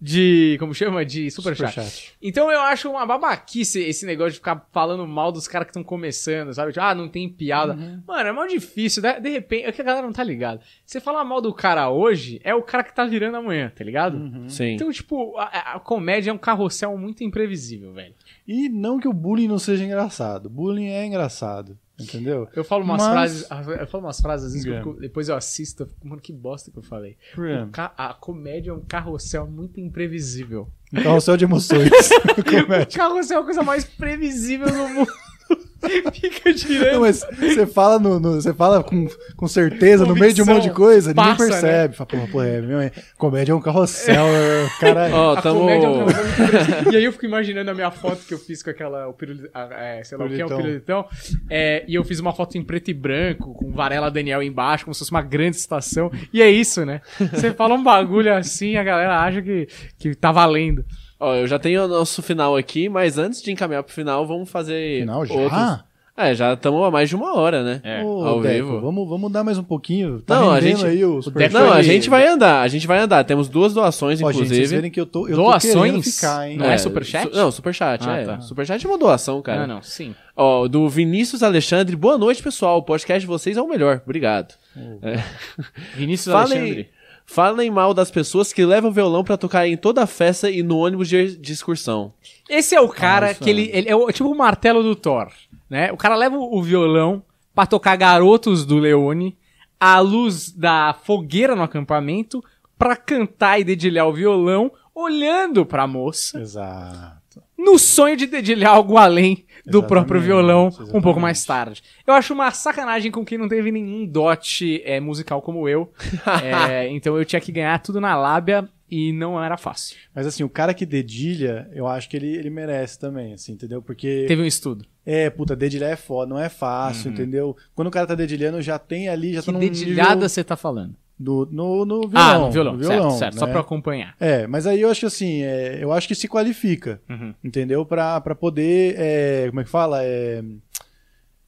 Speaker 2: de- Como chama? De superchat. Então eu acho uma babaquice esse negócio de ficar falando mal dos caras que estão começando, sabe? Tipo, ah, não tem piada. Mano, é mal difícil. né? De repente, é que a galera não tá ligada. Você falar mal do cara hoje é o cara que tá virando amanhã, tá ligado?
Speaker 3: Uhum.
Speaker 1: Sim.
Speaker 2: Então, tipo, a, a comédia é um carrossel muito imprevisível, velho.
Speaker 3: E não que o bullying não seja engraçado. Bullying é engraçado. Entendeu?
Speaker 2: Eu falo umas
Speaker 3: Mas-
Speaker 2: frases. Eu falo umas frases, às vezes, que eu
Speaker 3: Graham.
Speaker 2: fico- depois eu assisto, eu fico, mano, que bosta que eu falei.
Speaker 3: Graham.
Speaker 2: O ca- a comédia é um carrossel muito imprevisível.
Speaker 3: Um Carrossel de emoções. Comédia.
Speaker 2: Carrossel é a coisa mais previsível do mundo. Fica
Speaker 3: Não,
Speaker 2: tirando.
Speaker 3: mas você fala, no, no- você fala com, com certeza, no
Speaker 2: Convicção.
Speaker 3: meio de um monte de coisa,
Speaker 2: Passa,
Speaker 3: ninguém percebe. Fala, porra, porra, é, meu, é, comédia é um carrossel, é, cara.
Speaker 1: Ó,
Speaker 2: A
Speaker 1: tamo.
Speaker 2: comédia é um problema muito grande. E aí eu fico imaginando a minha foto que eu fiz com aquela. O piruli, a- é, sei lá o que é o
Speaker 3: Pirulitão.
Speaker 2: pirulitão. É, e eu fiz uma foto em preto e branco, com Varela Daniel embaixo, como se fosse uma grande estação. E é isso, né? Você fala um bagulho assim, a galera acha que, que tá valendo.
Speaker 1: Ó, eu já tenho o nosso final aqui, mas antes de encaminhar pro final, vamos fazer.
Speaker 3: Final já?
Speaker 1: Outros. É, já estamos há mais de uma hora, né?
Speaker 2: É.
Speaker 3: Ô,
Speaker 1: ao
Speaker 3: Deco,
Speaker 1: vivo.
Speaker 3: Vamos, vamos dar mais um pouquinho. Tá
Speaker 1: Não, a
Speaker 3: rendendo
Speaker 1: gente-
Speaker 3: aí o Super
Speaker 2: Deco
Speaker 1: Não, a
Speaker 2: Ele-
Speaker 1: gente vai andar, a gente vai andar. Temos duas doações,
Speaker 3: Ó, gente,
Speaker 1: inclusive.
Speaker 3: vocês verem que eu tô, eu tô querendo
Speaker 2: Doações?
Speaker 3: ficar, hein?
Speaker 2: Não é superchat?
Speaker 1: su- não, superchat,
Speaker 2: Ah,
Speaker 1: é.
Speaker 2: tá.
Speaker 1: Superchat é uma doação, cara.
Speaker 2: não, sim.
Speaker 1: Ó, do Vinícius Alexandre. Boa noite, pessoal. O podcast de vocês é o melhor. Obrigado.
Speaker 2: Vinícius
Speaker 1: Falem,
Speaker 2: Alexandre.
Speaker 1: falem mal das pessoas que levam violão pra tocar em toda a festa e no ônibus de, de excursão.
Speaker 2: Esse é o cara
Speaker 1: Nossa.
Speaker 2: que ele, ele é o- tipo o martelo do Thor, né? O cara leva o violão pra tocar Garotos do Leone, à luz da fogueira no acampamento, pra cantar e dedilhar o violão, olhando pra moça,
Speaker 3: Exato.
Speaker 2: no sonho de dedilhar algo além do
Speaker 3: Exatamente,
Speaker 2: próprio violão um pouco
Speaker 3: exatamente.
Speaker 2: mais tarde. Eu acho uma sacanagem com quem não teve nenhum dote é, musical como eu. É, então eu tinha que ganhar tudo na lábia e não era fácil.
Speaker 3: Mas assim, o cara que dedilha, eu acho que ele, ele merece também, assim, entendeu? Porque
Speaker 2: Teve um estudo.
Speaker 3: é, puta, dedilhar é foda, não é fácil, entendeu? Quando o cara tá dedilhando, já tem ali, já
Speaker 2: Que
Speaker 3: tá num
Speaker 2: dedilhada
Speaker 3: nível
Speaker 2: você tá falando?
Speaker 3: do, no, no violão.
Speaker 2: ah, no violão,
Speaker 3: no
Speaker 2: certo, certo. Só
Speaker 3: né?
Speaker 2: pra acompanhar.
Speaker 3: É, mas aí eu acho que assim, é, eu acho que se qualifica,
Speaker 2: Uhum.
Speaker 3: entendeu? Pra, pra poder, é, como é que fala? É,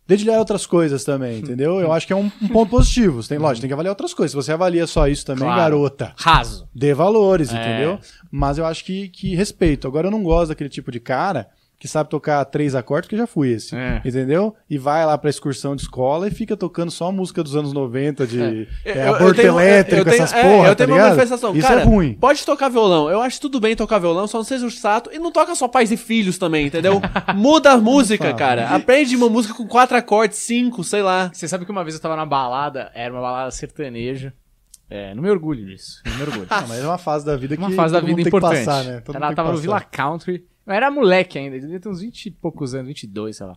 Speaker 3: dedilhar outras coisas
Speaker 2: Uhum.
Speaker 3: também, entendeu? Eu acho que é um, um ponto positivo. Você tem, lógico, tem que avaliar outras coisas. Se você avalia só isso também,
Speaker 2: Claro.
Speaker 3: garota,
Speaker 2: Raso.
Speaker 3: dê valores,
Speaker 2: É.
Speaker 3: entendeu? Mas eu acho que, que respeito. Agora eu não gosto daquele tipo de cara que sabe tocar três acordes, que eu já fui esse.
Speaker 2: É.
Speaker 3: Entendeu? E vai lá pra excursão de escola e fica tocando só a música dos anos 90 de é,
Speaker 1: Eu- eu
Speaker 3: aborto
Speaker 1: tenho- eu
Speaker 3: elétrico,
Speaker 1: tenho-
Speaker 3: essas
Speaker 1: é,
Speaker 3: porra,
Speaker 1: Eu
Speaker 3: tá
Speaker 1: tenho uma
Speaker 3: ligado?
Speaker 1: manifestação,
Speaker 3: Isso
Speaker 1: cara.
Speaker 3: é ruim.
Speaker 1: Pode tocar violão. Eu acho tudo bem tocar violão, só não seja o chato. E não toca só pais e filhos também, entendeu? Muda a música,
Speaker 3: fala.
Speaker 1: cara. Aprende uma música com quatro acordes, cinco, sei lá.
Speaker 2: Você sabe que uma vez eu tava na balada, era uma balada sertaneja. É, não me orgulho disso, não me orgulho.
Speaker 3: Ah, mas é uma fase da vida que
Speaker 2: uma fase da
Speaker 3: todo
Speaker 2: vida
Speaker 3: mundo
Speaker 2: importante.
Speaker 3: tem que passar, né? Todo mundo
Speaker 2: Ela
Speaker 3: tem que
Speaker 2: tava no
Speaker 3: passar.
Speaker 2: Villa Country. Eu era moleque ainda, devia ter uns 20 e poucos anos, 22, sei lá.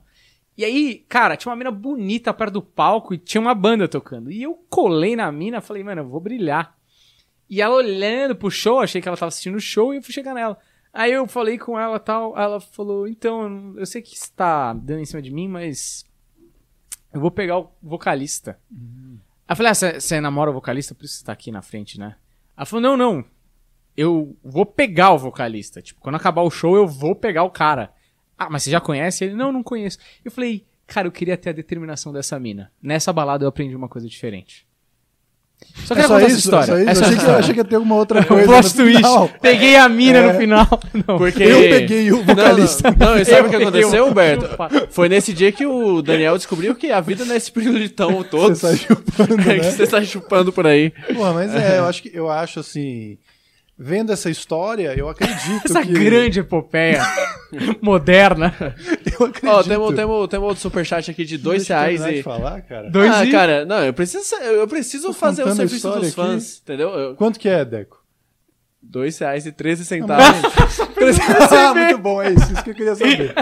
Speaker 2: E aí, cara, tinha uma mina bonita perto do palco e tinha uma banda tocando. E eu colei na mina, falei, mano, eu vou brilhar. E ela olhando pro show, achei que ela tava assistindo o show e eu fui chegar nela. Aí eu falei com ela e tal, ela falou, então, eu sei que você tá dando em cima de mim, mas eu vou pegar o vocalista. Aí eu falei, ah, você- você namora o vocalista, por isso você tá aqui na frente, né? Ela falou, não, não, eu vou pegar o vocalista. Tipo, quando acabar o show, eu vou pegar o cara. Ah, mas você já conhece ele? Não, não conheço. Eu falei, cara, eu queria ter a determinação dessa mina. Nessa balada eu aprendi uma coisa diferente. Só
Speaker 3: É
Speaker 2: queria
Speaker 3: só
Speaker 2: contar
Speaker 3: isso,
Speaker 2: essa história.
Speaker 3: é só isso?
Speaker 2: É só essa
Speaker 3: Eu achei, que, eu
Speaker 2: história.
Speaker 3: achei que ia ter alguma outra
Speaker 2: Eu
Speaker 3: coisa.
Speaker 2: gosto
Speaker 3: no
Speaker 2: twist.
Speaker 3: final. É.
Speaker 2: Peguei a mina no final. Não.
Speaker 1: Porque...
Speaker 3: Eu peguei o vocalista.
Speaker 1: Não, não, não e sabe o que
Speaker 2: Eu peguei
Speaker 1: aconteceu,
Speaker 3: um
Speaker 2: o-
Speaker 1: Humberto? Foi nesse dia que o Daniel descobriu que a vida não é esse pirulitão todo
Speaker 3: Você saiu pano,
Speaker 1: que
Speaker 3: né?
Speaker 1: você tá chupando por aí.
Speaker 3: Porra, mas é, eu acho, que, eu acho assim... Vendo essa história, eu acredito
Speaker 2: Essa
Speaker 3: que...
Speaker 2: grande epopeia moderna.
Speaker 3: Eu acredito.
Speaker 1: Ó,
Speaker 2: um-
Speaker 1: temos, temos, temos outro superchat aqui de dois
Speaker 3: Deixa eu
Speaker 1: reais
Speaker 3: terminar de
Speaker 1: e...
Speaker 3: falar, cara.
Speaker 2: Dois
Speaker 1: ah,
Speaker 2: e-
Speaker 1: cara, não, eu preciso, eu preciso
Speaker 3: Tô
Speaker 1: fazer o
Speaker 3: contando a
Speaker 1: serviço
Speaker 3: história
Speaker 1: dos
Speaker 3: aqui.
Speaker 1: fãs, entendeu? Eu,
Speaker 3: Quanto que é, Deco? Tá
Speaker 1: dois reais e treze
Speaker 2: Tá.
Speaker 1: centavos.
Speaker 3: ah, muito bom, é isso, isso que eu queria saber.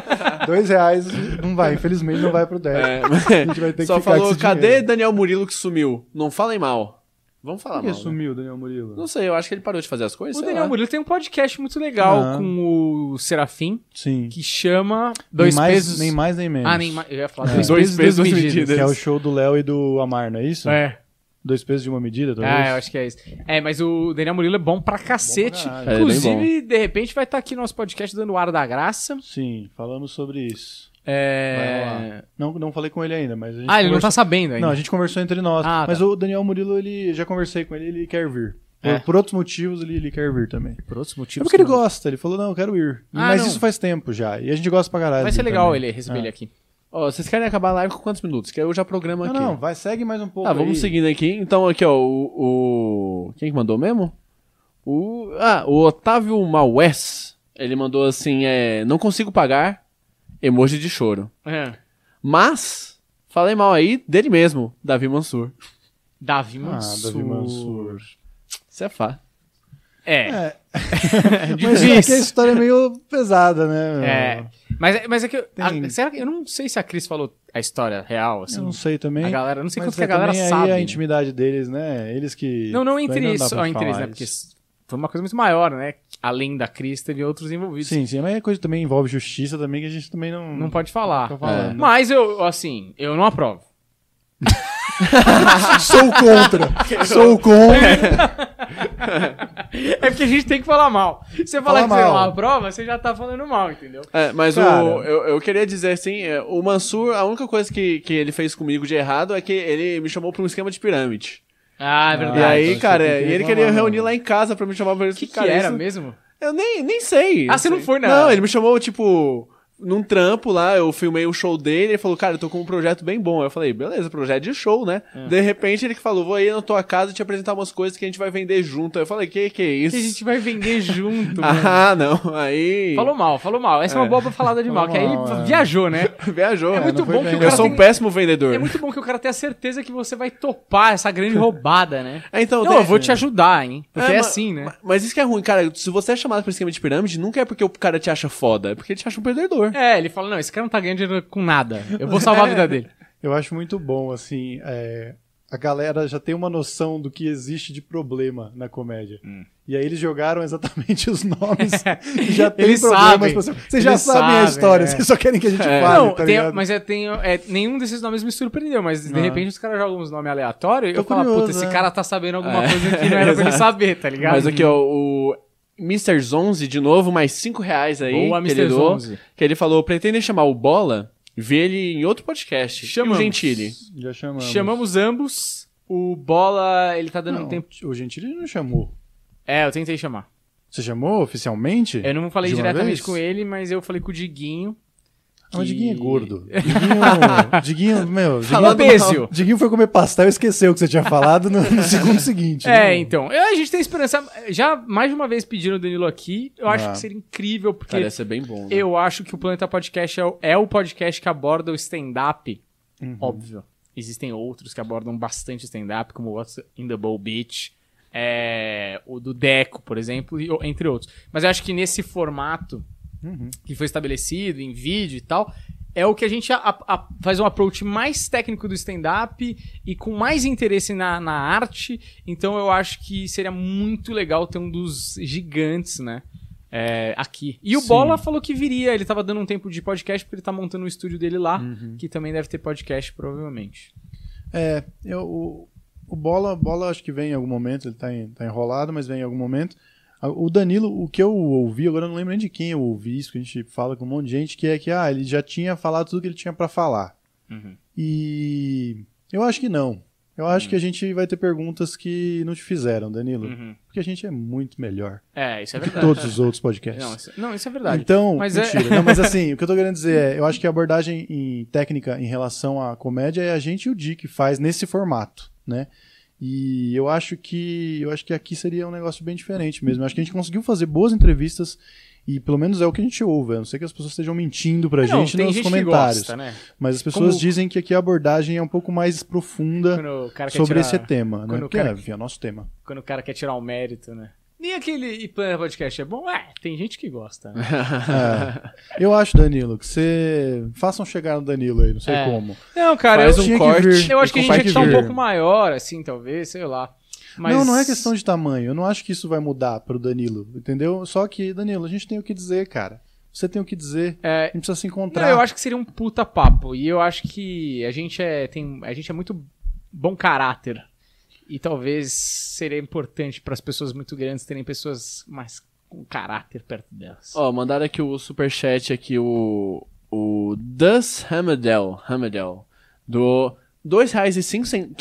Speaker 3: Dois reais não vai, infelizmente não vai pro Deco.
Speaker 1: É,
Speaker 3: A gente vai ter que
Speaker 1: Só
Speaker 3: ficar com
Speaker 1: falou,
Speaker 3: esse
Speaker 1: cadê
Speaker 3: dinheiro."
Speaker 1: Daniel Murilo que sumiu? Não falem mal. Vamos falar
Speaker 2: Tá
Speaker 3: Por que
Speaker 1: mal. né?
Speaker 3: sumiu, Daniel Murilo?
Speaker 1: Não sei, eu acho que ele parou de fazer as coisas.
Speaker 2: O
Speaker 1: sei
Speaker 2: Daniel
Speaker 1: lá.
Speaker 2: Murilo tem um podcast muito legal
Speaker 3: Ah.
Speaker 2: com o Serafim,
Speaker 3: Sim.
Speaker 2: que chama Dois
Speaker 3: nem mais,
Speaker 2: Pesos...
Speaker 3: Nem mais, nem menos.
Speaker 2: Ah, nem mais. Eu ia falar
Speaker 3: É.
Speaker 2: dois,
Speaker 1: Dois
Speaker 2: pesos,
Speaker 1: pesos,
Speaker 2: duas
Speaker 1: duas
Speaker 2: medidas.
Speaker 1: medidas.
Speaker 3: Que é o show do Léo e do Amar, não é isso?
Speaker 2: É.
Speaker 3: Dois pesos de uma medida, talvez?
Speaker 2: Ah, eu acho que é isso. É, mas o Daniel Murilo é bom pra cacete.
Speaker 3: caralho.
Speaker 1: É, ele é bem
Speaker 2: Inclusive, de repente, vai estar aqui no nosso podcast dando o ar da graça.
Speaker 3: Sim, falamos sobre isso. Vai
Speaker 2: É...
Speaker 3: rolar. Não, não falei com ele ainda, mas a gente
Speaker 2: Ah, ele não tá
Speaker 3: conversou-
Speaker 2: sabendo ainda.
Speaker 3: Não, a gente conversou entre nós.
Speaker 2: Ah, tá.
Speaker 3: mas o Daniel Murilo, ele já conversei com ele, ele quer vir. Por,
Speaker 2: É.
Speaker 3: por outros motivos, ele, ele quer vir também.
Speaker 2: Por outros
Speaker 3: É
Speaker 2: motivos.
Speaker 3: porque ele
Speaker 2: que não.
Speaker 3: gosta, ele falou, não, eu quero ir.
Speaker 2: Ah,
Speaker 3: mas
Speaker 2: não.
Speaker 3: isso faz tempo já, e a gente gosta pra caralho.
Speaker 2: Vai ser
Speaker 3: dele
Speaker 2: legal
Speaker 3: também.
Speaker 2: ele receber
Speaker 3: Ah.
Speaker 2: ele aqui.
Speaker 1: Ó, vocês querem acabar a live com quantos minutos? Que eu já programo
Speaker 3: Não,
Speaker 1: aqui.
Speaker 3: não, vai, segue mais um pouco
Speaker 2: Ah,
Speaker 1: Tá, vamos
Speaker 3: aí.
Speaker 1: seguindo aqui. Então, aqui, ó, o. o- Quem que mandou mesmo? O. Ah, o Otávio Maués. Ele mandou assim: é. Não consigo pagar. Emoji de choro.
Speaker 2: É.
Speaker 1: Mas. Falei mal aí dele mesmo, Davi Mansur.
Speaker 2: Davi
Speaker 3: Ah,
Speaker 2: Mansur.
Speaker 3: Davi Mansur.
Speaker 1: Isso é fato.
Speaker 2: É.
Speaker 3: É,
Speaker 2: É
Speaker 3: mas é que a
Speaker 2: difícil.
Speaker 3: história é meio é pesada, né? meu?
Speaker 2: É. Mas, mas é que. eu-
Speaker 3: Tem-
Speaker 2: a- será que. Eu não sei se a Cris falou a história real, assim.
Speaker 3: Eu não sei também.
Speaker 2: a galera. eu Não sei
Speaker 3: mas
Speaker 2: quanto que a galera
Speaker 3: também aí
Speaker 2: sabe.
Speaker 3: é a
Speaker 2: né?
Speaker 3: intimidade deles, né? Eles que.
Speaker 2: Não, não
Speaker 3: Daí
Speaker 2: entre
Speaker 3: dá
Speaker 2: isso,
Speaker 3: pra
Speaker 2: ó, entre
Speaker 3: falar
Speaker 2: isso, né? Porque
Speaker 3: isso.
Speaker 2: s- foi uma coisa muito maior, né? Além da Cris, teve outros envolvidos.
Speaker 3: Sim, sim, mas a coisa também envolve justiça também, que a gente também não.
Speaker 2: Não pode falar. É.
Speaker 3: tá falando. né?
Speaker 2: Mas eu, assim, eu não aprovo.
Speaker 3: Sou contra! Sou contra!
Speaker 2: É porque a gente tem que falar mal. Se você falar
Speaker 3: Fala
Speaker 2: que você não
Speaker 3: mal.
Speaker 2: aprova, você já tá falando mal, entendeu?
Speaker 1: É, mas
Speaker 3: Cara.
Speaker 1: o, eu, eu queria dizer assim, é, o Mansur, a única coisa que, que ele fez comigo de errado é que ele me chamou pra um esquema de pirâmide.
Speaker 2: Ah, é
Speaker 1: e
Speaker 2: verdade.
Speaker 1: aí,
Speaker 3: então
Speaker 1: cara,
Speaker 3: você tem que
Speaker 1: e ele
Speaker 3: reclamar,
Speaker 1: queria
Speaker 3: mano.
Speaker 1: reunir lá em casa pra me chamar pra
Speaker 2: O
Speaker 1: isso.
Speaker 2: né? que, que
Speaker 1: cara,
Speaker 2: era
Speaker 1: isso-
Speaker 2: mesmo?
Speaker 1: Eu nem, nem sei.
Speaker 2: Ah, você não
Speaker 1: sei.
Speaker 2: foi na-
Speaker 1: Não, ele me chamou, tipo, num trampo lá, eu filmei o show dele, ele falou, cara, eu tô com um projeto bem bom. Eu falei, beleza, projeto de show, né?
Speaker 2: É.
Speaker 1: De repente ele que falou, vou aí na tua casa te apresentar umas coisas que a gente vai vender junto. Eu falei, que que é isso?
Speaker 2: Que a gente vai vender junto, mano.
Speaker 1: Ah, não, aí...
Speaker 2: Falou mal, falou mal. Essa é, uma boa pra falar de mal, que aí
Speaker 3: Falou mal, é.
Speaker 2: viajou, né?
Speaker 1: Viajou.
Speaker 2: É
Speaker 1: né?
Speaker 2: muito
Speaker 3: não foi
Speaker 2: bom que
Speaker 3: bem.
Speaker 2: o
Speaker 1: Eu
Speaker 2: cara
Speaker 1: sou
Speaker 2: tem-
Speaker 1: um péssimo vendedor.
Speaker 2: É muito bom que o cara tenha certeza que você vai topar essa grande roubada, né?
Speaker 1: Ah, Então,
Speaker 2: Não,
Speaker 1: tem-
Speaker 2: eu vou te ajudar, hein? Porque é,
Speaker 1: É, ma-
Speaker 2: assim, né?
Speaker 1: ma- Mas isso que é ruim, cara. Se você é chamado pra esquema de pirâmide, nunca é porque o cara te acha foda, é porque ele te acha um perdedor.
Speaker 2: É, ele fala, não, esse cara não tá ganhando dinheiro com nada. Eu vou salvar a vida dele.
Speaker 3: Eu acho muito bom, assim, é, a galera já tem uma noção do que existe de problema na comédia.
Speaker 2: Hum.
Speaker 3: E aí eles jogaram exatamente os nomes que já tem
Speaker 2: Eles
Speaker 3: problemas.
Speaker 2: sabem.
Speaker 3: pra você- Vocês já
Speaker 2: Eles
Speaker 3: sabem, a
Speaker 2: sabem,
Speaker 3: história,
Speaker 2: é.
Speaker 3: vocês só querem que a gente
Speaker 1: É.
Speaker 3: fale,
Speaker 2: não,
Speaker 3: tá
Speaker 2: tem-
Speaker 3: ligado?
Speaker 2: mas é, tem, é, nenhum desses nomes me surpreendeu, mas de
Speaker 3: Não.
Speaker 2: repente os caras jogam uns nomes aleatórios e
Speaker 3: Tô
Speaker 2: eu falo,
Speaker 3: curioso,
Speaker 2: puta, esse
Speaker 3: né?
Speaker 2: cara tá sabendo alguma coisa que não era pra ele saber, tá ligado?
Speaker 1: Mas aqui, ó, o Mr. Zonzi, de novo, mais 5 reais aí.
Speaker 2: Boa,
Speaker 1: que ele
Speaker 2: Mr.
Speaker 1: doou,
Speaker 2: Zonzi.
Speaker 1: Que ele falou, pretende chamar o Bola, vi ele em outro podcast.
Speaker 2: Chamamos.
Speaker 1: E o Gentili.
Speaker 3: Já chamamos.
Speaker 2: Chamamos ambos. O Bola, ele tá dando
Speaker 3: Não,
Speaker 2: um tempo.
Speaker 3: O Gentili não chamou.
Speaker 2: É, eu tentei chamar.
Speaker 3: Você chamou oficialmente?
Speaker 2: Eu não falei
Speaker 3: De uma
Speaker 2: diretamente
Speaker 3: vez?
Speaker 2: com ele, mas eu falei com o Diguinho.
Speaker 3: Ah, mas
Speaker 2: que-
Speaker 3: Diguinho é gordo. Diguinho, Diguinho meu... Diguinho,
Speaker 2: Falando Pêsio.
Speaker 3: Diguinho foi comer pastel e esqueceu o que você tinha falado no, no segundo seguinte.
Speaker 2: É,
Speaker 3: né?
Speaker 2: então. eu- a gente tem esperança. Já mais de uma vez pediram o Danilo aqui. Eu acho
Speaker 3: Ah.
Speaker 2: que seria incrível, porque
Speaker 1: Cara, ia ser bem bom. né?
Speaker 2: eu acho que o Planeta Podcast é o, é o podcast que aborda o stand-up.
Speaker 3: Uhum.
Speaker 2: Óbvio. Existem outros que abordam bastante stand-up, como What's in the Bowl Beach, é, o do Deco, por exemplo, e o- entre outros. Mas eu acho que nesse formato
Speaker 3: Uhum.
Speaker 2: que foi estabelecido em vídeo e tal, é o que a gente a- a- faz um approach mais técnico do stand-up e com mais interesse na, na arte. Então eu acho que seria muito legal ter um dos gigantes, né? é, aqui. E o
Speaker 3: Sim.
Speaker 2: Bola falou que viria, ele tava dando um tempo de podcast porque ele tá montando o estúdio dele lá,
Speaker 3: Hum.
Speaker 2: que também deve ter podcast, provavelmente.
Speaker 3: É, eu, o, o Bola, Bola acho que vem em algum momento, ele tá, em- tá enrolado, mas vem em algum momento. A- O Danilo, o que eu ouvi, agora eu não lembro nem de quem eu ouvi isso, que a gente fala com um monte de gente, que é que ah, ele já tinha falado tudo que ele tinha pra falar.
Speaker 2: Uhum.
Speaker 3: E eu acho que não. Eu acho que a gente vai ter perguntas que não te fizeram, Danilo. Porque a gente é muito melhor
Speaker 2: É, isso Uhum. é
Speaker 3: que
Speaker 2: verdade.
Speaker 3: Uhum. todos os outros podcasts.
Speaker 2: Não, isso, não, isso é verdade.
Speaker 3: Então,
Speaker 2: Mas é-
Speaker 3: mentira. Não, mas assim, o que eu tô querendo dizer é, eu acho que a abordagem em técnica em relação à comédia é a gente e o Dick faz nesse formato, né? E eu acho que eu acho que aqui seria um negócio bem diferente mesmo. Eu acho que a gente conseguiu fazer boas entrevistas e pelo menos é o que a gente ouve. A não sei que as pessoas estejam mentindo pra
Speaker 2: Não,
Speaker 3: gente
Speaker 2: tem
Speaker 3: nos
Speaker 2: gente
Speaker 3: comentários.
Speaker 2: que gosta, né?
Speaker 3: Mas as pessoas
Speaker 2: Como-
Speaker 3: dizem que aqui a abordagem é um pouco mais profunda
Speaker 2: Quando o cara quer
Speaker 3: sobre
Speaker 2: tirar-
Speaker 3: esse tema, né?
Speaker 2: quando o
Speaker 3: Porque
Speaker 2: cara-
Speaker 3: é, enfim, é nosso tema.
Speaker 2: quando o cara quer tirar o mérito, né? Nem aquele Planner Podcast é bom? É, tem gente que gosta, né?
Speaker 3: É. Eu acho, Danilo, que você. Façam chegar no Danilo aí, não sei
Speaker 2: É.
Speaker 3: como.
Speaker 2: Não, cara,
Speaker 1: Faz
Speaker 2: eu,
Speaker 1: um
Speaker 3: tinha que
Speaker 1: corte.
Speaker 3: vir.
Speaker 2: eu acho que a gente tinha que estar um
Speaker 3: compartilha.
Speaker 2: pouco maior, assim, talvez, sei lá. Mas...
Speaker 3: Não, não é questão de tamanho. Eu não acho que isso vai mudar pro Danilo, entendeu? Só que, Danilo, a gente tem o que dizer, cara. Você tem o que dizer. A
Speaker 2: É,
Speaker 3: gente precisa se
Speaker 2: não,
Speaker 3: encontrar.
Speaker 2: eu acho que seria um puta papo. E eu acho que a gente é, tem, a gente é muito bom caráter. E talvez seria importante para as pessoas muito grandes terem pessoas mais com caráter perto delas.
Speaker 1: Ó, mandaram aqui o superchat aqui, o. O Dus Hamadel. Hamadel. Do. R$ 2,15.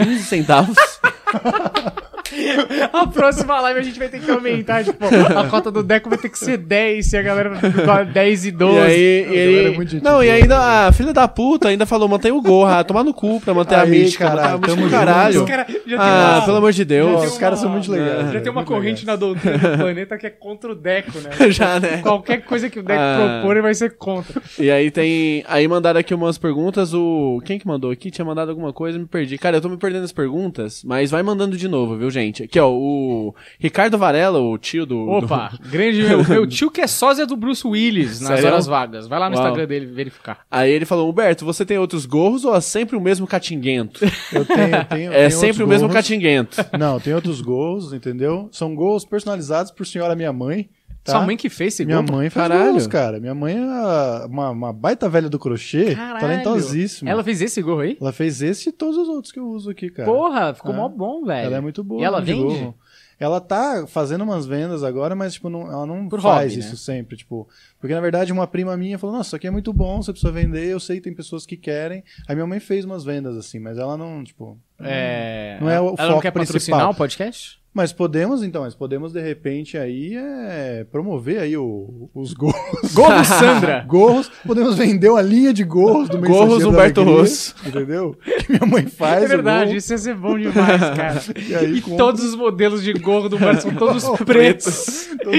Speaker 2: A próxima live a gente vai ter que aumentar, tipo, a cota do Deco vai ter que ser 10 se a galera doar 10 e 12.
Speaker 1: E aí, e
Speaker 3: galera
Speaker 1: aí-
Speaker 3: é muito gente
Speaker 1: não, e
Speaker 3: boa,
Speaker 1: ainda a filha da puta ainda falou, mantém o gorra, tomar no cu pra manter a
Speaker 3: Aí,
Speaker 1: mística. manter
Speaker 3: caralho,
Speaker 1: a mística
Speaker 3: tamo
Speaker 1: do
Speaker 3: junto.
Speaker 1: caralho.
Speaker 2: Os cara já tem
Speaker 1: Ah,
Speaker 2: uma-
Speaker 1: pelo amor de Deus.
Speaker 3: Pô, os caras são muito legais,
Speaker 2: Já
Speaker 3: velho,
Speaker 2: tem uma
Speaker 3: muito
Speaker 2: corrente
Speaker 3: legais.
Speaker 2: na doutrina do planeta que é contra o Deco, né?
Speaker 1: Já, né?
Speaker 2: Qualquer coisa que o Deco
Speaker 1: Ah.
Speaker 2: propor, ele vai ser contra.
Speaker 1: E aí tem. Aí mandaram aqui umas perguntas. O. Quem que mandou aqui? Tinha mandado alguma coisa, me perdi. Cara, eu tô me perdendo as perguntas, mas vai mandando de novo, viu, frente. Aqui, ó, o Ricardo Varela, o tio do. do-
Speaker 2: Opa, grande meu, meu tio que é sósia do Bruce Willis nas
Speaker 1: Sério?
Speaker 2: horas vagas. Vai lá no
Speaker 1: Uau.
Speaker 2: Instagram dele verificar.
Speaker 1: Aí ele falou: Humberto, você tem outros gorros ou é sempre o mesmo catinguento?
Speaker 3: Eu tenho, eu tenho,
Speaker 1: é
Speaker 3: tenho
Speaker 1: sempre
Speaker 3: outros
Speaker 1: o mesmo
Speaker 3: gorros.
Speaker 1: catinguento.
Speaker 3: Não, tem outros gols, entendeu? São gols personalizados por senhora minha mãe. Tá?
Speaker 2: Sua mãe que fez esse
Speaker 3: Minha
Speaker 2: gol.
Speaker 3: mãe faz
Speaker 1: Caralho.
Speaker 3: gols, cara. Minha mãe é uma, uma baita velha do crochê,
Speaker 2: Caralho.
Speaker 3: talentosíssima.
Speaker 2: Ela
Speaker 3: Ela...
Speaker 2: fez esse gol aí?
Speaker 3: fez esse e todos os outros que eu uso aqui, cara.
Speaker 2: Porra, ficou
Speaker 3: É.
Speaker 2: mó bom, velho.
Speaker 3: Ela é muito boa.
Speaker 2: E ela
Speaker 3: de
Speaker 2: vende?
Speaker 3: gorro. Ela tá fazendo umas vendas agora, mas tipo, não, ela não
Speaker 2: Por
Speaker 3: faz
Speaker 2: hobby, né?
Speaker 3: isso sempre, tipo, porque na verdade uma prima minha falou: "Nossa, isso aqui é muito bom, você precisa vender, eu sei que tem pessoas que querem". Aí minha mãe fez umas vendas assim, mas ela não, tipo,
Speaker 2: É...
Speaker 3: Não é o
Speaker 2: Ela não
Speaker 3: foco
Speaker 2: quer patrocinar
Speaker 3: principal.
Speaker 2: o podcast?
Speaker 3: mas podemos então, mas podemos de repente aí é, promover aí o- os gorros.
Speaker 2: Gol do Sandra!
Speaker 3: gorros, podemos vender uma linha de gorros do Mensageiro
Speaker 1: Gorros
Speaker 3: da
Speaker 1: Humberto
Speaker 3: Alegria,
Speaker 1: Rosso.
Speaker 3: entendeu? Que minha mãe faz
Speaker 2: É
Speaker 3: o
Speaker 2: verdade,
Speaker 3: gorro,
Speaker 2: isso ia ser bom demais, cara.
Speaker 3: E aí
Speaker 2: E
Speaker 3: compra.
Speaker 2: todos os modelos de gorro do Brasil são todos pretos.
Speaker 3: Todos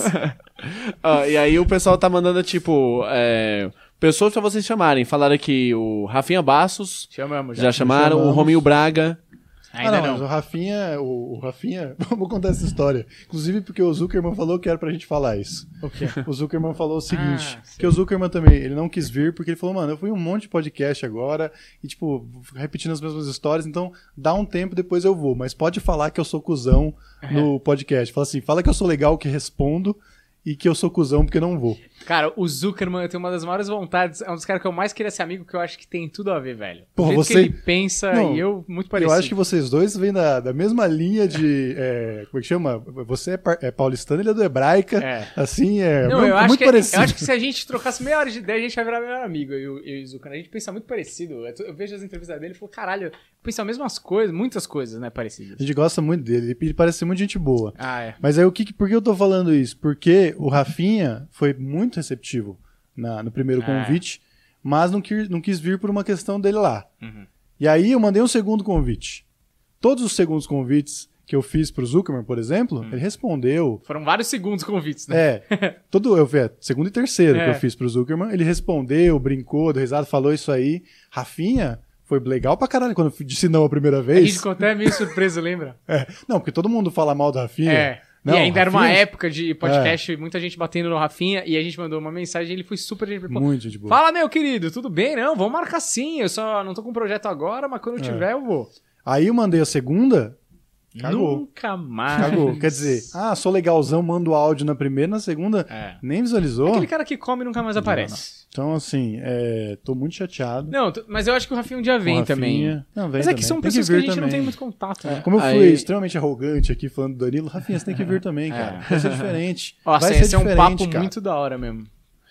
Speaker 2: iguais.
Speaker 1: Ah, e aí o pessoal tá mandando, tipo, é, pessoas pra vocês chamarem. Falaram aqui o Rafinha Bassos,
Speaker 2: Chamamos.
Speaker 1: já chamaram, o
Speaker 3: chamamos.
Speaker 1: Rominho Braga.
Speaker 2: Ainda
Speaker 3: ah, não,
Speaker 2: não.
Speaker 3: mas o Rafinha, o, o Rafinha, vou contar essa história. Inclusive porque o Zuckerman falou que era pra gente falar isso.
Speaker 2: O quê?
Speaker 3: O Zuckerman falou o seguinte,
Speaker 2: Ah, sim.
Speaker 3: que o Zuckerman também, ele não quis vir porque ele falou, mano, eu fui em um monte de podcast agora e, tipo, repetindo as mesmas histórias, então dá um tempo, depois eu vou. Mas pode falar que eu sou cuzão
Speaker 2: É.
Speaker 3: no podcast. Fala assim, fala que eu sou legal, que respondo e que eu sou cuzão porque eu não vou.
Speaker 2: Cara, o Zuckerman, eu tenho uma das maiores vontades. É um dos caras que eu mais queria ser amigo, que eu acho que tem tudo a ver, velho.
Speaker 3: Pô,
Speaker 2: o jeito que
Speaker 3: você-
Speaker 2: ele pensa
Speaker 3: Não,
Speaker 2: e eu, muito
Speaker 3: Eu
Speaker 2: parecido.
Speaker 3: acho que vocês dois vêm da, da mesma linha de, é, como é que chama? Você é, par- é paulistano, ele é do hebraica.
Speaker 2: É.
Speaker 3: Assim, é
Speaker 2: Não,
Speaker 3: muito,
Speaker 2: eu, acho
Speaker 3: muito
Speaker 2: que,
Speaker 3: parecido.
Speaker 2: eu acho que se a gente trocasse meia hora de ideia, a gente vai virar melhor amigo, eu, eu e o Zuckerman. A gente pensa muito parecido. Eu, eu vejo as entrevistas dele e falo, caralho, pensa as mesmas coisas, muitas coisas, né, parecidas.
Speaker 3: A gente gosta muito dele, ele- ele parece ser muito gente boa.
Speaker 2: Ah, é.
Speaker 3: Mas aí, o que, que- por que eu tô falando isso? Porque o Rafinha foi muito receptivo na- no primeiro
Speaker 2: Ah.
Speaker 3: convite, mas não, quis- não quis vir por uma questão dele lá.
Speaker 2: Uhum.
Speaker 3: E aí eu mandei um segundo convite. Todos os segundos convites que eu fiz pro Zuckerman, por exemplo,
Speaker 2: Hum.
Speaker 3: ele respondeu.
Speaker 2: Foram vários segundos convites, né?
Speaker 3: É, todo eu é, segundo e terceiro que
Speaker 2: É.
Speaker 3: eu fiz pro Zuckerman, ele respondeu, brincou, deu risada, falou isso aí. Rafinha foi legal pra caralho quando eu disse não a primeira
Speaker 2: A
Speaker 3: vez.
Speaker 2: gente ficou até meio surpreso, lembra?
Speaker 3: É, Não, porque todo mundo fala mal do Rafinha.
Speaker 2: É.
Speaker 3: Não,
Speaker 2: e ainda era uma
Speaker 3: Rafinha- é.
Speaker 2: época de podcast, muita gente batendo no Rafinha, e a gente mandou uma mensagem e ele foi super gente. Pô,
Speaker 3: Muito de boa.
Speaker 2: Fala, meu querido, tudo bem? Não, vamos marcar sim. Eu só não tô com um projeto agora, mas quando eu
Speaker 3: É.
Speaker 2: tiver, eu vou.
Speaker 3: Aí eu mandei a segunda, cagou.
Speaker 2: Nunca mais.
Speaker 3: Cagou. Quer dizer, ah, sou legalzão, mando áudio na primeira, na segunda,
Speaker 2: É.
Speaker 3: nem visualizou.
Speaker 2: Aquele cara que come e nunca mais aparece.
Speaker 3: Então, assim, é, tô muito chateado.
Speaker 2: Não, t- mas eu acho que o Rafinha um dia
Speaker 3: com
Speaker 2: vem
Speaker 3: Rafinha.
Speaker 2: também.
Speaker 3: Não, vem
Speaker 2: Mas é que
Speaker 3: também.
Speaker 2: são
Speaker 3: Tem
Speaker 2: pessoas que,
Speaker 3: vir
Speaker 2: a gente não tem
Speaker 3: também. É.
Speaker 2: muito contato, né?
Speaker 3: Como eu fui
Speaker 1: Aí-
Speaker 3: extremamente arrogante aqui falando do Danilo, Rafinha, você tem
Speaker 2: É.
Speaker 3: que vir também, cara. Vai ser diferente.
Speaker 2: Nossa,
Speaker 3: Vai ser
Speaker 2: esse é um
Speaker 3: diferente,
Speaker 2: papo
Speaker 3: cara.
Speaker 2: muito da hora mesmo.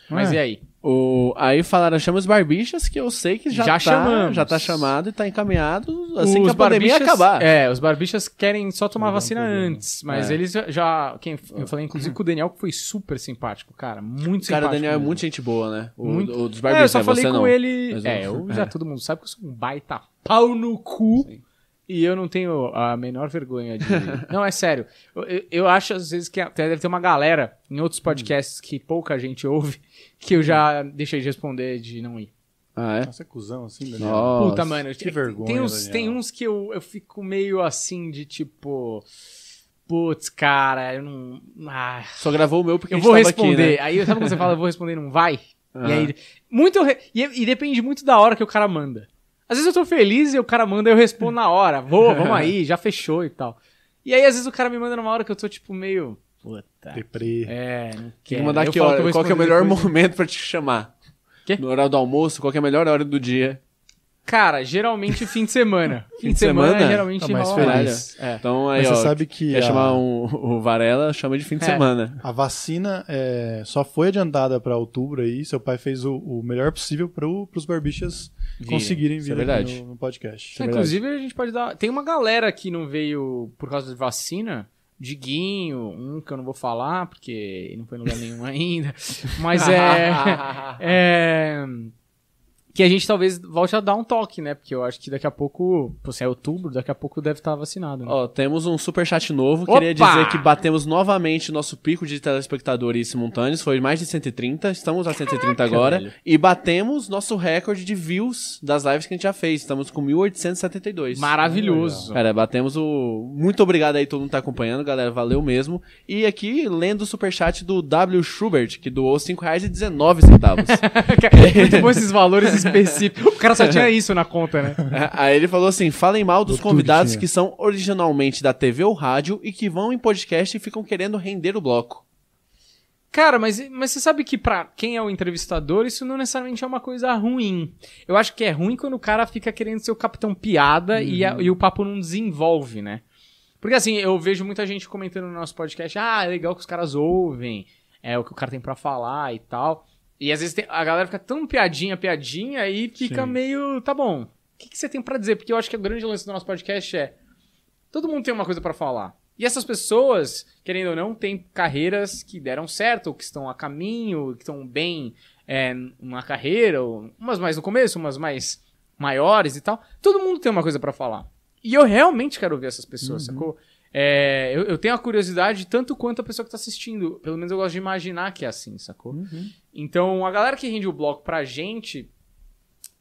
Speaker 2: Mas
Speaker 3: É.
Speaker 2: e aí?
Speaker 1: O, aí falaram, chama os barbichas, que eu sei que já,
Speaker 2: Já
Speaker 1: tá,
Speaker 2: chamamos.
Speaker 1: já tá chamado e tá encaminhado assim que a pandemia acabar.
Speaker 2: É, os barbichas querem só tomar
Speaker 3: Não dá um
Speaker 2: vacina
Speaker 3: problema.
Speaker 2: antes, mas
Speaker 1: É.
Speaker 2: eles já- já. Quem, eu falei, inclusive, com o Daniel, que foi super simpático, cara. Muito
Speaker 1: Cara,
Speaker 2: simpático.
Speaker 1: o Daniel é
Speaker 2: mesmo.
Speaker 1: muito gente boa, né? O,
Speaker 2: Muito.
Speaker 1: o dos
Speaker 2: É, eu
Speaker 1: barbichas,
Speaker 2: só
Speaker 1: né?
Speaker 2: falei
Speaker 1: você
Speaker 2: com
Speaker 1: não.
Speaker 2: ele.
Speaker 1: Mas
Speaker 2: é,
Speaker 1: não.
Speaker 2: eu já todo mundo sabe que eu sou um baita pau no cu. E eu não tenho a menor vergonha de. não, é sério. Eu, eu- eu acho, às vezes, que até deve ter uma galera em outros podcasts que pouca gente ouve que
Speaker 1: Hum.
Speaker 2: eu já deixei de responder de não ir.
Speaker 1: Ah, é?
Speaker 3: Nossa, é cuzão assim, Danilo.
Speaker 1: Nossa.
Speaker 2: Puta, mano.
Speaker 3: que
Speaker 2: tem- Tem
Speaker 3: vergonha,
Speaker 2: uns,
Speaker 3: Daniel.
Speaker 2: tem uns que eu, eu fico meio assim de tipo. Putz, cara, eu não. Ah,
Speaker 1: Só gravou o meu porque
Speaker 2: eu
Speaker 1: a gente
Speaker 2: vou
Speaker 1: tava
Speaker 2: responder.
Speaker 1: aqui, né?
Speaker 2: Aí sabe quando você fala, eu vou responder e não vai?
Speaker 1: Aham.
Speaker 2: E aí. Muito. eu re- E, e depende muito da hora que o cara manda. Às vezes eu tô feliz e o cara manda, eu respondo na hora. Vou, vamos aí, já fechou e tal. E aí, às vezes, o cara me manda numa hora que eu tô, tipo, meio. Puta.
Speaker 3: Deprê.
Speaker 2: É, não quero.
Speaker 1: Tem que mandar
Speaker 2: Eu
Speaker 1: que
Speaker 2: falo eu
Speaker 1: hora?
Speaker 2: vou
Speaker 1: Qual que é o
Speaker 2: responder
Speaker 1: melhor
Speaker 2: depois.
Speaker 1: momento pra te chamar?
Speaker 2: Quê?
Speaker 1: No horário do almoço, qual que é a melhor hora do dia?
Speaker 2: Cara, geralmente fim de semana. fim de
Speaker 1: de
Speaker 2: semana,
Speaker 1: semana?
Speaker 2: geralmente
Speaker 3: Tá mais
Speaker 2: rola
Speaker 1: Caralho.
Speaker 3: feliz.
Speaker 2: É.
Speaker 1: Então aí,
Speaker 3: Mas
Speaker 1: ó.
Speaker 3: você sabe que
Speaker 1: Quer
Speaker 3: a,
Speaker 1: chamar um- o Varela, chama de fim de
Speaker 2: É.
Speaker 1: semana.
Speaker 3: a vacina é, só foi adiantada pra outubro aí. Seu pai fez o, o melhor possível pro, pros barbichas
Speaker 2: Virem.
Speaker 3: conseguirem
Speaker 1: Isso é
Speaker 3: vir aqui
Speaker 1: verdade.
Speaker 3: no, no podcast.
Speaker 1: é
Speaker 2: Inclusive, a gente pode dar. Tem uma galera que não veio por causa de vacina. Diguinho, um que eu não vou falar, porque ele não foi em lugar nenhum ainda. Mas é. é, que a gente talvez volte a dar um toque, né? Porque eu acho que daqui a pouco, pô, se é outubro, daqui a pouco deve estar vacinado. Né?
Speaker 1: Ó, temos um superchat novo.
Speaker 2: Opa!
Speaker 1: Queria dizer que batemos novamente nosso pico de telespectadores simultâneos. Foi mais de 130. Estamos a 130 agora.
Speaker 2: velho.
Speaker 1: E batemos nosso recorde de views das lives que a gente já fez. Estamos com
Speaker 2: é
Speaker 1: 1872.
Speaker 2: Maravilhoso.
Speaker 1: Cara, batemos o. Muito obrigado aí, todo mundo que tá acompanhando, galera. Valeu mesmo. E aqui, lendo o superchat do W. Schubert, que doou R$ 5,19.
Speaker 2: Muito bom esses valores específicos. O cara só tinha isso na conta, né?
Speaker 1: É, Aí ele falou assim: falem mal dos
Speaker 3: Doutor
Speaker 1: convidados
Speaker 3: Tinha.
Speaker 1: que são originalmente da TV ou rádio e que vão em podcast e ficam querendo render o bloco.
Speaker 2: Cara, mas, mas você sabe que pra quem é o entrevistador, isso não necessariamente é uma coisa ruim. Eu acho que é ruim quando o cara fica querendo ser o capitão piada e, a- e o papo não desenvolve, né? Porque assim, eu vejo muita gente comentando no nosso podcast, ah, é legal que os caras ouvem, é o que o cara tem pra falar e tal. E às vezes tem- a galera fica tão piadinha, piadinha, e fica
Speaker 3: Sim.
Speaker 2: meio, tá bom, o que, que você tem pra dizer? Porque eu acho que o grande lance do nosso podcast é, todo mundo tem uma coisa pra falar. E essas pessoas, querendo ou não, têm carreiras que deram certo, ou que estão a caminho, que estão bem é, numa carreira, ou umas mais no começo, umas mais maiores e tal. Todo mundo tem uma coisa pra falar. E eu realmente quero ouvir essas pessoas, sacou? É, eu, eu tenho a curiosidade tanto quanto a pessoa que tá assistindo. Pelo menos eu gosto de imaginar que é assim, sacou? Então, a galera que rende o bloco pra gente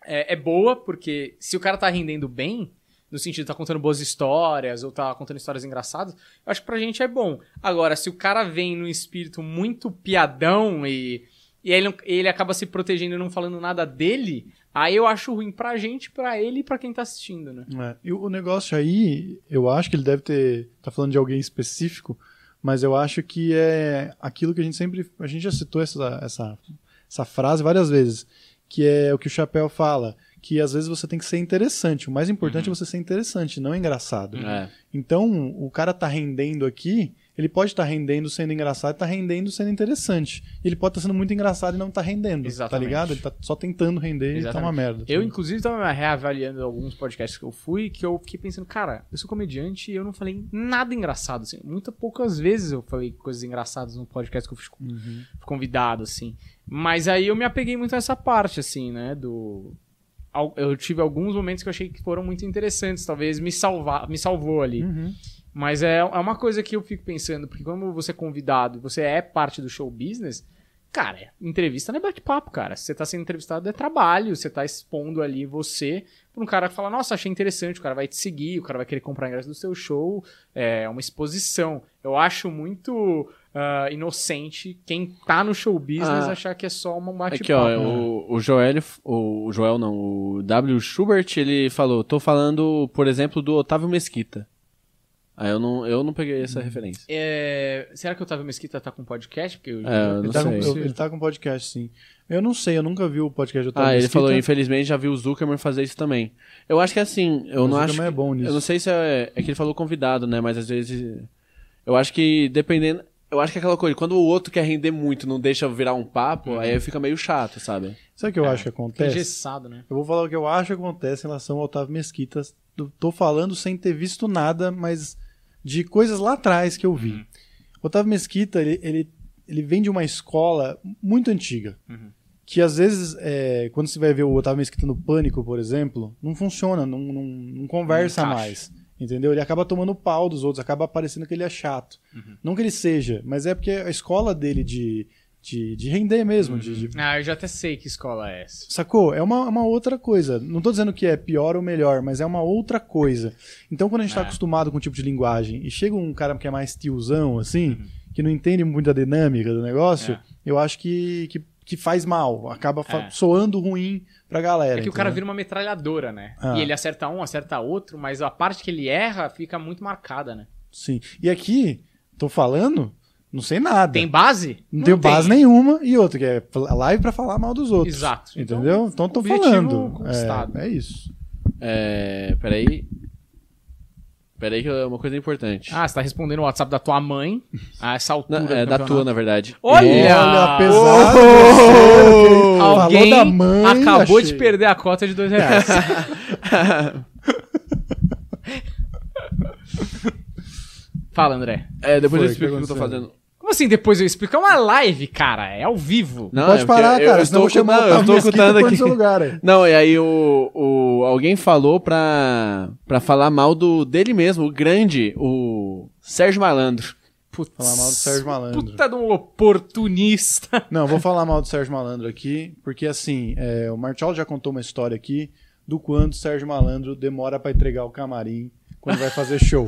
Speaker 2: é, é boa, porque se o cara tá rendendo bem, no sentido tá contando boas histórias ou tá contando histórias engraçadas, eu acho que pra gente é bom. Agora, se o cara vem num espírito muito piadão e, e ele, não- ele acaba se protegendo e não falando nada dele, aí eu acho ruim pra gente, pra ele e pra quem tá assistindo, né?
Speaker 3: É, E o negócio aí, eu acho que ele deve ter. tá falando de alguém específico, mas eu acho que é aquilo que a gente sempre. A gente já citou essa, essa, essa frase várias vezes, que é o que o Chapéu fala. Que às vezes você tem que ser interessante. O mais importante
Speaker 1: Uhum.
Speaker 3: é você ser interessante, não engraçado.
Speaker 1: É.
Speaker 3: Então, o cara tá rendendo aqui, ele pode estar rendendo sendo engraçado, tá rendendo sendo interessante. Ele pode estar sendo muito engraçado e não tá rendendo,
Speaker 2: Exatamente.
Speaker 3: tá ligado? Ele tá só tentando render e tá uma
Speaker 2: Exatamente.
Speaker 3: merda.
Speaker 2: Eu, inclusive, tava reavaliando alguns podcasts que eu fui, que eu fiquei pensando, cara, eu sou comediante e eu não falei nada engraçado, assim. Muito poucas vezes eu falei coisas engraçadas no podcast que eu fui com-
Speaker 3: Uhum.
Speaker 2: fui convidado, assim. Mas aí eu me apeguei muito nessa parte, assim, né, do... Al- Eu tive alguns momentos que eu achei que foram muito interessantes, talvez me salvar, me salvou ali.
Speaker 3: Uhum.
Speaker 2: Mas é, é uma coisa que eu fico pensando, porque como você é convidado, você é parte do show business, cara, entrevista não é bate-papo, cara. Se Você tá sendo entrevistado é trabalho, você tá expondo ali você pra um cara que fala, nossa, achei interessante, o cara vai te seguir, o cara vai querer comprar ingresso do seu show, é uma exposição. Eu acho muito ah, inocente quem tá no show business
Speaker 1: Ah.
Speaker 2: achar que é só um bate-papo.
Speaker 1: Aqui, ó, o, o Joel, o, o Joel não, o W. Schubert, ele falou: tô falando, por exemplo, do Otávio Mesquita. Aí eu não, eu não peguei essa referência.
Speaker 2: É, será que o Otávio Mesquita tá com podcast? Porque eu-
Speaker 1: É, eu não
Speaker 3: Ele tá, com,
Speaker 1: sei.
Speaker 3: eu- ele tá com podcast, sim. Eu não sei, eu nunca vi o podcast do Otávio
Speaker 1: Ah, ele
Speaker 3: Mesquita,
Speaker 1: falou: infelizmente já vi o Zuckerman fazer isso também. Eu acho que assim, eu não
Speaker 3: mas o
Speaker 1: acho.
Speaker 3: Zuckerman é bom nisso.
Speaker 1: Eu não sei se é, é que ele falou convidado, né? Mas às vezes. Eu acho que dependendo. Eu acho que é aquela coisa, quando o outro quer render muito não deixa virar um papo,
Speaker 3: Uhum.
Speaker 1: aí fica meio chato, sabe?
Speaker 3: Sabe o que eu acho que acontece?
Speaker 2: engessado, né?
Speaker 3: Eu vou falar o que eu acho que acontece em relação ao Otávio Mesquita. Eu Tô falando sem ter visto nada, mas de coisas lá atrás que eu vi.
Speaker 2: Uhum.
Speaker 3: Otávio Mesquita, ele, ele, ele vem de uma escola muito antiga.
Speaker 2: Uhum.
Speaker 3: Que às vezes, é, quando você vai ver o Otávio Mesquita no Pânico, por exemplo, não funciona, não, não, não conversa
Speaker 2: Não encaixa.
Speaker 3: mais. Entendeu? Ele acaba tomando pau dos outros, acaba parecendo que ele é chato.
Speaker 2: Uhum.
Speaker 3: Não que ele seja, mas é porque a escola dele de, de, de render mesmo, de- de
Speaker 2: Ah, eu já até sei que escola é essa.
Speaker 3: Sacou? É uma, uma outra coisa. Não tô dizendo que é pior ou melhor, mas é uma outra coisa. Então, quando a
Speaker 2: É.
Speaker 3: gente tá acostumado com um tipo de linguagem e chega um cara que é mais tiozão, assim, que não entende muito a dinâmica do negócio,
Speaker 2: Uhum. É.
Speaker 3: eu acho que, que, que faz mal. Acaba fa-
Speaker 2: É.
Speaker 3: soando ruim pra galera.
Speaker 2: É que o cara
Speaker 3: entendeu?
Speaker 2: vira uma metralhadora, né?
Speaker 3: então, Ah.
Speaker 2: E ele acerta um, acerta outro, mas a parte que ele erra fica muito marcada, né?
Speaker 3: Sim. E aqui, tô falando, não sei nada.
Speaker 2: Tem base?
Speaker 3: não, tenho base nenhuma. E outra, que é fl- live pra falar mal dos outros.
Speaker 2: Exato.
Speaker 3: Entendeu? Então, tô
Speaker 2: objetivo
Speaker 3: falando.
Speaker 2: conquistado.
Speaker 3: É, é isso.
Speaker 1: É. Peraí. Peraí, que é uma coisa importante.
Speaker 2: Ah, você tá respondendo o WhatsApp da tua mãe a essa altura
Speaker 1: Na- é,
Speaker 2: do
Speaker 1: da
Speaker 2: campeonato.
Speaker 1: tua, na verdade. É.
Speaker 2: Olha!
Speaker 3: Olha, pesado.
Speaker 1: Oh!
Speaker 3: Falou
Speaker 2: Alguém
Speaker 3: da mãe,
Speaker 2: acabou de
Speaker 3: achei.
Speaker 2: perder a cota de dois reais. Fala, André.
Speaker 1: É, depois
Speaker 3: Foi,
Speaker 1: eu explico o que eu
Speaker 3: que
Speaker 1: tô É,
Speaker 3: aconteceu?
Speaker 1: fazendo.
Speaker 2: Como assim depois eu explico? É uma live, cara. É ao vivo.
Speaker 1: Não,
Speaker 3: Pode
Speaker 1: é porque
Speaker 3: parar,
Speaker 1: eu-
Speaker 3: cara.
Speaker 1: Eu
Speaker 3: senão eu
Speaker 1: estou,
Speaker 3: vou chamar
Speaker 1: não,
Speaker 3: o
Speaker 1: eu
Speaker 3: Otávio
Speaker 1: estou
Speaker 3: Mesquita
Speaker 1: escutando
Speaker 3: pra ir no
Speaker 1: aqui.
Speaker 3: seu lugar. aí.
Speaker 1: Não, e aí o, o- alguém falou pra, pra falar mal do dele mesmo, o grande, o Sérgio Malandro.
Speaker 2: Putz,
Speaker 3: Falar mal do Sérgio Malandro.
Speaker 2: Puta de um oportunista.
Speaker 3: Não, vou falar mal do Sérgio Malandro aqui, porque assim, é, o Martial já contou uma história aqui do quanto o Sérgio Malandro demora pra entregar o camarim quando vai fazer show.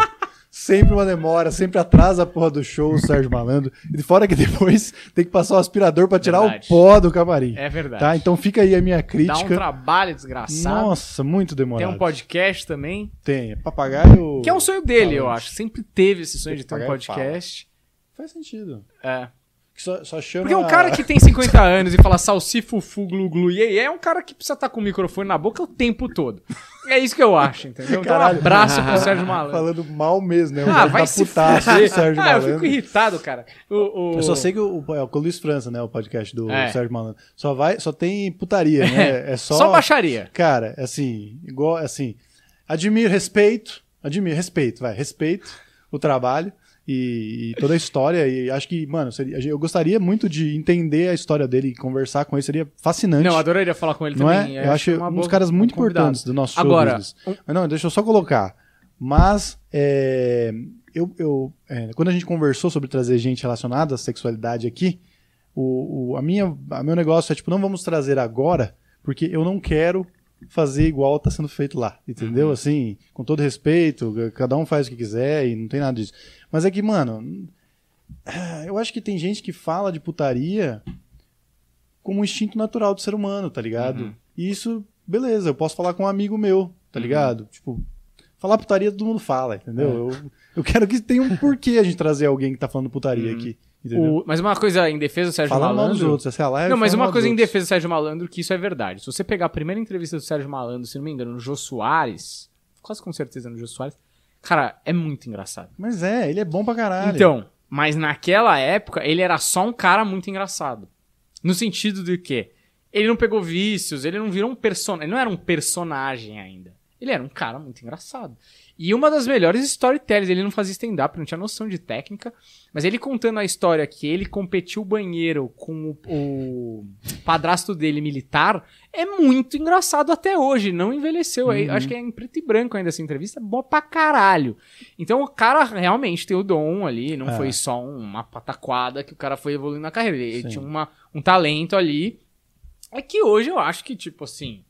Speaker 3: sempre uma demora, sempre atrasa a porra do show o Sérgio Malandro. E fora que depois tem que passar o aspirador pra tirar
Speaker 2: Verdade.
Speaker 3: o pó do camarim.
Speaker 2: É verdade.
Speaker 3: tá? Então fica aí a minha
Speaker 2: Dá um
Speaker 3: crítica.
Speaker 2: trabalho desgraçado.
Speaker 3: Nossa, muito
Speaker 2: Tem
Speaker 3: demorado.
Speaker 2: um podcast também.
Speaker 3: Tem. Papagaio.
Speaker 2: Que é um sonho dele, eu
Speaker 3: Fala.
Speaker 2: acho. Sempre teve esse sonho de ter um
Speaker 3: Papagaio fala.
Speaker 2: podcast.
Speaker 3: Faz sentido.
Speaker 2: É.
Speaker 3: Que só, só chama.
Speaker 2: Porque um cara que tem 50 anos e fala salsifufu, glu, glu, iê, iê, é um cara que precisa estar com o microfone na boca o tempo todo. É isso que eu acho, entendeu? Então, um
Speaker 3: Caralho.
Speaker 2: abraço pro Sérgio Malandro.
Speaker 3: Falando mal mesmo, né? O
Speaker 2: Ah,
Speaker 3: cara
Speaker 2: vai
Speaker 3: tá
Speaker 2: se
Speaker 3: putaço,
Speaker 2: fuder.
Speaker 3: o Sérgio
Speaker 2: Ah, eu
Speaker 3: Malandro.
Speaker 2: fico irritado, cara. O, o-
Speaker 3: Eu só sei que o, é o Luiz França, né? O podcast do
Speaker 2: É.
Speaker 3: Sérgio Malandro. Só, vai, só tem putaria, né? É só.
Speaker 2: Só baixaria.
Speaker 3: Cara, assim, igual assim. Admiro, respeito. Admiro, respeito, vai. Respeito o trabalho e, e toda a história. E acho que, mano, seria- eu gostaria muito de entender a história dele e conversar com ele. Seria fascinante.
Speaker 2: Não, adoraria falar com ele
Speaker 3: Não
Speaker 2: também.
Speaker 3: é? Eu acho
Speaker 2: uma
Speaker 3: um dos
Speaker 2: boa-
Speaker 3: caras muito
Speaker 2: um convidado.
Speaker 3: importantes do nosso show
Speaker 2: Agora, um
Speaker 3: business. Mas não, deixa eu só colocar. Mas é, eu, eu, é, quando a gente conversou sobre trazer gente relacionada à sexualidade aqui, o, o- a minha, a meu negócio é tipo, não vamos trazer agora, porque eu não quero fazer igual tá sendo feito lá,
Speaker 2: Uhum.
Speaker 3: entendeu? Assim, com todo respeito, cada um faz o que quiser e não tem nada disso. Mas é que, mano, eu acho que tem gente que fala de putaria como um instinto natural do ser humano, tá ligado?
Speaker 2: Uhum.
Speaker 3: E isso, beleza, eu posso falar com um amigo meu, tá ligado? Tipo, falar putaria todo mundo fala, entendeu?
Speaker 2: É.
Speaker 3: Eu, eu quero que tenha um porquê a gente trazer alguém que tá falando putaria aqui, entendeu?
Speaker 2: Uhum. o- mas uma coisa em defesa do Sérgio
Speaker 3: Falando mal dos
Speaker 2: Malandro.
Speaker 3: outros, essa é a live.
Speaker 2: Não, mas
Speaker 3: falando
Speaker 2: uma
Speaker 3: mal
Speaker 2: coisa
Speaker 3: dos
Speaker 2: em
Speaker 3: outros.
Speaker 2: defesa do Sérgio Malandro, que isso é verdade. Se você pegar a primeira entrevista do Sérgio Malandro, se não me engano, no Jô Soares, quase com certeza no Jô Soares, cara, é muito engraçado.
Speaker 3: Mas é, ele é bom pra caralho.
Speaker 2: Então, mas naquela época, ele era só um cara muito engraçado. No sentido de que ele não pegou vícios, ele não virou um personagem, ele não era um personagem ainda. Ele era um cara muito engraçado. E uma das melhores storytellers, ele não fazia stand-up, não tinha noção de técnica, mas ele contando a história que ele competiu o banheiro com o, o padrasto dele militar, é muito engraçado até hoje, não envelheceu. É-
Speaker 3: Uhum.
Speaker 2: Acho que é em preto e branco ainda essa entrevista, boa pra caralho. Então o cara realmente tem o dom ali, não
Speaker 3: É.
Speaker 2: foi só uma pataquada que o cara foi evoluindo na carreira. Ele
Speaker 3: Sim.
Speaker 2: tinha uma, um talento ali. É que hoje eu acho que, tipo assim.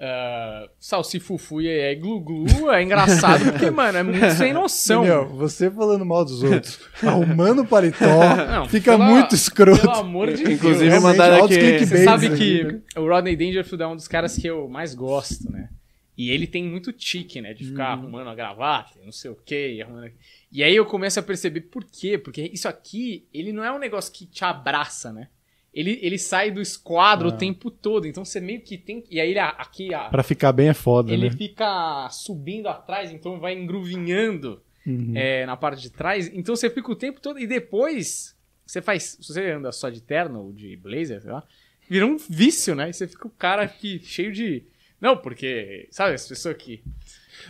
Speaker 2: ah, salsifufu e é glu-glu é engraçado porque, mano, é muito sem noção.
Speaker 3: Entendeu? Você falando mal dos outros, arrumando paletó,
Speaker 2: Não,
Speaker 3: fica
Speaker 2: pela-
Speaker 3: muito escroto.
Speaker 2: Pelo amor de Deus. É
Speaker 1: Inclusive,
Speaker 3: Realmente,
Speaker 1: mandaram
Speaker 3: altos
Speaker 1: aqui.
Speaker 3: clickbait.
Speaker 2: Você sabe
Speaker 3: Bates
Speaker 2: que
Speaker 3: aí,
Speaker 2: o Rodney Dangerfield é um dos caras que eu mais gosto, né? E ele tem muito tique, né? De ficar arrumando a gravata, e não sei o quê, e arrumando... E aí eu começo a perceber por quê. Porque isso aqui, ele não é um negócio que te abraça, né? Ele, ele sai do esquadro o
Speaker 3: Ah.
Speaker 2: tempo todo. Então você meio que tem... E aí ele, a- aqui, a-
Speaker 3: Pra ficar bem é foda,
Speaker 2: ele
Speaker 3: né?
Speaker 2: fica subindo atrás, então vai engruvinhando
Speaker 3: Uhum.
Speaker 2: é, na parte de trás. Então você fica o tempo todo. E depois, você faz. Se você anda só de terno ou de blazer, sei lá, vira um vício, né? E você fica o cara que cheio de. Não, porque. Sabe, as pessoas que.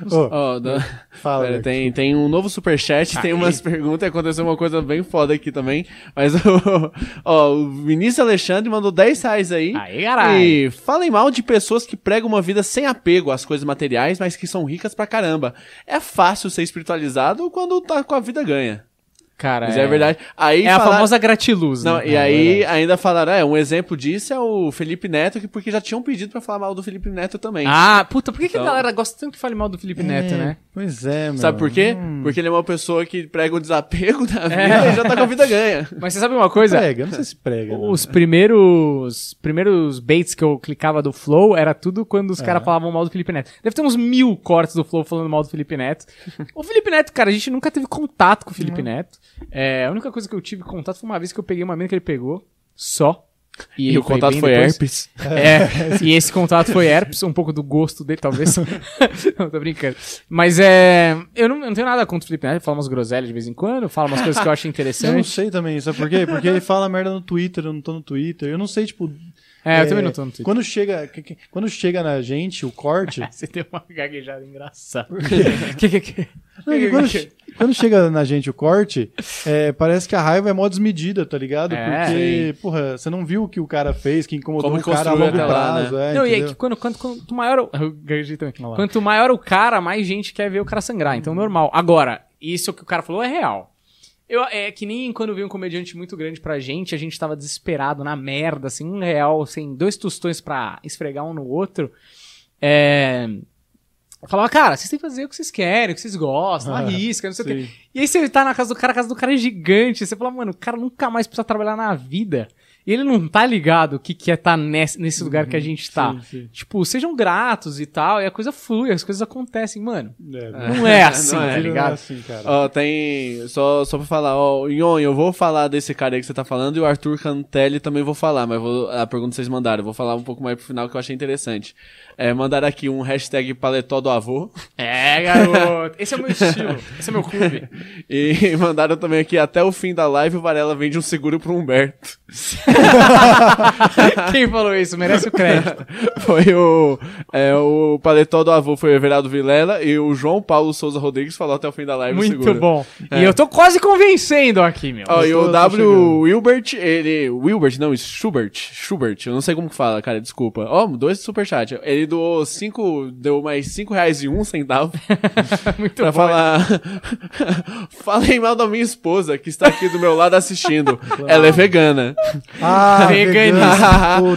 Speaker 3: Ô,
Speaker 1: Ó, da-
Speaker 3: fala,
Speaker 1: Pera,
Speaker 3: Alex.
Speaker 1: tem, tem um novo superchat, tem umas perguntas, aconteceu uma coisa bem foda aqui também. Mas o, ó, o Vinícius Alexandre mandou 10 reais aí.
Speaker 2: Aí, caralho.
Speaker 1: E falem mal de pessoas que pregam uma vida sem apego às coisas materiais, mas que são ricas pra caramba. É fácil ser espiritualizado quando tá com a vida ganha.
Speaker 2: Cara,
Speaker 1: Mas é, verdade. Aí
Speaker 2: É a
Speaker 1: falar-
Speaker 2: famosa gratiluz.
Speaker 1: Não,
Speaker 2: né?
Speaker 1: e aí ainda falaram, é, um exemplo disso é o Felipe Neto, que porque já tinham pedido pra falar mal do Felipe Neto também.
Speaker 2: Ah, puta, por que, que
Speaker 1: Então-
Speaker 2: a galera gosta tanto que fale mal do Felipe Neto,
Speaker 3: É,
Speaker 2: né?
Speaker 3: Pois é, mano.
Speaker 1: Sabe por quê?
Speaker 3: Hum,
Speaker 1: Porque ele é uma pessoa que prega o desapego
Speaker 2: É.
Speaker 1: da vida e já tá com a vida ganha.
Speaker 2: Mas você sabe uma
Speaker 1: É.
Speaker 2: coisa?
Speaker 3: Prega, não sei se prega. né?
Speaker 2: é. Os primeiros primeiros baits que eu clicava do Flow era tudo quando os
Speaker 1: É.
Speaker 2: caras falavam mal do Felipe Neto. Deve ter uns mil cortes do Flow falando mal do Felipe Neto. o Felipe Neto, cara, a gente nunca teve contato com o Felipe Neto. É, a única coisa que eu tive contato foi uma vez que eu peguei uma mina que ele pegou, só.
Speaker 1: E,
Speaker 2: ele
Speaker 1: o contato
Speaker 2: bem
Speaker 1: foi
Speaker 2: depois.
Speaker 1: herpes.
Speaker 2: É, e esse contato foi herpes, um pouco do gosto dele, talvez. não, tô brincando. Mas é. Eu não, eu não tenho nada contra o Felipe Neto, ele fala umas groselhas de vez em quando, fala umas coisas que eu acho
Speaker 3: Eu não
Speaker 2: interessante.
Speaker 3: sei também, sabe por quê? Porque ele fala merda no Twitter, eu não tô no Twitter. Eu não sei, tipo,
Speaker 2: É, eu também não tô no Twitter.
Speaker 3: Quando chega, que- que- quando chega na gente o corte.
Speaker 2: Você deu uma gaguejada engraçada. que, que, que?
Speaker 3: Não, que quando, che- quando chega na gente o corte, é, parece que a raiva é mó desmedida, tá ligado?
Speaker 2: É,
Speaker 3: Porque, porra, você não viu o que o cara fez, que incomodou
Speaker 1: Como
Speaker 3: o cara a
Speaker 1: construiu
Speaker 3: longo
Speaker 1: até lá,
Speaker 3: prazo. é,
Speaker 2: não, e é
Speaker 3: entendeu?
Speaker 2: que quando, quanto, quanto maior o. Eu gaguejei também.
Speaker 3: Olha lá.
Speaker 2: Quanto maior o cara, mais gente quer ver o cara sangrar. Então, normal. Agora, isso que o cara falou é real. Eu, é que nem quando veio um comediante muito grande pra gente, a gente tava desesperado na merda, assim, um real, assim, dois tostões pra esfregar um no outro. É. eu Falava, cara, vocês têm que fazer o que vocês querem, o que vocês gostam,
Speaker 3: Ah,
Speaker 2: arrisca, não sei o quê.
Speaker 3: Sim.
Speaker 2: E aí você tá na casa do cara, a casa do cara é gigante. Você fala, mano, o cara nunca mais precisa trabalhar na vida. E ele não tá ligado o que, que é estar nesse, nesse lugar que a gente tá.
Speaker 3: Sim, sim.
Speaker 2: Tipo, sejam gratos e tal, e a coisa flui, as coisas acontecem, mano.
Speaker 3: É,
Speaker 2: Não é assim,
Speaker 1: Não é,
Speaker 2: tá
Speaker 3: não é
Speaker 2: ligado?
Speaker 3: assim, cara.
Speaker 1: Ó, tem. Só, só pra falar, ó, Ion, eu vou falar desse cara aí que você tá falando e o Arthur Cantelli também vou falar, mas vou, a pergunta que vocês mandaram, eu vou falar um pouco mais pro final que eu achei interessante. É, mandaram aqui um hashtag paletó do avô
Speaker 2: É, garoto. Esse é o meu estilo, esse é o meu clube.
Speaker 1: e mandaram também aqui até o fim da live o Varela vende um seguro pro Humberto.
Speaker 2: Quem falou isso merece o crédito.
Speaker 1: Foi o. É, o paletó do avô foi o Everaldo Vilela e o João Paulo Souza Rodrigues falou até o fim da live o
Speaker 2: Muito
Speaker 1: seguro.
Speaker 2: bom. E eu tô quase convencendo aqui, meu.
Speaker 1: Ó, e
Speaker 3: Eu tô-
Speaker 1: o
Speaker 3: tô
Speaker 1: W.
Speaker 3: chegando.
Speaker 1: Wilbert, ele. Wilbert, não, Schubert. Schubert, eu não sei como que fala, cara, desculpa. Ó, dois superchats. Ele doou cinco. Deu mais cinco reais e um centavo
Speaker 2: Muito
Speaker 1: pra falar. Falei mal da minha esposa, que está aqui do meu lado assistindo. Ela é vegana.
Speaker 3: Ah,
Speaker 2: Veganismo.
Speaker 3: vegano,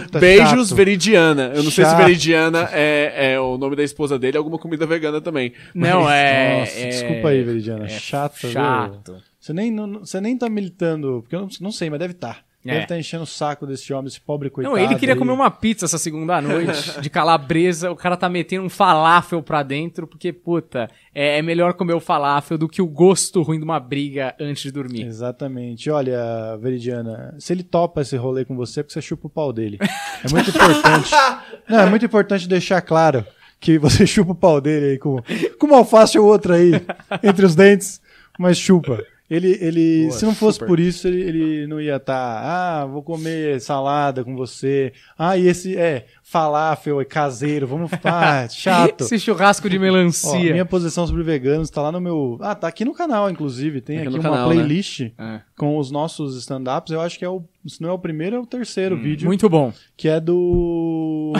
Speaker 3: puta,
Speaker 1: Beijos,
Speaker 3: chato.
Speaker 1: Veridiana. Eu não sei se
Speaker 3: Chato.
Speaker 1: Veridiana é, é o nome da esposa dele, é alguma comida vegana também.
Speaker 2: Não, é.
Speaker 3: Nossa,
Speaker 2: é-
Speaker 3: desculpa aí, Veridiana.
Speaker 2: é
Speaker 3: chato, viu?
Speaker 2: Chato.
Speaker 3: Você nem, não- não- você nem tá militando, porque eu não, não sei, mas deve estar.
Speaker 2: É.
Speaker 3: Deve estar enchendo o saco desse homem, esse pobre coitado.
Speaker 2: Não, ele queria
Speaker 3: aí.
Speaker 2: comer uma pizza essa segunda noite de calabresa. O cara tá metendo um falafel pra dentro, porque, puta, é, é melhor comer o falafel do que o gosto ruim de uma briga antes de dormir.
Speaker 3: É Exatamente. Olha, Veridiana, se ele topa esse rolê com você, é porque você chupa o pau dele. É muito importante. Não, é muito importante deixar claro que você chupa o pau dele aí com, com uma alface ou outra aí entre os dentes, mas chupa. Ele, ele
Speaker 1: Boa,
Speaker 3: se não fosse
Speaker 1: super.
Speaker 3: por isso, ele, ele não ia estar. ah, vou comer salada com você. Ah, e esse é falafel, é caseiro, vamos. Ah, chato.
Speaker 2: Esse churrasco de
Speaker 3: Ó,
Speaker 2: melancia.
Speaker 3: minha posição sobre veganos tá lá no meu. Ah, tá aqui no canal, inclusive. Tem
Speaker 2: Tá
Speaker 1: Aqui
Speaker 3: aqui,
Speaker 1: no
Speaker 3: uma
Speaker 1: canal, né?
Speaker 3: playlist
Speaker 2: É.
Speaker 3: com os nossos stand-ups. Eu acho que é o. Se não é o primeiro, é o terceiro vídeo.
Speaker 2: Hum. Muito bom.
Speaker 3: Que é do.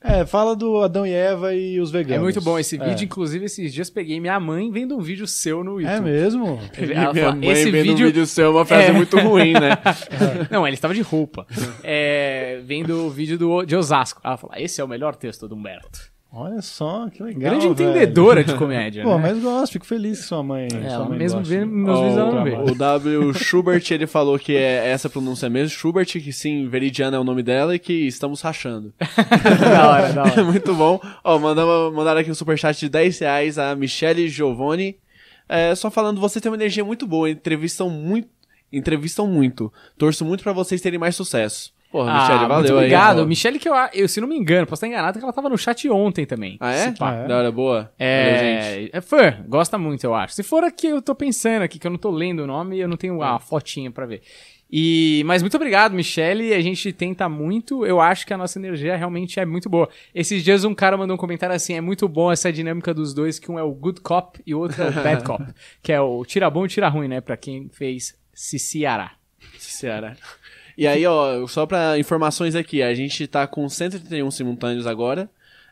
Speaker 3: é, fala do Adão e Eva e os veganos.
Speaker 2: É muito bom esse vídeo.
Speaker 3: É.
Speaker 2: Inclusive, esses dias peguei minha mãe vendo um vídeo seu no
Speaker 3: É
Speaker 2: YouTube.
Speaker 3: mesmo?
Speaker 2: Ela
Speaker 1: minha
Speaker 2: fala,
Speaker 1: mãe
Speaker 2: esse
Speaker 1: vendo
Speaker 2: vídeo...
Speaker 1: um vídeo seu é uma frase
Speaker 2: É.
Speaker 1: muito ruim, né?
Speaker 2: Não, ele estava de roupa. É, vendo o vídeo do, de Osasco. Ela fala, esse é o melhor texto do Humberto.
Speaker 3: Olha só, que legal.
Speaker 2: Grande
Speaker 3: velho.
Speaker 2: entendedora de comédia,
Speaker 3: Pô,
Speaker 2: né?
Speaker 3: mas gosto, fico feliz que sua mãe. sua
Speaker 2: É, Ela
Speaker 3: mãe
Speaker 2: mesmo
Speaker 3: gosta.
Speaker 2: vê meus
Speaker 1: Ó,
Speaker 2: vídeos, ela não vê.
Speaker 1: O W. Schubert, ele falou que é essa pronúncia mesmo. Schubert, que sim, Veridiana é o nome dela e que estamos rachando.
Speaker 2: da hora, da hora.
Speaker 1: É Muito bom. Ó, mandava- mandaram aqui um superchat de 10 reais a Michele Giovanni. É, só falando, você tem uma energia muito boa, entrevistam muito. Entrevistam muito. Torço muito pra vocês terem mais sucesso. Porra,
Speaker 2: Ah,
Speaker 1: Michele, valeu
Speaker 2: muito
Speaker 1: aí.
Speaker 2: obrigado.
Speaker 1: Ó.
Speaker 2: Michele, que eu, a- eu, se não me engano, posso estar enganado, que ela tava no chat ontem também.
Speaker 1: Ah, é?
Speaker 2: Se pá.
Speaker 3: Ah, é?
Speaker 1: Da hora, boa. Valeu, gente.
Speaker 2: É, é fã, gosta muito, eu acho. Se for aqui, eu tô pensando aqui, que eu não tô lendo o nome e eu não tenho
Speaker 1: É.
Speaker 2: a fotinha pra ver. E, mas muito obrigado, Michele. A gente tenta muito. Eu acho que a nossa energia realmente é muito boa. Esses dias um cara mandou um comentário assim: é muito bom essa dinâmica dos dois, que um é o good cop e o outro é o bad cop. Que é o tira bom e tira ruim, né? Pra quem fez Ciciará.
Speaker 1: Ceará. E aí, ó, só pra informações aqui, a gente tá com 131 simultâneos agora.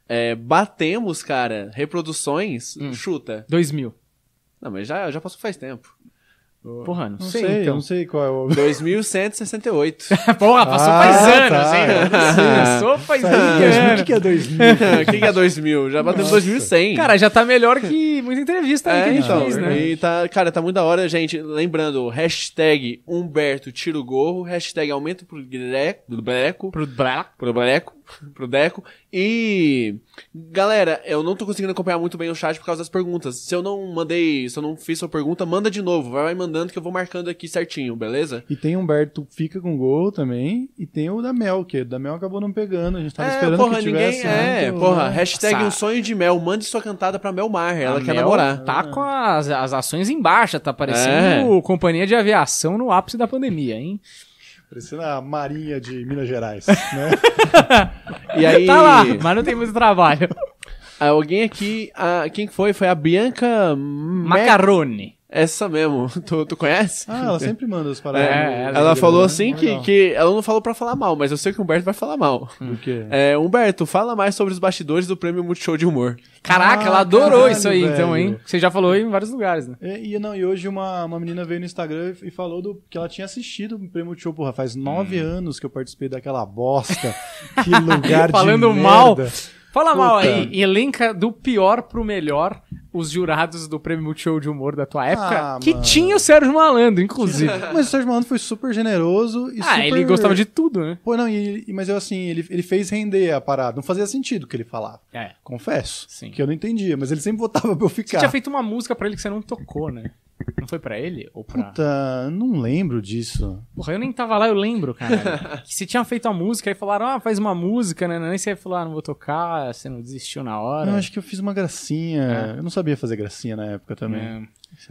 Speaker 1: É, batemos, cara, reproduções,
Speaker 2: Hum.
Speaker 1: chuta.
Speaker 2: 2000.
Speaker 1: Não, mas já, já passou faz tempo.
Speaker 2: Porra, não,
Speaker 3: Não
Speaker 2: sei,
Speaker 3: sei,
Speaker 2: então.
Speaker 3: não sei qual é o.
Speaker 1: 2168.
Speaker 2: Porra, passou
Speaker 3: Ah,
Speaker 2: faz anos,
Speaker 3: tá.
Speaker 2: né? hein? Passou faz anos.
Speaker 3: que é 2000?
Speaker 1: O que, que é 2000? Já batemos 2100.
Speaker 2: Cara, já tá melhor que muita entrevista aí que a
Speaker 1: é,
Speaker 2: gente
Speaker 1: então.
Speaker 2: fez, né?
Speaker 1: E tá, cara, tá muito da hora, gente. Lembrando, hashtag Humberto Tiro Gorro, hashtag Aumento pro Greco, pro Breco,
Speaker 2: Pro Black.
Speaker 1: pro Breco, pro Deco. E, galera, eu não tô conseguindo acompanhar muito bem o chat por causa das perguntas. Se eu não mandei, se eu não fiz sua pergunta, manda de novo. Vai vai mandando que eu vou marcando aqui certinho, beleza?
Speaker 3: E tem Humberto Fica com Gol também. E tem o da Mel, que o da Mel acabou não pegando. A gente tava
Speaker 1: é,
Speaker 3: esperando
Speaker 1: porra,
Speaker 3: que
Speaker 1: ninguém.
Speaker 3: tivesse.
Speaker 1: É,
Speaker 3: muito,
Speaker 1: porra,
Speaker 3: né?
Speaker 1: hashtag
Speaker 2: Essa-
Speaker 1: um sonho de mel. Mande sua cantada pra Mel Mar, ela
Speaker 2: A
Speaker 3: Ah,
Speaker 1: quer
Speaker 2: Mel
Speaker 1: namorar.
Speaker 2: Tá com as, as ações em baixa, tá parecendo
Speaker 1: É.
Speaker 2: companhia de aviação no ápice da pandemia, hein?
Speaker 3: Parecendo a Marinha de Minas Gerais, né?
Speaker 1: E aí,
Speaker 2: Tá lá, mas não tem muito trabalho.
Speaker 1: alguém aqui, a- quem foi? Foi a Bianca Mac...
Speaker 2: Macarone.
Speaker 1: Essa mesmo. Tu, tu conhece?
Speaker 3: Ah, ela sempre manda as paradas.
Speaker 2: É,
Speaker 3: no-
Speaker 2: ela-
Speaker 1: Ela falou assim
Speaker 3: Legal.
Speaker 1: que, que ela não falou pra falar mal, mas eu sei que o Humberto vai falar mal.
Speaker 3: Do quê?
Speaker 1: É, Humberto, fala mais sobre os bastidores do Prêmio Multishow de Humor.
Speaker 2: Caraca,
Speaker 3: Ah,
Speaker 2: ela adorou
Speaker 3: caralho,
Speaker 2: isso aí, então, hein?
Speaker 3: velho.
Speaker 2: Você já falou em vários lugares, né?
Speaker 3: É, E, e não, e hoje uma, uma menina veio no Instagram e, e falou do, que ela tinha assistido o Prêmio Multishow, porra, faz nove
Speaker 1: Hum.
Speaker 3: anos que eu participei daquela bosta. que lugar
Speaker 2: Falando
Speaker 3: de
Speaker 2: mal.
Speaker 3: merda.
Speaker 2: Fala
Speaker 3: Puta.
Speaker 2: mal aí, elenca do pior pro melhor os jurados do Prêmio Multishow de Humor da tua época,
Speaker 3: Ah,
Speaker 2: que
Speaker 3: mano.
Speaker 2: tinha o Sérgio Malandro, inclusive.
Speaker 3: Mas o Sérgio Malandro foi super generoso e
Speaker 2: ah,
Speaker 3: super-
Speaker 2: ele gostava de tudo, né?
Speaker 3: Pô, não, e, e- mas eu assim, ele, ele fez render a parada. Não fazia sentido o que ele falava.
Speaker 2: É.
Speaker 3: Confesso.
Speaker 2: Sim.
Speaker 3: Que eu não entendia, mas ele sempre votava pra eu
Speaker 2: Você
Speaker 3: ficar.
Speaker 2: tinha feito uma música pra ele que você não tocou, né? Não foi pra ele? Ou pra...
Speaker 3: Puta, não lembro disso.
Speaker 2: Porra, eu nem tava lá, eu lembro, cara. que você tinha feito a música, aí falaram, ah, faz uma música, né? Aí você falou, ah, não vou tocar, você não desistiu na hora.
Speaker 3: Eu acho que eu fiz uma gracinha. Eu não sabia fazer gracinha na época também.
Speaker 2: É.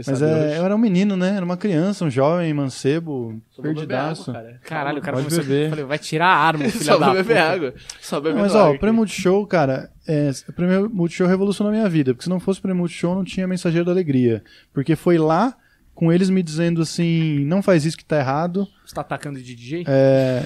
Speaker 3: Mas é, eu era um menino, né? Era uma criança, um jovem, mancebo, perdidaço.
Speaker 2: Caralho, o cara
Speaker 3: Pode
Speaker 2: começou
Speaker 3: beber.
Speaker 2: a... Falei, vai tirar a arma, filha
Speaker 1: Só
Speaker 2: da
Speaker 1: pra beber
Speaker 2: puta.
Speaker 1: água. Só beber
Speaker 3: Mas
Speaker 1: água
Speaker 3: ó, o
Speaker 1: aqui.
Speaker 3: Prêmio Multishow, cara, é, o Prêmio Multishow revolucionou a minha vida, porque se não fosse o Prêmio Multishow não tinha Mensageiro da Alegria, porque foi lá com eles me dizendo assim, não faz isso que tá errado,
Speaker 2: Você tá atacando de DJ?
Speaker 3: É,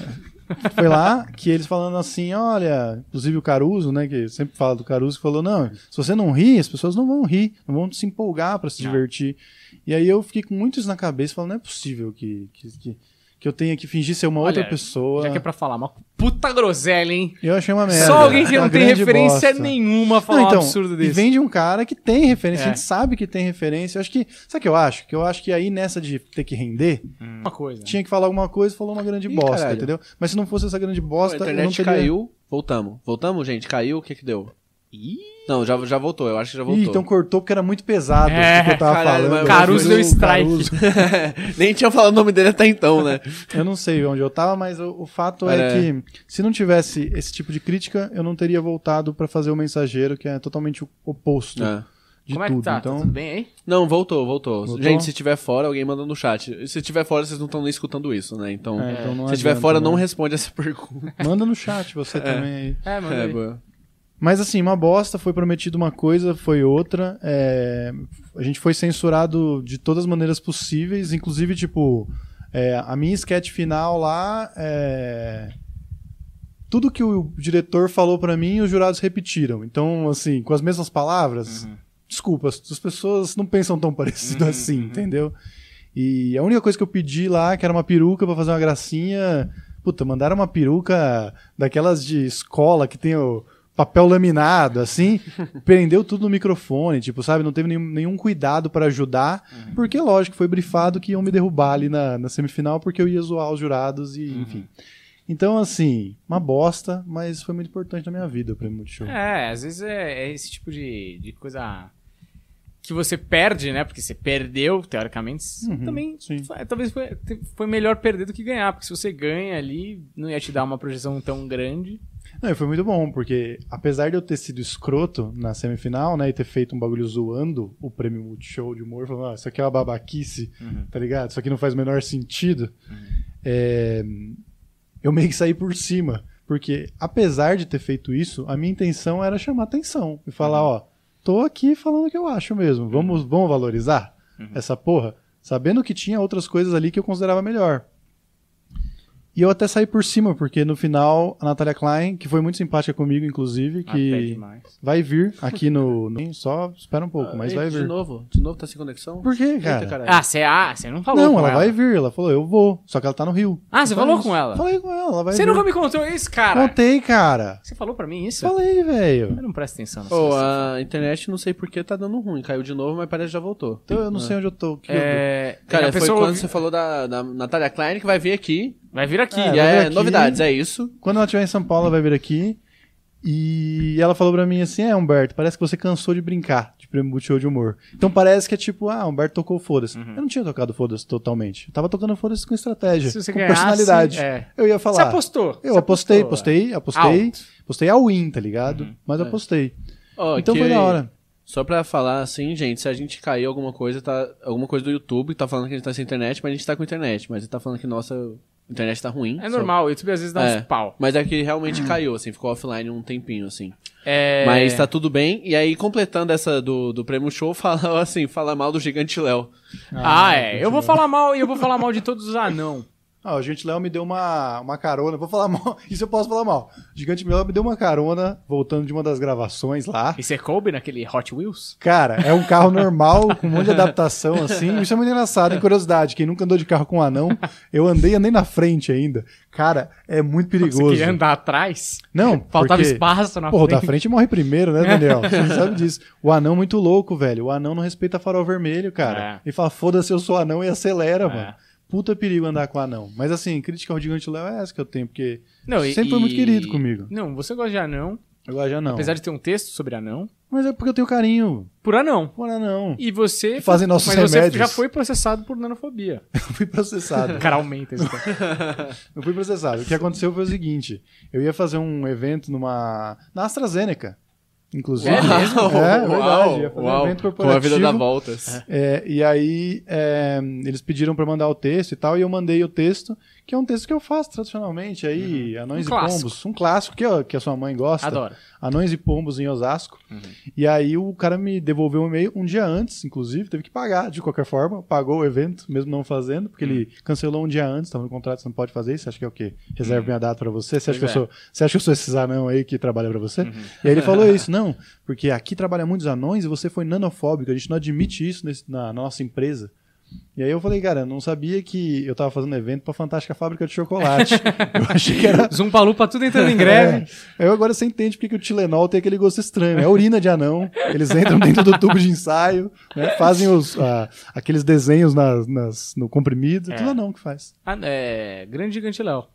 Speaker 3: foi lá que eles falando assim, olha, inclusive o Caruso, né, que sempre fala do Caruso, que falou, não, se você não rir, as pessoas não vão rir, não vão se empolgar pra se
Speaker 2: Não.
Speaker 3: divertir. E aí eu fiquei com muito isso na cabeça, falando, não é possível que, que, que, que eu tenha que fingir ser uma outra
Speaker 2: Olha,
Speaker 3: pessoa.
Speaker 2: Já que é pra falar, uma puta groselha, hein?
Speaker 3: Eu achei uma merda.
Speaker 2: Só alguém que
Speaker 3: É, uma
Speaker 2: não tem
Speaker 3: grande
Speaker 2: referência
Speaker 3: bosta.
Speaker 2: nenhuma
Speaker 3: Não,
Speaker 2: falar
Speaker 3: então,
Speaker 2: um absurdo
Speaker 3: E
Speaker 2: desse.
Speaker 3: vem de um cara que tem referência,
Speaker 2: É.
Speaker 3: a gente sabe que tem referência. Eu acho que, sabe o que eu acho? Que eu acho que aí nessa de ter que render,
Speaker 2: Uma coisa.
Speaker 3: tinha que falar alguma coisa, falou uma grande
Speaker 1: Ih,
Speaker 3: bosta,
Speaker 1: caralho.
Speaker 3: entendeu? Mas se não fosse essa grande
Speaker 1: Pô,
Speaker 3: bosta,
Speaker 1: a
Speaker 3: tá- eu não
Speaker 1: internet
Speaker 3: teria...
Speaker 1: caiu. Voltamos. Voltamos, gente? Caiu? O que que deu?
Speaker 2: Ih,
Speaker 1: Não, já, já voltou. Eu acho que já voltou.
Speaker 3: Ih, então cortou porque era muito pesado
Speaker 2: É,
Speaker 3: o que eu tava
Speaker 1: caralho, mas
Speaker 3: falando.
Speaker 1: o
Speaker 2: Caruso
Speaker 3: Eu
Speaker 2: deu
Speaker 3: fui no
Speaker 2: strike.
Speaker 3: Caruso.
Speaker 1: Nem tinha falado o nome dele até então, né?
Speaker 3: Eu não sei onde eu tava, mas o, o fato
Speaker 1: Era-
Speaker 3: é que se não tivesse esse tipo de crítica, eu não teria voltado pra fazer o mensageiro, que é totalmente o oposto
Speaker 1: É.
Speaker 3: de
Speaker 2: como é
Speaker 3: tudo.
Speaker 2: que tá? Tá
Speaker 3: Então,
Speaker 2: tudo bem aí?
Speaker 1: Não, voltou, voltou,
Speaker 3: Voltou?
Speaker 1: Gente, se tiver fora, alguém manda no chat. Se tiver fora, vocês não estão nem escutando isso, né? Então,
Speaker 3: É, então não
Speaker 1: se tiver
Speaker 3: adianta,
Speaker 1: fora,
Speaker 3: né?
Speaker 1: não responde essa pergunta.
Speaker 3: manda no chat você também aí.
Speaker 2: É, mano.
Speaker 1: É,
Speaker 2: aí.
Speaker 1: boa.
Speaker 3: Mas assim, uma bosta, foi prometido uma coisa, foi outra. é, A gente foi censurado de todas as maneiras possíveis, inclusive, tipo, é, a minha sketch final lá. é, Tudo que o diretor falou pra mim, os jurados repetiram. Então, assim, com as mesmas palavras, desculpa, as as pessoas não pensam tão parecido assim, entendeu? E a única coisa que eu pedi lá, que era uma peruca pra fazer uma gracinha, puta, mandaram uma peruca daquelas de escola que tem o papel laminado, assim, prendeu tudo no microfone, tipo, sabe? Não teve nenhum, nenhum cuidado pra ajudar, porque, lógico, foi brifado que iam me derrubar ali na, na semifinal, porque eu ia zoar os jurados e, enfim. Então, assim, uma bosta, mas foi muito importante na minha vida o Prêmio Multishow.
Speaker 2: É, às vezes é, é esse tipo de, de coisa que você perde, né? Porque você perdeu, teoricamente, isso
Speaker 3: Uhum,
Speaker 2: também.
Speaker 3: sim.
Speaker 2: fa- Talvez foi, te- foi melhor perder do que ganhar, porque se você ganha ali, não ia te dar uma projeção tão grande.
Speaker 3: Não, e foi muito bom, porque apesar de eu ter sido escroto na semifinal, né, e ter feito um bagulho zoando o prêmio Multishow de humor, falando, ah, isso aqui é uma babaquice, tá ligado? Isso aqui não faz o menor sentido. É, eu meio que saí por cima, porque apesar de ter feito isso, a minha intenção era chamar atenção e falar,
Speaker 1: Uhum.
Speaker 3: ó, tô aqui falando o que eu acho mesmo, vamos, vamos valorizar
Speaker 1: Uhum.
Speaker 3: essa porra, sabendo que tinha outras coisas ali que eu considerava melhor. E eu até saí por cima, porque no final a Natália Klein, que foi muito simpática comigo, inclusive,
Speaker 2: Até
Speaker 3: que
Speaker 2: demais.
Speaker 3: vai vir aqui no. no- Só espera um pouco, mas
Speaker 1: Ei,
Speaker 3: vai
Speaker 1: Ah, de
Speaker 3: vir.
Speaker 1: novo? De novo tá sem conexão?
Speaker 3: Por quê,
Speaker 1: Eita,
Speaker 3: cara?
Speaker 1: caralho.
Speaker 2: Ah, você ah, você não falou
Speaker 3: É. Não,
Speaker 2: com
Speaker 3: ela
Speaker 2: ela.
Speaker 3: vai vir, ela falou, eu vou. Só que ela tá no Rio.
Speaker 2: Ah, você
Speaker 3: Só
Speaker 2: falou
Speaker 3: isso.
Speaker 2: com ela?
Speaker 3: Falei com ela, ela vai
Speaker 2: Você
Speaker 3: vir.
Speaker 2: nunca me contou isso, cara?
Speaker 3: Contei, cara.
Speaker 2: Você falou pra mim isso?
Speaker 3: Falei, velho.
Speaker 2: Eu não presto atenção nas
Speaker 1: Ô, ah,
Speaker 2: coisas.
Speaker 1: a internet, não sei porquê, tá dando ruim. Caiu de novo, mas parece que já voltou.
Speaker 3: Então eu não sei onde eu tô. que eu-
Speaker 2: Ah. É,
Speaker 1: Cara,
Speaker 2: a
Speaker 1: foi
Speaker 2: pessoa
Speaker 1: quando você falou da, da Natália Klein que vai vir aqui.
Speaker 2: vai vir aqui.
Speaker 3: É,
Speaker 1: e
Speaker 3: vai
Speaker 1: é
Speaker 3: vir aqui.
Speaker 1: novidades, é isso.
Speaker 3: Quando ela estiver em São Paulo, ela vai vir aqui. E ela falou pra mim assim: É, Humberto, parece que você cansou de brincar de prêmio Multishow de humor. Então parece que é tipo, ah, Humberto tocou foda-se.
Speaker 2: Uhum.
Speaker 3: Eu não tinha tocado foda-se totalmente. Eu tava tocando foda-se com estratégia,
Speaker 2: Se você
Speaker 3: com
Speaker 2: ganhasse,
Speaker 3: personalidade.
Speaker 2: é.
Speaker 3: Eu ia
Speaker 2: Você
Speaker 3: falar.
Speaker 2: apostou.
Speaker 3: Eu
Speaker 2: Você
Speaker 3: apostei,
Speaker 2: apostou. é.
Speaker 3: apostei, apostei,
Speaker 2: Alto. Uhum. É.
Speaker 3: apostei a win, tá ligado? Mas eu apostei.
Speaker 1: Ó,
Speaker 3: então
Speaker 1: que-
Speaker 3: foi da hora.
Speaker 1: Só pra falar assim, gente, se a gente cair alguma coisa, tá. Alguma coisa do YouTube, tá falando que a gente tá sem internet, mas a gente tá com internet. Mas ele tá falando que nossa A internet tá ruim.
Speaker 2: É normal, o YouTube às vezes dá
Speaker 1: É.
Speaker 2: uns pau.
Speaker 1: Mas é que realmente caiu, assim, ficou offline um tempinho, assim.
Speaker 2: É...
Speaker 1: Mas tá tudo bem. E aí, completando essa do, do prêmio show, fala assim, fala mal do gigante Léo.
Speaker 2: Ah, é. Eu vou falar mal e eu vou falar mal de todos os anão.
Speaker 3: Ah, o Gigante Léo me deu uma, uma carona. Vou falar mal. Isso eu posso falar mal. O Gigante Léo me deu uma carona voltando de uma das gravações lá.
Speaker 2: E você coube naquele Hot Wheels?
Speaker 3: Cara, é um carro normal, com um monte de adaptação, assim. Isso é muito engraçado, hein? Curiosidade, quem nunca andou de carro com um anão, eu andei andei na frente ainda. Cara, é muito
Speaker 2: Você
Speaker 3: perigoso.
Speaker 2: queria andar atrás?
Speaker 3: Não,
Speaker 2: Faltava
Speaker 3: porque...
Speaker 2: espaço na
Speaker 3: Pô, o da
Speaker 2: frente. É.
Speaker 3: frente morre primeiro, né, Daniel? Você sabe disso. O anão é muito louco, velho. O anão não respeita farol vermelho, cara. E fala, foda-se, eu sou anão e acelera,
Speaker 2: É.
Speaker 3: mano. Puta perigo andar com anão. Mas assim, crítica ao Gigante Léo é essa que eu tenho, porque
Speaker 2: Não, e-
Speaker 3: sempre foi muito
Speaker 2: e-
Speaker 3: querido comigo.
Speaker 2: Não, você gosta de anão,
Speaker 3: Agora já não.
Speaker 2: apesar de ter um texto sobre anão,
Speaker 3: Mas é porque eu tenho carinho
Speaker 2: por anão.
Speaker 3: por anão.
Speaker 2: E você.
Speaker 3: E fazem nossos
Speaker 2: mas você
Speaker 3: remédios.
Speaker 2: já foi processado por nanofobia.
Speaker 3: Eu fui processado.
Speaker 2: O cara aumenta esse cara.
Speaker 3: Eu fui processado. O que aconteceu foi o seguinte: eu ia fazer um evento numa. na AstraZeneca, inclusive.
Speaker 2: É mesmo?
Speaker 3: É, é verdade. Ia fazer um evento
Speaker 1: Com a vida
Speaker 3: corporativo.
Speaker 1: dá voltas.
Speaker 3: É, e aí é, eles pediram pra eu mandar o texto e tal, e eu mandei o texto, que é um texto que eu faço tradicionalmente aí, Anões
Speaker 2: Um
Speaker 3: e
Speaker 2: clássico.
Speaker 3: Pombos, um clássico que, ó, que a sua mãe gosta.
Speaker 2: Adoro.
Speaker 3: Anões e Pombos em Osasco.
Speaker 2: Uhum.
Speaker 3: E aí o cara me devolveu um e-mail um dia antes, inclusive, teve que pagar de qualquer forma, pagou o evento, mesmo não fazendo, porque
Speaker 2: Uhum.
Speaker 3: ele cancelou um dia antes, tava no contrato, você não pode fazer isso, você acha que é o quê? Reserva minha data pra você? Você acha, que eu
Speaker 2: Uhum. Pois é. Uhum.
Speaker 3: sou, você acha que eu sou esses anão aí que trabalha pra você? E aí ele falou isso, não, porque aqui trabalha muitos anões e você foi nanofóbico, a gente não admite isso nesse- na, na nossa empresa. E aí eu falei, cara, eu não sabia que eu tava fazendo evento pra Fantástica Fábrica de Chocolate. eu achei que era
Speaker 2: Zumpalupa tudo entrando em greve.
Speaker 3: é. Eu agora você entende porque que o Tilenol tem aquele gosto estranho. É a urina de anão. Eles entram dentro do tubo de ensaio, né, fazem os, ah, aqueles desenhos nas- nas- no comprimido.
Speaker 1: É.
Speaker 3: Tudo anão que faz.
Speaker 2: Ah, é, grande gigante Léo.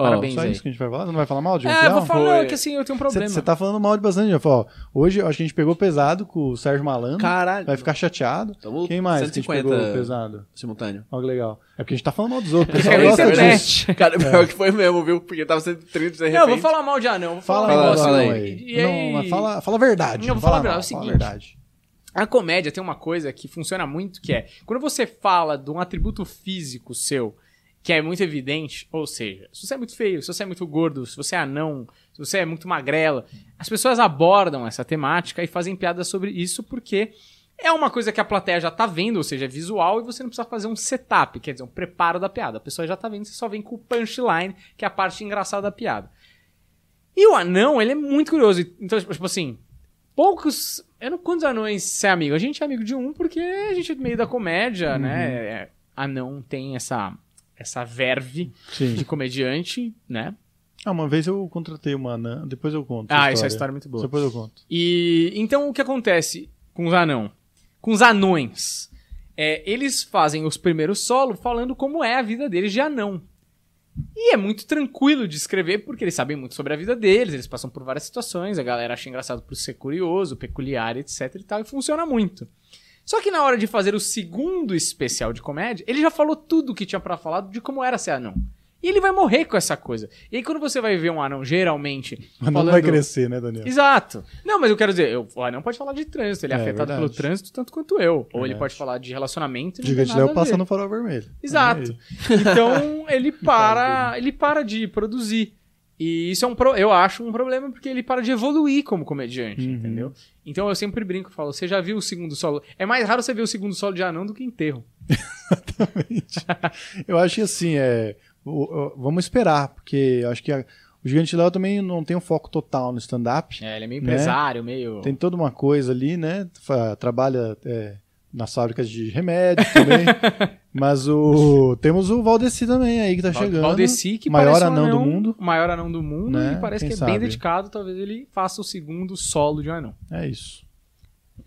Speaker 1: Ó,
Speaker 2: Parabéns
Speaker 3: Só
Speaker 2: aí.
Speaker 3: isso que a gente vai falar? Não vai falar mal de um
Speaker 2: É, eu vou falar não,
Speaker 1: Foi.
Speaker 2: é que assim, eu tenho um problema.
Speaker 3: Você tá falando mal de bastante gente. Ó, hoje acho que a gente pegou pesado com o Sérgio Malandro.
Speaker 1: Caralho.
Speaker 3: Vai ficar chateado.
Speaker 1: Tamo
Speaker 3: Quem mais que a
Speaker 1: 150.
Speaker 3: gente pegou pesado?
Speaker 1: Simultâneo.
Speaker 3: Olha que legal. É porque a gente tá falando mal dos outros. O
Speaker 2: É
Speaker 3: pessoal
Speaker 2: a
Speaker 1: Isso,
Speaker 3: gosta
Speaker 2: internet.
Speaker 3: disso.
Speaker 1: Cara,
Speaker 3: É.
Speaker 1: pior que foi mesmo, viu? Porque tava sendo 30 de repente.
Speaker 2: Não, eu vou falar mal de anão. Vou falar
Speaker 3: Fala,
Speaker 2: um
Speaker 1: Fala,
Speaker 2: negócio.
Speaker 1: fala
Speaker 3: fala,
Speaker 1: aí.
Speaker 2: E aí?
Speaker 3: Não, mas fala, fala a verdade.
Speaker 2: Não, vou
Speaker 3: fala
Speaker 2: falar a verdade, é o
Speaker 3: mal,
Speaker 2: seguinte.
Speaker 3: Fala a verdade.
Speaker 2: A comédia tem uma coisa que funciona muito, que é quando você fala de um atributo físico seu que é muito evidente, ou seja, se você é muito feio, se você é muito gordo, se você é anão, se você é muito magrelo, as pessoas abordam essa temática e fazem piadas sobre isso porque é uma coisa que a plateia já tá vendo, ou seja, é visual e você não precisa fazer um setup, quer dizer, um preparo da piada. A pessoa já tá vendo, você só vem com o punchline, que é a parte engraçada da piada. E o anão, ele é muito curioso. Então, tipo assim, poucos. Eu não quantos anões você é amigo? A gente é amigo de um porque a gente é do meio da comédia, né? É, Anão tem essa, essa verve
Speaker 3: Sim.
Speaker 2: de comediante, né?
Speaker 3: Ah, uma vez eu contratei uma anã, depois eu conto.
Speaker 2: Ah, essa história é muito boa.
Speaker 3: Depois eu conto.
Speaker 2: E então o que acontece com os anão? Com os anões. É, eles fazem os primeiros solos falando como é a vida deles de anão. E é muito tranquilo de escrever, porque eles sabem muito sobre a vida deles, eles passam por várias situações, a galera acha engraçado por ser curioso, peculiar, etc e tal, e funciona muito. Só que na hora de fazer o segundo especial de comédia, ele já falou tudo o que tinha pra falar de como era ser anão. E ele vai morrer com essa coisa. E aí quando você vai ver um anão, geralmente,
Speaker 3: Mas não
Speaker 2: falando...
Speaker 3: vai crescer, né, Daniel?
Speaker 2: Exato. Não, mas eu quero dizer, eu, o anão pode falar de trânsito, ele é,
Speaker 3: É,
Speaker 2: afetado
Speaker 3: verdade.
Speaker 2: pelo trânsito tanto quanto eu. Ou ele
Speaker 3: Verdade.
Speaker 2: pode falar de relacionamento. e não
Speaker 3: O
Speaker 2: tem
Speaker 3: Gigante
Speaker 2: nada
Speaker 3: Léo
Speaker 2: a
Speaker 3: passa
Speaker 2: ver.
Speaker 3: no farol vermelho. É
Speaker 2: Exato.
Speaker 3: Aí.
Speaker 2: Então ele para, ele para de produzir. E isso é um pro- eu acho um problema porque ele para de evoluir como comediante,
Speaker 3: Uhum.
Speaker 2: entendeu? Então eu sempre brinco, falo, você já viu o segundo solo? É mais raro você ver o segundo solo de anão do que enterro.
Speaker 3: Eu acho que assim, é, o- o- vamos esperar, porque eu acho que a- o Gigante Léo também não tem um foco total no stand-up.
Speaker 2: É, ele é meio
Speaker 3: Né?
Speaker 2: empresário, meio
Speaker 3: Tem toda uma coisa ali, né? Fa- Trabalha é, nas fábricas de remédio também. Mas o temos o Valdeci também aí que tá chegando.
Speaker 2: Valdeci, que
Speaker 3: maior
Speaker 2: parece um
Speaker 3: anão, do mundo.
Speaker 2: o maior anão do mundo
Speaker 3: Né?
Speaker 2: e parece
Speaker 3: Quem
Speaker 2: que é
Speaker 3: sabe?
Speaker 2: bem dedicado, talvez ele faça o segundo solo de um anão.
Speaker 3: É isso.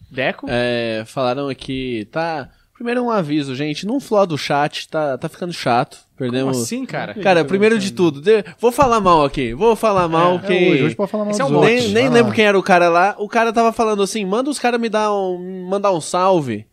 Speaker 2: Deco?
Speaker 1: É, falaram aqui, tá. Primeiro um aviso, gente. Não floda o chat, tá, tá ficando chato. Perdemos.
Speaker 2: Como assim, cara?
Speaker 1: um Cara, primeiro de tudo, de- vou falar mal aqui. Vou falar mal
Speaker 3: É
Speaker 1: que.
Speaker 3: hoje, hoje pode falar mal
Speaker 2: Esse é
Speaker 3: dos
Speaker 2: um
Speaker 3: outros. Ah,
Speaker 1: nem nem
Speaker 3: Vai lá.
Speaker 1: lembro quem era o cara lá. O cara tava falando assim: manda os caras me dar um, mandar um salve.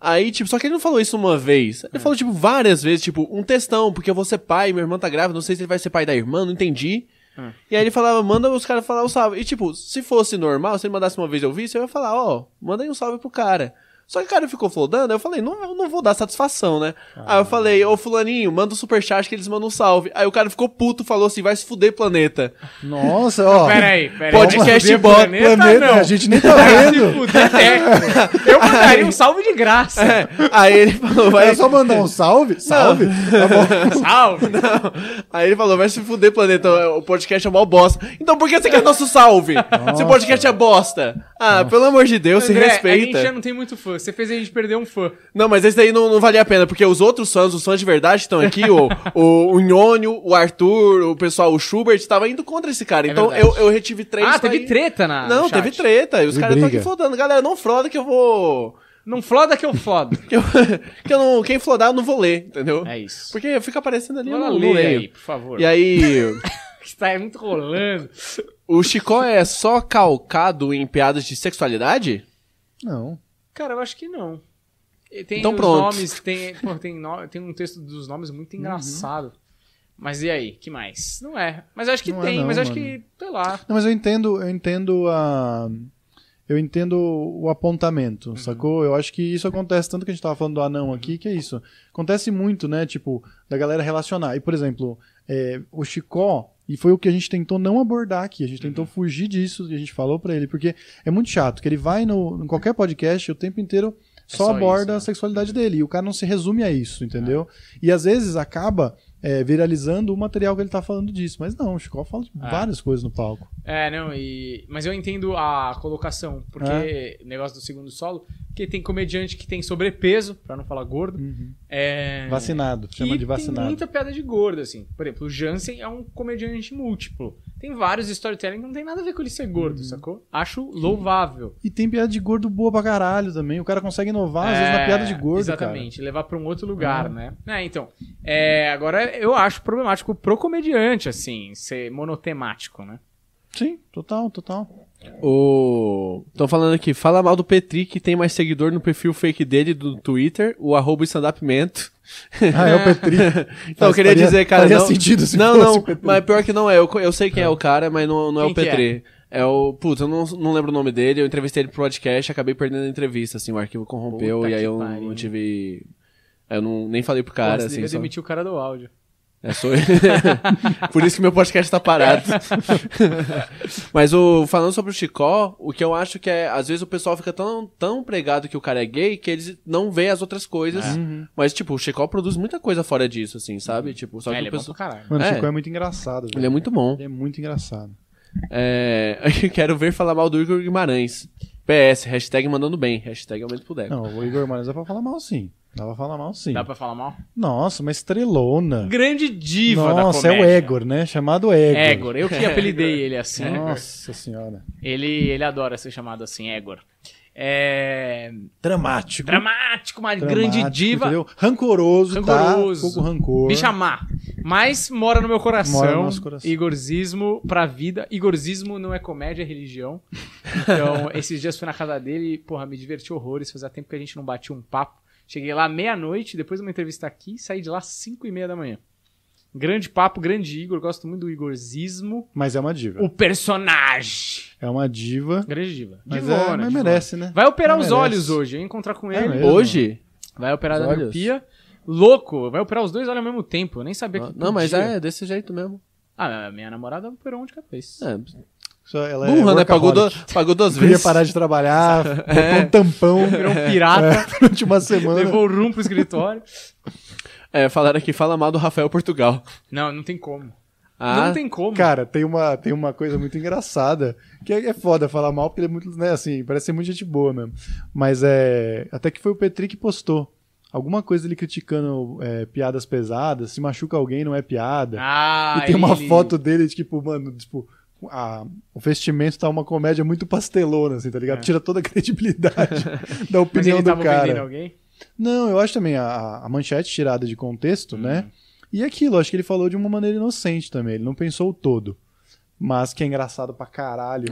Speaker 1: Aí, tipo, só que ele não falou isso uma vez.
Speaker 2: É.
Speaker 1: Ele falou, tipo, várias vezes, tipo, um textão, porque eu vou ser pai, minha irmã tá grávida, não sei se ele vai ser pai da irmã, não entendi.
Speaker 2: É.
Speaker 1: E aí ele falava, manda os caras falar o salve. E, tipo, se fosse normal, se ele mandasse uma vez eu visse, eu ia falar, ó, manda aí um salve pro cara. Só que o cara ficou flodando, eu falei, não, eu não vou dar satisfação, né?
Speaker 2: Ah.
Speaker 1: Aí eu falei, ô fulaninho, manda o superchat que eles mandam um salve. Aí o cara ficou puto, falou assim, vai se fuder, planeta.
Speaker 2: é.
Speaker 3: Nossa, ó.
Speaker 2: Peraí, peraí.
Speaker 1: Podcast né?
Speaker 2: Vamos ver
Speaker 1: bot,
Speaker 2: planeta,
Speaker 3: Planeta,
Speaker 2: não. É tipo
Speaker 3: a gente nem tá vendo.
Speaker 2: Eu mandaria um salve de graça.
Speaker 1: É, aí ele falou, vai...
Speaker 3: Vai só mandar um salve? Salve? Tá bom.
Speaker 2: Salve.
Speaker 1: Não. Aí ele falou, vai se fuder, planeta, o podcast é mó bosta. Então por que você quer nosso salve? Se o podcast é bosta. Ah, pelo amor de Deus, se
Speaker 2: André, A gente
Speaker 1: respeita.
Speaker 2: já não tem muito fã. Você fez a gente perder um fã.
Speaker 1: Não, mas esse daí não, não valia a pena, porque os outros fãs, os fãs de verdade estão aqui, o, o, o Nhônio, o Arthur, o pessoal, o Schubert, estava indo contra esse cara.
Speaker 2: É
Speaker 1: então eu,
Speaker 2: verdade.
Speaker 1: eu retive três.
Speaker 2: Ah,
Speaker 1: daí.
Speaker 2: teve treta na.
Speaker 1: Não,
Speaker 2: no chat.
Speaker 1: teve treta. E os
Speaker 3: Teve
Speaker 1: caras estão aqui
Speaker 3: briga.
Speaker 1: flodando. Galera, não floda que eu vou.
Speaker 2: Não floda que eu flodo.
Speaker 1: Que eu, que eu não. Quem flodar, eu não vou ler, entendeu?
Speaker 2: É isso.
Speaker 1: Porque fica aparecendo ali, eu
Speaker 2: Olha
Speaker 1: não, não
Speaker 2: lê
Speaker 1: leio.
Speaker 2: aí, por favor.
Speaker 1: E aí.
Speaker 2: Está muito rolando.
Speaker 1: O Chicó é só calcado em piadas de sexualidade?
Speaker 3: Não.
Speaker 2: Cara, eu acho que não. E Tem
Speaker 1: Então
Speaker 2: os
Speaker 1: pronto. Uhum.
Speaker 2: nomes, tem, pô, tem, no- tem um texto dos nomes muito engraçado. Mas e aí, que mais? Não é. Mas eu acho que
Speaker 3: Não é
Speaker 2: tem,
Speaker 3: não,
Speaker 2: mas eu acho
Speaker 3: mano.
Speaker 2: que, sei lá.
Speaker 3: Não, mas eu entendo, eu entendo a. Eu entendo o
Speaker 2: Uhum.
Speaker 3: apontamento, sacou? Eu acho que isso acontece tanto que a gente tava falando do anão aqui, que é isso. Acontece muito, né? Tipo, da galera relacionar. E, por exemplo, é, o Chicó, e foi o que a gente tentou não abordar aqui, a gente tentou
Speaker 2: Uhum.
Speaker 3: fugir disso e a gente falou pra ele, porque é muito chato, que ele vai no, em qualquer podcast e o tempo inteiro só,
Speaker 2: só
Speaker 3: aborda
Speaker 2: isso, né? É.
Speaker 3: a sexualidade dele. E o cara não se resume a isso, entendeu? E às vezes acaba é, viralizando o material que ele tá falando disso. Mas não, o Chicó fala de
Speaker 2: Ah.
Speaker 3: várias coisas no palco.
Speaker 2: É, não, e. Mas eu entendo a colocação, porque
Speaker 3: É.
Speaker 2: o negócio do segundo solo, porque tem comediante que tem sobrepeso, pra não falar gordo. É...
Speaker 3: Vacinado,
Speaker 2: que
Speaker 3: chama de vacinado.
Speaker 2: Tem muita piada de gordo, assim. Por exemplo, o Jansen é um comediante múltiplo. Tem vários storytelling que não tem nada a ver com ele ser gordo,
Speaker 3: Uhum.
Speaker 2: sacou? Acho louvável.
Speaker 3: E tem piada de gordo boa pra caralho também. O cara consegue inovar, Ah, às vezes,
Speaker 2: É,
Speaker 3: na piada de gordo.
Speaker 2: Exatamente, levar pra um outro lugar,
Speaker 3: Ah.
Speaker 2: né? É, então. é, agora eu acho problemático pro comediante, assim, ser monotemático, né?
Speaker 3: Cara. Sim, total, total.
Speaker 1: O. Estão falando aqui, fala mal do Petri que tem mais seguidor no perfil fake dele do Twitter, o arroba estandapimento.
Speaker 3: Ah, é o Petri.
Speaker 1: Então, eu queria
Speaker 3: Faria-
Speaker 1: dizer, cara.
Speaker 3: faria
Speaker 1: não,
Speaker 3: sentido se
Speaker 1: não,
Speaker 3: fosse
Speaker 1: não,
Speaker 3: o Petri.
Speaker 1: mas pior que não é. Eu, co- eu sei quem é o cara, mas não, não é o
Speaker 2: Quem que
Speaker 1: Petri. É o. Putz, eu não, não lembro o nome dele. Eu entrevistei ele pro podcast, acabei perdendo a entrevista, assim. O arquivo corrompeu
Speaker 2: Puta
Speaker 1: e aí
Speaker 2: que
Speaker 1: eu
Speaker 2: pariu.
Speaker 1: não tive. Eu não, nem falei pro
Speaker 2: Pô,
Speaker 1: cara,
Speaker 2: você
Speaker 1: assim.
Speaker 2: devia
Speaker 1: só-
Speaker 2: demitir o cara do áudio.
Speaker 1: É, sou eu. Por isso que meu podcast tá parado. Mas o, falando sobre o Chicó, o que eu acho que é. Às vezes o pessoal fica tão, tão pregado que o cara é gay que eles não veem as outras coisas.
Speaker 3: É.
Speaker 2: É.
Speaker 3: Uhum.
Speaker 1: Mas, tipo, o Chicó produz muita coisa fora disso, assim, sabe? Tipo, só
Speaker 2: é,
Speaker 1: que
Speaker 2: ele
Speaker 1: o
Speaker 2: é bom
Speaker 1: pessoal.
Speaker 2: pra caralho.
Speaker 3: Mano, o
Speaker 1: É.
Speaker 3: Chico é muito engraçado. velho.
Speaker 1: Ele é muito bom.
Speaker 3: Ele é muito engraçado.
Speaker 1: É, eu quero ver falar mal do Igor Guimarães. PS, hashtag mandando bem, hashtag aumento pro Deco.
Speaker 3: Não, o Igor Manes dá pra falar mal sim. Dá pra falar mal sim.
Speaker 2: Dá pra falar mal?
Speaker 3: Nossa, uma estrelona.
Speaker 2: Grande diva da
Speaker 3: Nossa, é o
Speaker 2: comédia.
Speaker 3: Egor, né? Chamado Egor.
Speaker 2: Egor, eu que apelidei ele assim.
Speaker 3: Nossa senhora.
Speaker 2: Ele, ele adora ser chamado assim, Egor. É...
Speaker 3: Dramático.
Speaker 2: Dramático, uma grande
Speaker 3: Dramático,
Speaker 2: diva.
Speaker 3: Entendeu? Rancoroso,
Speaker 2: Rancoroso.
Speaker 3: tá? Pouco rancor.
Speaker 2: Me chamar. Mas mora no meu coração.
Speaker 3: Mora no nosso coração.
Speaker 2: Igorzismo pra vida. Igorzismo não é comédia, é religião. Então, esses dias fui na casa dele e, porra, me diverti horrores. Fazia tempo que a gente não batia um papo. Cheguei lá meia-noite, depois de uma entrevista aqui, saí de lá às 5 e meia da manhã. Grande papo, grande Igor. Gosto muito do Igorzismo.
Speaker 3: Mas é uma diva.
Speaker 2: O personagem.
Speaker 3: É uma diva.
Speaker 2: Grande diva.
Speaker 3: Mas,
Speaker 2: Divona,
Speaker 3: é, mas
Speaker 2: divona.
Speaker 3: merece, né?
Speaker 2: Vai operar
Speaker 3: Mas
Speaker 2: os
Speaker 3: merece.
Speaker 2: olhos hoje. Eu ia encontrar com
Speaker 3: É
Speaker 2: ele.
Speaker 3: mesmo?
Speaker 1: Hoje?
Speaker 2: Vai operar da
Speaker 1: Os olhos.
Speaker 2: miopia. Louco, vai operar os dois olhos ao mesmo tempo. Eu nem sabia que.
Speaker 1: Não, mas
Speaker 2: podia.
Speaker 1: é desse jeito mesmo.
Speaker 2: Ah, a minha namorada operou um de cabeça.
Speaker 1: É,
Speaker 3: Só Ela é
Speaker 1: burra, né? Pagou,
Speaker 3: workaholic.
Speaker 1: du- pagou duas
Speaker 3: Queria
Speaker 1: vezes. É.
Speaker 3: parar de trabalhar, botou um tampão
Speaker 2: Virou um pirata,
Speaker 3: é, durante uma semana.
Speaker 2: levou o rum pro escritório.
Speaker 1: É, falaram aqui, fala mal do Rafael Portugal.
Speaker 2: Não, não tem como.
Speaker 1: Ah,
Speaker 2: Não tem como.
Speaker 3: Cara, tem uma, tem uma coisa muito engraçada, que é, é foda falar mal, porque ele é muito, né, assim, parece ser muito gente boa mesmo. Mas é. Até que foi o Petri que postou. Alguma coisa ele criticando é, piadas pesadas, se machuca alguém, não é piada.
Speaker 2: Ah,
Speaker 3: e tem uma
Speaker 2: ele-
Speaker 3: foto dele, tipo, mano, tipo. a- o vestimento tá uma comédia muito pastelona, assim, tá ligado?
Speaker 2: É.
Speaker 3: Tira toda a credibilidade
Speaker 2: Mas
Speaker 3: da opinião
Speaker 2: ele
Speaker 3: do
Speaker 2: tava
Speaker 3: cara.
Speaker 2: ofendendo alguém?
Speaker 3: Não, eu acho também a, a manchete tirada de contexto,
Speaker 2: Hum.
Speaker 3: né? E aquilo, acho que ele falou de uma maneira inocente também, ele não pensou o todo. Mas que é engraçado pra caralho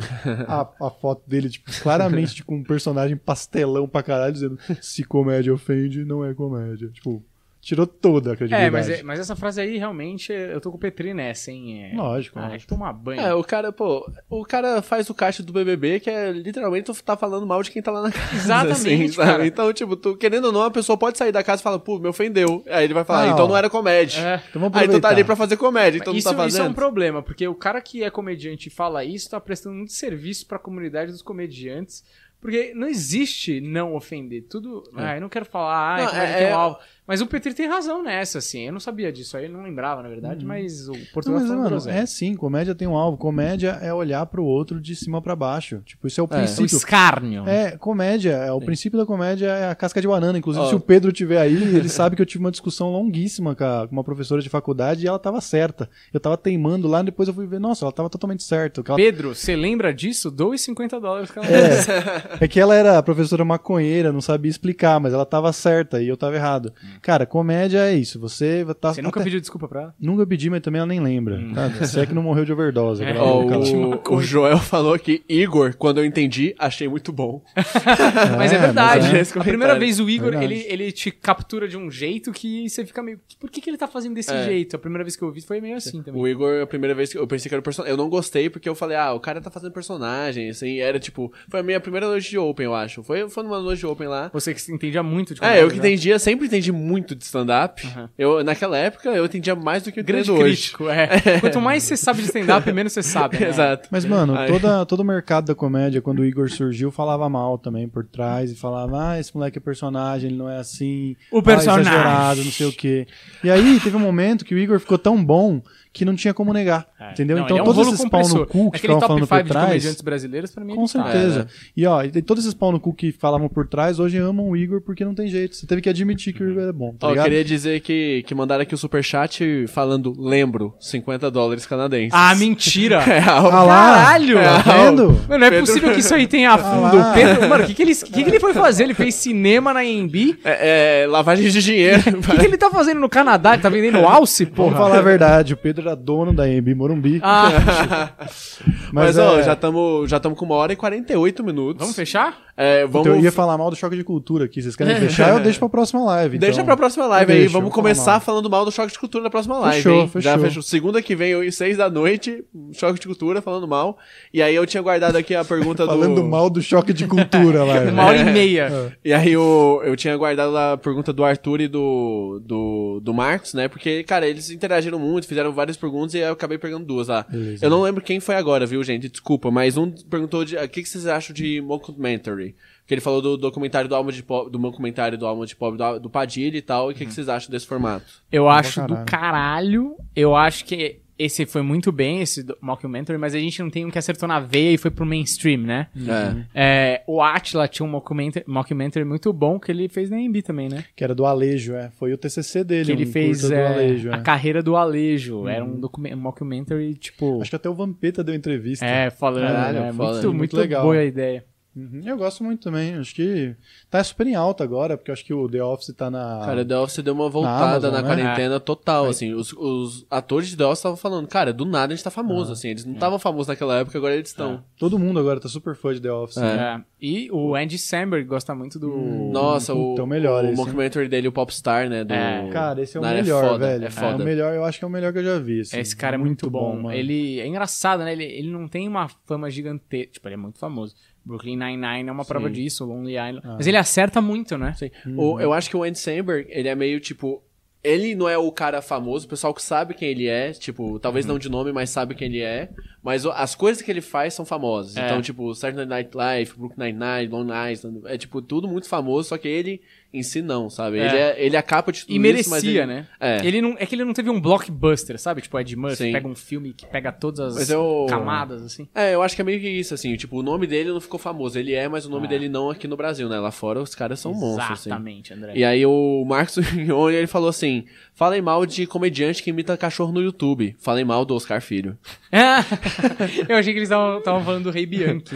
Speaker 3: a, a foto dele, tipo, claramente tipo, um personagem pastelão pra caralho, dizendo se comédia ofende, não é comédia. Tipo, Tirou toda a
Speaker 2: É,
Speaker 3: credibilidade.
Speaker 2: mas, é- mas essa frase aí realmente é- eu tô com o Petri nessa, hein? É...
Speaker 3: Lógico,
Speaker 2: Ah,
Speaker 3: lógico.
Speaker 2: é tomar banho.
Speaker 1: É, o cara, pô, o cara faz o caixa do BBB que é literalmente tu tá falando mal de quem tá lá na casa.
Speaker 2: Exatamente,
Speaker 1: assim, sabe?
Speaker 2: cara.
Speaker 1: Então, tipo, tu, querendo ou não, a pessoa pode sair da casa e falar, pô, me ofendeu. Aí ele vai falar,
Speaker 3: Não.
Speaker 1: então não era comédia.
Speaker 2: É.
Speaker 3: Então vamos
Speaker 1: Aí tu tá
Speaker 3: aproveitar.
Speaker 1: ali pra fazer comédia, então
Speaker 2: isso,
Speaker 1: não tá
Speaker 2: isso é
Speaker 1: fazendo.
Speaker 2: um problema, porque o cara que é comediante e fala isso tá prestando muito serviço pra comunidade dos comediantes, porque não existe não ofender. Tudo.
Speaker 1: É.
Speaker 2: Ah, eu não quero falar, ai,
Speaker 1: Não,
Speaker 2: comédia
Speaker 1: é-
Speaker 2: tem um
Speaker 1: é-
Speaker 2: alvo. Mas o Petri tem razão nessa, assim. Eu não sabia disso aí, eu não lembrava, na verdade,
Speaker 1: Uhum.
Speaker 2: mas o
Speaker 3: Não,
Speaker 2: Portugal
Speaker 3: mas,
Speaker 2: tá falando
Speaker 3: mano,
Speaker 2: groselha.
Speaker 3: é sim, comédia tem um alvo. Comédia é olhar pro outro de cima pra baixo. Tipo, isso é o
Speaker 2: O
Speaker 3: princípio.
Speaker 2: escárnio.
Speaker 3: É, comédia, é, o
Speaker 1: Sim.
Speaker 3: princípio da comédia é a casca de banana. Inclusive,
Speaker 1: Ó.
Speaker 3: se o Pedro tiver aí, ele sabe que eu tive uma discussão longuíssima com, a- com uma professora de faculdade e ela tava certa. Eu tava teimando lá, depois eu fui ver, nossa, ela tava totalmente certa. O que ela-
Speaker 2: Pedro, você lembra disso? Doe 50 dólares cada vez.
Speaker 3: É, é que ela era professora maconheira, não sabia explicar, mas ela tava certa e eu tava errado. Cara, comédia é isso. Você tá.
Speaker 2: Você nunca
Speaker 3: até-
Speaker 2: pediu desculpa pra ela?
Speaker 3: Nunca pedi, mas também ela nem lembra. tá? Se é que não morreu de overdose.
Speaker 2: É.
Speaker 3: aquela
Speaker 1: Ó,
Speaker 3: louca lá.
Speaker 1: o, o Joel falou aqui, Igor, quando eu entendi, achei muito bom.
Speaker 2: Mas é verdade.
Speaker 1: mas é.
Speaker 2: A primeira vez o Igor,
Speaker 3: É
Speaker 2: ele,
Speaker 3: verdade.
Speaker 2: ele te captura de um jeito que você fica meio. Por que, que ele tá fazendo desse
Speaker 1: É.
Speaker 2: jeito? A primeira vez que eu vi foi meio assim também.
Speaker 1: O Igor, a primeira vez que eu pensei que era personagem. Eu não gostei porque eu falei, ah, o cara tá fazendo personagem, assim. Era tipo, foi a minha primeira noite de Open, eu acho. Foi, foi numa noite de Open lá.
Speaker 2: Você que se entendia muito de
Speaker 1: É, eu que
Speaker 2: entendi.
Speaker 1: entendia, sempre entendi muito de stand-up.
Speaker 2: Tipo, né? Aham.
Speaker 1: Eu, naquela época, eu entendia mais do que eu
Speaker 2: Grande
Speaker 1: entendo hoje.
Speaker 2: crítico, é. Quanto mais você sabe de stand-up, menos você sabe. Né?
Speaker 1: Exato.
Speaker 3: Mas, mano,
Speaker 1: Aí-
Speaker 3: toda, todo o mercado da comédia, quando o Igor surgiu, falava mal também por trás e falava, ah, esse moleque é personagem, ele não é assim.
Speaker 2: O
Speaker 3: ah,
Speaker 2: personagem."
Speaker 3: exagerado, não sei o quê. E aí teve um momento que o Igor ficou tão bom que não tinha como negar.
Speaker 2: É.
Speaker 3: Entendeu?
Speaker 2: Não,
Speaker 3: então
Speaker 2: ele é um
Speaker 3: todos
Speaker 2: rolo É
Speaker 3: esses pau no
Speaker 2: compressor.
Speaker 3: cu que
Speaker 2: Aquele
Speaker 3: ficavam
Speaker 2: top
Speaker 3: falando
Speaker 2: 5
Speaker 3: por
Speaker 2: de comediantes
Speaker 3: trás.
Speaker 2: brasileiros, pra mim,
Speaker 3: Com
Speaker 2: ele tá.
Speaker 3: certeza.
Speaker 1: É, né?
Speaker 3: E ó, e tem todos esses pau no cu que falavam por trás, hoje amam o Igor porque não tem jeito. Você teve que admitir que o Igor é bom, tá
Speaker 1: Ó, eu
Speaker 3: ligado?
Speaker 1: queria dizer que, que mandaram aqui o superchat falando, lembro, 50 dólares canadenses. É,
Speaker 2: Ah, mentira!
Speaker 1: Real.
Speaker 3: Ah lá,
Speaker 2: Caralho!
Speaker 3: Tá
Speaker 1: Real.
Speaker 3: vendo?
Speaker 2: Mano, não é
Speaker 1: Pedro-
Speaker 2: possível que isso aí tenha fundo.
Speaker 3: Ah, lá.
Speaker 2: Pedro, mano, o que, que, ele, que, que ele foi fazer? Ele fez cinema na Embi?
Speaker 1: É, é, lavagem de dinheiro.
Speaker 2: O que, que ele tá fazendo no Canadá? Ele tá vendendo alce, porra?
Speaker 3: Vamos falar a verdade, o Pedro era dono da MB Morumbi.
Speaker 2: Ah,
Speaker 1: Mas,
Speaker 3: mas,
Speaker 1: ó,
Speaker 3: é,
Speaker 1: já estamos já tamo com uma hora e 48 minutos.
Speaker 2: vamos fechar?
Speaker 1: É, vamos
Speaker 3: Então, eu ia falar mal do choque de cultura aqui. Vocês querem fechar? Eu deixo pra próxima live. então.
Speaker 1: Deixa pra próxima live
Speaker 3: Eu
Speaker 1: aí.
Speaker 3: deixo,
Speaker 1: Vamos
Speaker 3: vou falar
Speaker 1: começar
Speaker 3: mal.
Speaker 1: falando mal do Choque de Cultura na próxima live,
Speaker 3: Fechou,
Speaker 1: hein? Já
Speaker 3: fechou.
Speaker 1: fechou. Segunda que vem, às seis da noite, Choque de Cultura falando mal. E aí eu tinha guardado aqui a pergunta do...
Speaker 3: Falando mal do choque de cultura, live.
Speaker 2: Uma hora e meia.
Speaker 3: É.
Speaker 1: E aí eu, eu tinha guardado lá a pergunta do Arthur e do, do, do Marcos, né? Porque, cara, eles interagiram muito, fizeram várias perguntas e eu acabei pegando duas lá.
Speaker 3: Beleza.
Speaker 1: Eu não lembro quem foi agora, viu, gente? Desculpa, mas um perguntou de, o que, que vocês acham de Mockumentary? Porque ele falou do documentário do Alma de Pobre, do mockumentário do Alma de Pobre, do, do Padilha e tal. E o
Speaker 3: Uhum.
Speaker 1: que, que vocês acham desse formato?
Speaker 2: Eu acho
Speaker 3: caralho.
Speaker 2: do caralho. Eu acho que esse foi muito bem, esse do- mockumentary, mas a gente não tem um que acertou na veia e foi pro mainstream, né?
Speaker 3: Uhum.
Speaker 1: É.
Speaker 2: É, o Atila tinha um mockumentary, mockumentary muito bom que ele fez na MB também, né?
Speaker 3: Que era do Alejo, é. Foi o TCC dele.
Speaker 2: Que ele
Speaker 3: um
Speaker 2: fez
Speaker 3: curta
Speaker 2: é,
Speaker 3: do Alejo,
Speaker 2: a
Speaker 3: é. Hum.
Speaker 2: carreira do Alejo. Era um documen- mockumentary, tipo.
Speaker 3: Acho que até o Vampeta deu entrevista.
Speaker 2: É, falando.
Speaker 1: Caralho,
Speaker 2: né?
Speaker 1: foda,
Speaker 2: muito,
Speaker 1: muito
Speaker 2: muito,
Speaker 3: legal.
Speaker 2: boa a ideia.
Speaker 3: Uhum, Eu gosto muito também. Acho que tá super em alta agora, porque eu acho que o The Office tá na.
Speaker 1: Cara, The Office deu uma voltada
Speaker 3: Amazon,
Speaker 1: na,
Speaker 3: né?
Speaker 1: quarentena total, assim. Os, os atores de The Office estavam falando, cara, do nada a gente tá
Speaker 3: Ah.
Speaker 1: famoso, assim. Eles não estavam famosos naquela época, agora eles estão.
Speaker 3: Todo mundo agora tá super fã de The Office. né?
Speaker 2: É. E o Andy Samberg gosta muito do.
Speaker 1: Nossa, o,
Speaker 3: Puta, é o melhor
Speaker 1: o
Speaker 3: esse,
Speaker 1: mockumentary dele, o Popstar, né? Do...
Speaker 2: É.
Speaker 3: Cara, esse é o
Speaker 1: Não, ele é
Speaker 3: melhor,
Speaker 1: foda,
Speaker 3: velho.
Speaker 1: é foda.
Speaker 3: o melhor, eu acho que é o melhor que eu já vi. assim.
Speaker 2: Esse cara é muito, bom.
Speaker 3: mano.
Speaker 2: Ele é engraçado, né? Ele, ele não tem uma fama gigantesca. Tipo, ele é muito famoso. Brooklyn Nine-Nine é uma prova disso, Lonely Island. Mas ele acerta muito, né?
Speaker 1: Ah. Sim. O- eu acho que o Andy Samberg, ele é meio tipo. Ele não é o cara famoso, o pessoal que sabe quem ele é, tipo, talvez
Speaker 2: Uhum.
Speaker 1: não de nome, mas sabe quem ele é. Mas o- as coisas que ele faz são famosas.
Speaker 2: É.
Speaker 1: Então, tipo, Saturday Night Live, Brooklyn Nine-Nine, Long Island, é tipo, tudo muito famoso, só que ele em si não, sabe?
Speaker 2: É.
Speaker 1: Ele, é, ele é a capa de tudo
Speaker 2: E
Speaker 1: isso,
Speaker 2: merecia,
Speaker 1: mas ele-
Speaker 2: né?
Speaker 1: É.
Speaker 2: Ele não, é que ele não teve um blockbuster, sabe? Tipo, Ed Murphy
Speaker 1: Sim.
Speaker 2: pega um filme que pega todas as
Speaker 1: Mas é eu-
Speaker 2: camadas, assim.
Speaker 1: É, eu acho que é meio que isso, assim, tipo, o nome dele não ficou famoso. Ele é, mas o nome dele não aqui no Brasil, né? Lá fora os caras são monstros, assim.
Speaker 2: Exatamente, André.
Speaker 1: E aí o Marcos Mignoni, ele falou assim, falem mal de comediante que imita cachorro no YouTube. Falem mal do Oscar Filho.
Speaker 2: eu achei que eles estavam estavam falando do Rei Bianchi.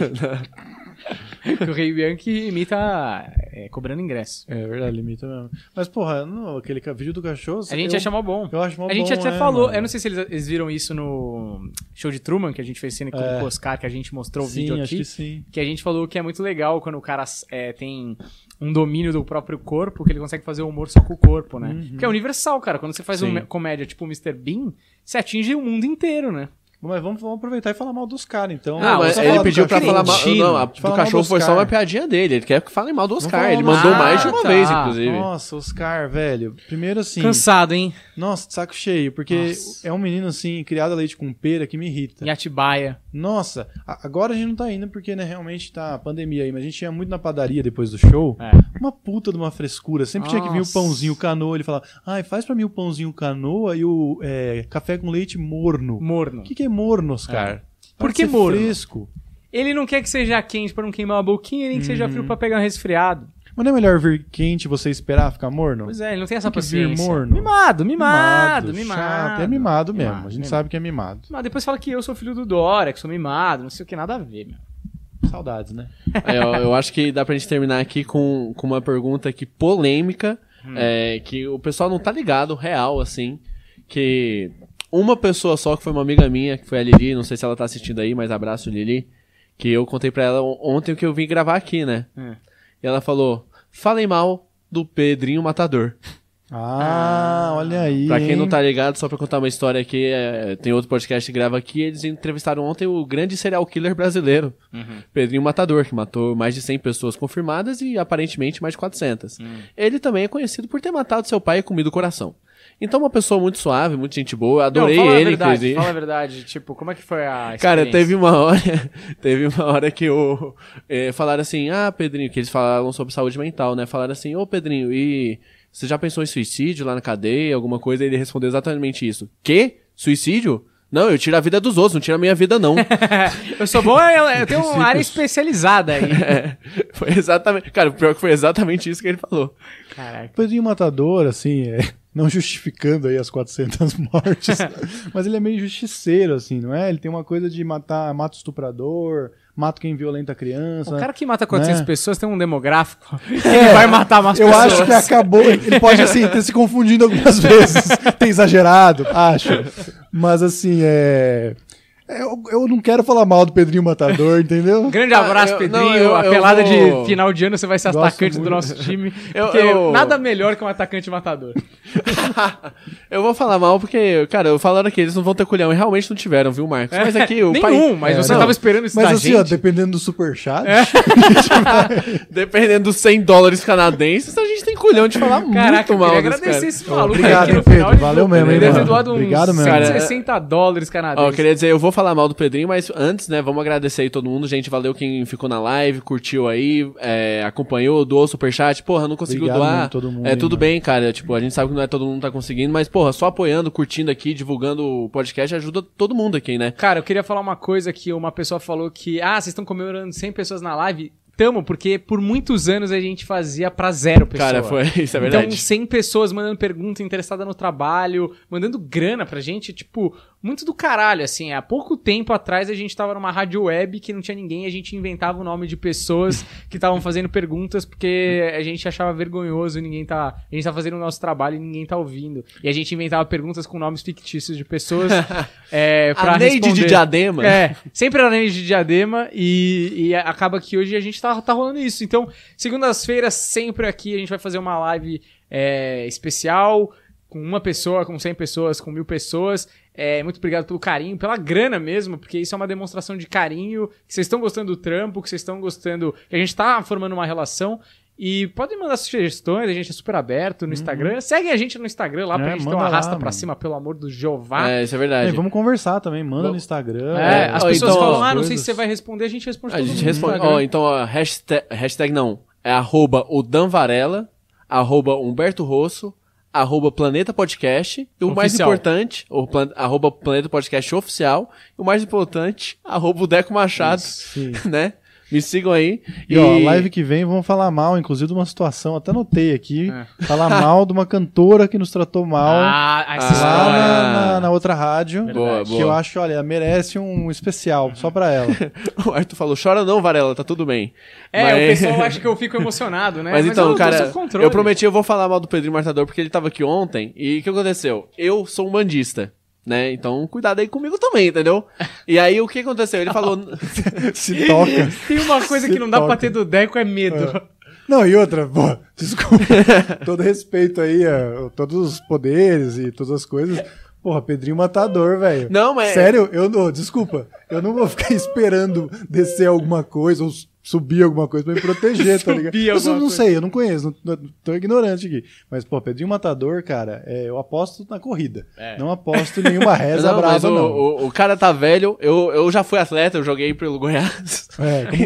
Speaker 2: que o Rei Bianchi imita é, cobrando ingresso.
Speaker 3: É verdade, limita mesmo. Mas, porra, não, aquele ca- vídeo do cachorro.
Speaker 2: A gente
Speaker 3: eu...
Speaker 2: acha mó bom.
Speaker 3: Eu acho mó
Speaker 2: A gente
Speaker 3: bom,
Speaker 2: até
Speaker 3: né,
Speaker 2: falou,
Speaker 3: mano?
Speaker 2: eu não sei se eles, eles viram isso no show de Truman, que a gente fez cena com o Oscar, que a gente mostrou o
Speaker 3: É. Sim,
Speaker 2: um vídeo
Speaker 3: acho
Speaker 2: aqui.
Speaker 3: que
Speaker 2: Que, a
Speaker 3: sim.
Speaker 2: gente falou que é muito legal quando o cara é, tem um domínio do próprio corpo, que ele consegue fazer o humor só com o corpo, né?
Speaker 3: Uhum.
Speaker 2: Que é universal, cara. Quando você faz
Speaker 1: Sim.
Speaker 2: uma comédia tipo Mr. Bean, você atinge o mundo inteiro, né?
Speaker 3: Mas vamos, vamos aproveitar e falar mal dos caras, então.
Speaker 1: Não,
Speaker 2: Ah,
Speaker 1: mas
Speaker 2: você
Speaker 1: ele
Speaker 2: fala do
Speaker 1: pediu pra
Speaker 2: cachorro.
Speaker 1: falar mal.
Speaker 2: Argentino.
Speaker 1: Não, a,
Speaker 3: Você
Speaker 1: do
Speaker 3: fala mal
Speaker 1: cachorro
Speaker 3: do
Speaker 1: foi só
Speaker 3: Oscar.
Speaker 1: uma piadinha dele. Ele quer que falem mal do Oscar.
Speaker 3: falar
Speaker 1: Ele
Speaker 3: mal do
Speaker 1: mandou
Speaker 3: Oscar.
Speaker 1: mais de uma
Speaker 2: Ah,
Speaker 1: vez,
Speaker 2: tá.
Speaker 1: inclusive.
Speaker 3: Nossa, Oscar, velho. Primeiro assim.
Speaker 2: Cansado, hein?
Speaker 3: Nossa, de saco cheio, porque
Speaker 2: Nossa.
Speaker 3: é um menino assim, criado a leite com pera, que me irrita.
Speaker 2: Em Atibaia.
Speaker 3: Nossa, a- agora a gente não tá indo porque, né, realmente tá a pandemia aí, mas a gente ia muito na padaria depois do show.
Speaker 2: É.
Speaker 3: Uma puta de uma frescura. Sempre tinha que vir o
Speaker 2: Nossa.
Speaker 3: pãozinho canoa. Ele falava, ai, faz pra mim o pãozinho canoa e o é, café com leite morno.
Speaker 2: Morno.
Speaker 3: O que, que é morno, Oscar?
Speaker 2: Por
Speaker 3: Pode
Speaker 2: que
Speaker 3: ser
Speaker 2: morno?
Speaker 3: fresco.
Speaker 2: Ele não quer que seja quente pra não queimar a boquinha, nem que seja
Speaker 3: Uhum.
Speaker 2: frio pra pegar um resfriado.
Speaker 3: Mas não é melhor vir quente e você esperar ficar morno?
Speaker 2: Pois é, ele não tem essa
Speaker 3: Tem que vir
Speaker 2: paciência.
Speaker 3: morno.
Speaker 2: Mimado, mimado, mimado.
Speaker 3: chato. É mimado mesmo.
Speaker 2: Mimado,
Speaker 3: a gente
Speaker 2: mimado.
Speaker 3: sabe que é mimado.
Speaker 2: Mas depois fala que eu sou filho do Dora, que sou mimado, não sei o que, nada a ver, meu.
Speaker 3: Saudades, né?
Speaker 1: É, eu, eu acho que dá pra gente terminar aqui com, com uma pergunta aqui polêmica, é, que o pessoal não tá ligado, real, assim, que uma pessoa só, que foi uma amiga minha, que foi a Lili, não sei se ela tá assistindo aí, mas abraço, Lili, que eu contei pra ela on- ontem o que eu vim gravar aqui, né?
Speaker 2: É.
Speaker 1: E ela falou, falem mal do Pedrinho Matador.
Speaker 3: Ah, olha aí.
Speaker 1: Pra quem não
Speaker 3: hein?
Speaker 1: tá ligado, só pra contar uma história aqui, é, tem outro podcast que grava aqui, eles entrevistaram ontem o grande serial killer brasileiro,
Speaker 2: Uhum.
Speaker 1: Pedrinho Matador, que matou mais de 100 pessoas confirmadas e aparentemente mais de 400.
Speaker 2: Uhum.
Speaker 1: Ele também é conhecido por ter matado seu pai e comido o coração. Então uma pessoa muito suave, muito gente boa, eu adorei
Speaker 2: não, fala
Speaker 1: ele,
Speaker 2: a verdade,
Speaker 1: inclusive.
Speaker 2: Fala a verdade, tipo, como é que foi a
Speaker 1: Cara,
Speaker 2: experiência?
Speaker 1: teve uma hora, teve uma hora que o eh, falaram assim, ah, Pedrinho, que eles falaram sobre saúde mental, né? Falaram assim, ô Pedrinho, e você já pensou em suicídio lá na cadeia, alguma coisa? E ele respondeu exatamente isso. Que? Suicídio? Não, eu tiro a vida dos outros, não tiro a minha vida, não. um-
Speaker 2: Eu sou bom, eu, eu tenho uma área especializada aí.
Speaker 1: É, foi exatamente. Cara, o pior que foi exatamente isso que ele falou.
Speaker 2: Caraca.
Speaker 3: Pedrinho Matador, assim, é, não justificando aí as 400 mortes, mas ele é meio justiceiro, assim, não é? Ele tem uma coisa de matar, mata o estuprador, mata quem violenta a criança.
Speaker 2: O cara que mata 400
Speaker 3: Né?
Speaker 2: pessoas tem um demográfico que
Speaker 1: É,
Speaker 2: ele vai matar mais
Speaker 3: Eu
Speaker 2: pessoas.
Speaker 3: acho que acabou. Ele pode, assim, ter se confundido algumas vezes. Ter exagerado, acho. Mas, assim, é. Eu, eu não quero falar mal do Pedrinho Matador, entendeu?
Speaker 2: Grande abraço,
Speaker 1: Ah, eu- não,
Speaker 2: Pedrinho.
Speaker 1: eu-
Speaker 2: a
Speaker 1: eu
Speaker 2: pelada
Speaker 1: vou-
Speaker 2: de final de ano você vai ser
Speaker 3: Gosto
Speaker 2: atacante do
Speaker 3: muito.
Speaker 2: nosso time.
Speaker 1: Eu-
Speaker 2: porque
Speaker 1: eu-
Speaker 2: nada melhor que um atacante matador.
Speaker 1: eu vou falar mal porque, cara, falaram que eles não vão ter culhão e realmente não tiveram, viu, Marcos? Mas aqui o pai.
Speaker 2: Nenhum, mas
Speaker 3: É,
Speaker 2: você
Speaker 3: não.
Speaker 2: tava esperando isso
Speaker 3: Mas,
Speaker 2: da
Speaker 3: assim, ó,
Speaker 2: gente. É.
Speaker 3: dependendo do superchat.
Speaker 1: Dependendo dos 100 dólares canadenses, a gente tem culhão de falar
Speaker 2: Caraca,
Speaker 1: muito
Speaker 2: eu queria
Speaker 1: mal. desse
Speaker 2: agradecer
Speaker 1: cara.
Speaker 2: esse maluco
Speaker 3: Obrigado,
Speaker 2: aqui no
Speaker 3: hein, Pedro.
Speaker 2: final. ele
Speaker 3: Valeu mesmo,
Speaker 1: hein,
Speaker 2: Ele deve ter
Speaker 1: mano.
Speaker 2: doado uns
Speaker 3: Obrigado mesmo.
Speaker 2: 160 dólares
Speaker 1: Ó,
Speaker 2: canadenses.
Speaker 1: eu queria dizer, eu vou falar mal do Pedrinho, mas antes, né, vamos agradecer aí todo mundo. Gente, valeu quem ficou na live, curtiu aí, é, acompanhou, doou superchat. Porra, não conseguiu
Speaker 3: Obrigado
Speaker 1: doar.
Speaker 3: mesmo, todo mundo,
Speaker 1: é
Speaker 3: hein,
Speaker 1: tudo
Speaker 3: mano.
Speaker 1: bem, cara. Tipo, a gente sabe que não é todo mundo tá conseguindo, mas, porra, só apoiando, curtindo aqui, divulgando o podcast ajuda todo mundo aqui, né?
Speaker 2: Cara, eu queria falar uma coisa que uma pessoa falou que, ah, vocês estão comemorando 100 pessoas na live. Tamo, porque por muitos anos a gente fazia pra zero pessoa.
Speaker 1: Cara, foi isso, é
Speaker 2: Então,
Speaker 1: verdade.
Speaker 2: 100 pessoas mandando pergunta, interessada no trabalho, mandando grana pra gente, tipo, muito do caralho, assim. Há pouco tempo atrás a gente tava numa rádio web que não tinha ninguém, a gente inventava o nome de pessoas que estavam fazendo perguntas porque a gente achava vergonhoso, ninguém tá. A gente tá fazendo o nosso trabalho e ninguém tá ouvindo. E a gente inventava perguntas com nomes fictícios de pessoas é, pra
Speaker 1: a Neide de
Speaker 2: responder.
Speaker 1: Diadema.
Speaker 2: É, sempre era Neide de Diadema e, e acaba que hoje a gente tá, tá rolando isso. Então, segundas-feiras, sempre aqui, a gente vai fazer uma live é, especial com uma pessoa, com 100 pessoas, com mil pessoas. É, muito obrigado pelo carinho, pela grana mesmo, porque isso é uma demonstração de carinho, que vocês estão gostando do trampo, que vocês estão gostando, que a gente tá formando uma relação. E podem mandar sugestões, a gente é super aberto no Instagram. Seguem a gente no Instagram lá pra
Speaker 3: Uhum. É,
Speaker 2: gente ter um
Speaker 3: manda lá,
Speaker 2: arrasta pra
Speaker 3: mano.
Speaker 2: cima, pelo amor do Jeová.
Speaker 1: É, isso é
Speaker 3: É,
Speaker 1: verdade.
Speaker 3: vamos conversar também, manda no
Speaker 1: Vamos-
Speaker 3: Instagram.
Speaker 2: É, as
Speaker 1: Ó,
Speaker 2: pessoas
Speaker 1: então,
Speaker 2: falam,
Speaker 1: ó,
Speaker 2: ah, não sei se
Speaker 3: coisas.
Speaker 2: você vai responder, a gente responde
Speaker 1: A
Speaker 2: todo
Speaker 1: gente
Speaker 2: mundo né? no
Speaker 1: responde.
Speaker 2: Instagram.
Speaker 1: Ó, então, ó, hashtag, hashtag não. É arroba o Dan Varela, arroba Humberto Rosso, arroba Planeta Podcast. E o mais
Speaker 2: Oficial.
Speaker 1: importante, o plan- arroba Planeta Podcast Oficial. E o mais importante, arroba o Deco Machado,
Speaker 3: Sim.
Speaker 1: né? Me sigam aí.
Speaker 3: E ó, live que vem vamos falar mal, inclusive, de uma situação, até notei aqui, falar mal de uma cantora que nos tratou mal
Speaker 2: É. Ah, essa
Speaker 1: Ah.
Speaker 3: lá
Speaker 2: história.
Speaker 3: na, na- na outra rádio.
Speaker 1: Boa,
Speaker 3: que
Speaker 1: boa.
Speaker 3: eu acho, olha, merece um especial só pra ela.
Speaker 1: O Arthur falou, chora não, Varela, tá tudo bem.
Speaker 2: É, o
Speaker 1: Mas-
Speaker 2: pessoal acha que eu fico emocionado, né?
Speaker 1: Mas, então,
Speaker 2: eu tô
Speaker 1: cara,
Speaker 2: sob controle.
Speaker 1: eu prometi, eu vou falar mal do Pedrinho Martador, porque ele tava aqui ontem, e o que aconteceu? Eu sou um bandista, né? Então, cuidado aí comigo também, entendeu? E aí, o que aconteceu? Ele falou...
Speaker 3: Se toca.
Speaker 2: Tem uma coisa
Speaker 3: Se
Speaker 2: que não dá pra
Speaker 3: toca.
Speaker 2: ter do Deco, é medo.
Speaker 3: Não, e outra, pô, desculpa. todo respeito aí, a, todos os poderes e todas as coisas. Porra, Pedrinho Matador, velho.
Speaker 1: Não, mas-
Speaker 3: Sério, eu não. Desculpa, eu não vou ficar esperando descer alguma coisa ou s- subir alguma coisa pra me proteger, tá
Speaker 2: Subir
Speaker 3: ligado? Eu
Speaker 2: alguma
Speaker 3: não
Speaker 2: coisa.
Speaker 3: sei, eu não conheço, não, não- tô ignorante aqui. Mas, pô, Pedrinho Matador, cara, é, eu aposto na corrida.
Speaker 1: É.
Speaker 3: Não aposto em nenhuma reza
Speaker 1: não, mas
Speaker 3: brava,
Speaker 1: o,
Speaker 3: não.
Speaker 1: O, o cara tá velho. Eu, eu já fui atleta, eu joguei pelo Goiás.
Speaker 3: É, como
Speaker 1: Então,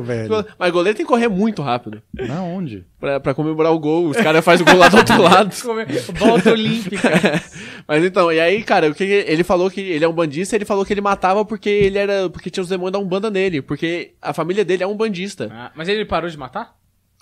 Speaker 3: velho.
Speaker 1: Mas goleiro tem que correr muito rápido.
Speaker 3: Na onde?
Speaker 1: Pra, pra comemorar o gol. Os caras fazem o gol lá do outro lado. É.
Speaker 2: Volta olímpica.
Speaker 1: Mas então, e aí, cara, o que ele falou que ele é um bandista, ele falou que ele matava porque ele era. Porque tinha os demônios da Umbanda nele. Porque a família dele é um bandista.
Speaker 2: Ah, mas ele parou de matar?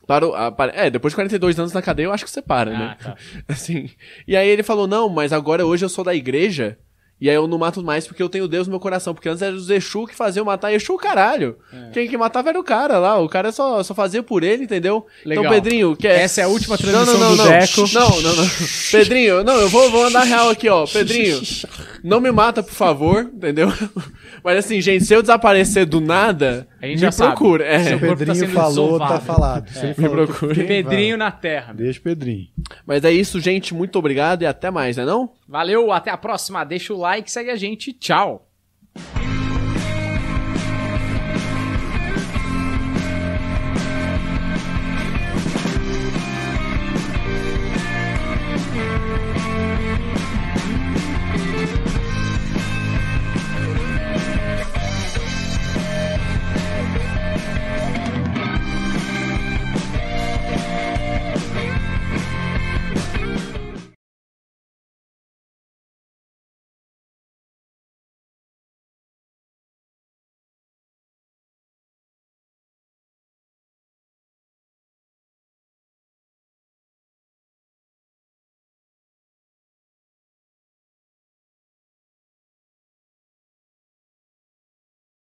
Speaker 1: Parou, ah, para- é, depois de 42 anos na cadeia, eu acho que você para,
Speaker 2: Ah,
Speaker 1: né?
Speaker 2: tá.
Speaker 1: Assim. E aí ele falou: não, mas agora hoje eu sou da igreja. E aí eu não mato mais porque eu tenho Deus no meu coração. Porque antes era os Exu que faziam matar. Exu, o caralho.
Speaker 2: É.
Speaker 1: Quem que matava era o cara lá. O cara só, só fazia por ele, entendeu?
Speaker 2: Legal.
Speaker 1: Então, Pedrinho, que
Speaker 2: Essa é a última transmissão
Speaker 1: não, não, não,
Speaker 2: do
Speaker 1: não.
Speaker 2: Deco.
Speaker 1: Não, não, não. Pedrinho, não, eu vou, vou andar real aqui, ó. Pedrinho, não me mata, por favor, entendeu? Mas assim, gente, se eu desaparecer do nada,
Speaker 2: A gente
Speaker 1: me
Speaker 2: já sabe.
Speaker 1: procura.
Speaker 2: Se
Speaker 1: É.
Speaker 2: eu- O corpo tá
Speaker 3: Pedrinho
Speaker 2: sendo
Speaker 3: falou,
Speaker 2: desovado. É.
Speaker 3: tá falado. Se ele falou que
Speaker 1: procure.
Speaker 3: tem,
Speaker 2: Pedrinho
Speaker 3: vai.
Speaker 2: na terra.
Speaker 3: Deixa o Pedrinho.
Speaker 1: Mas é isso, gente. Muito obrigado e até mais, né não?
Speaker 2: Valeu, até a próxima. Deixa o like, segue a gente. Tchau.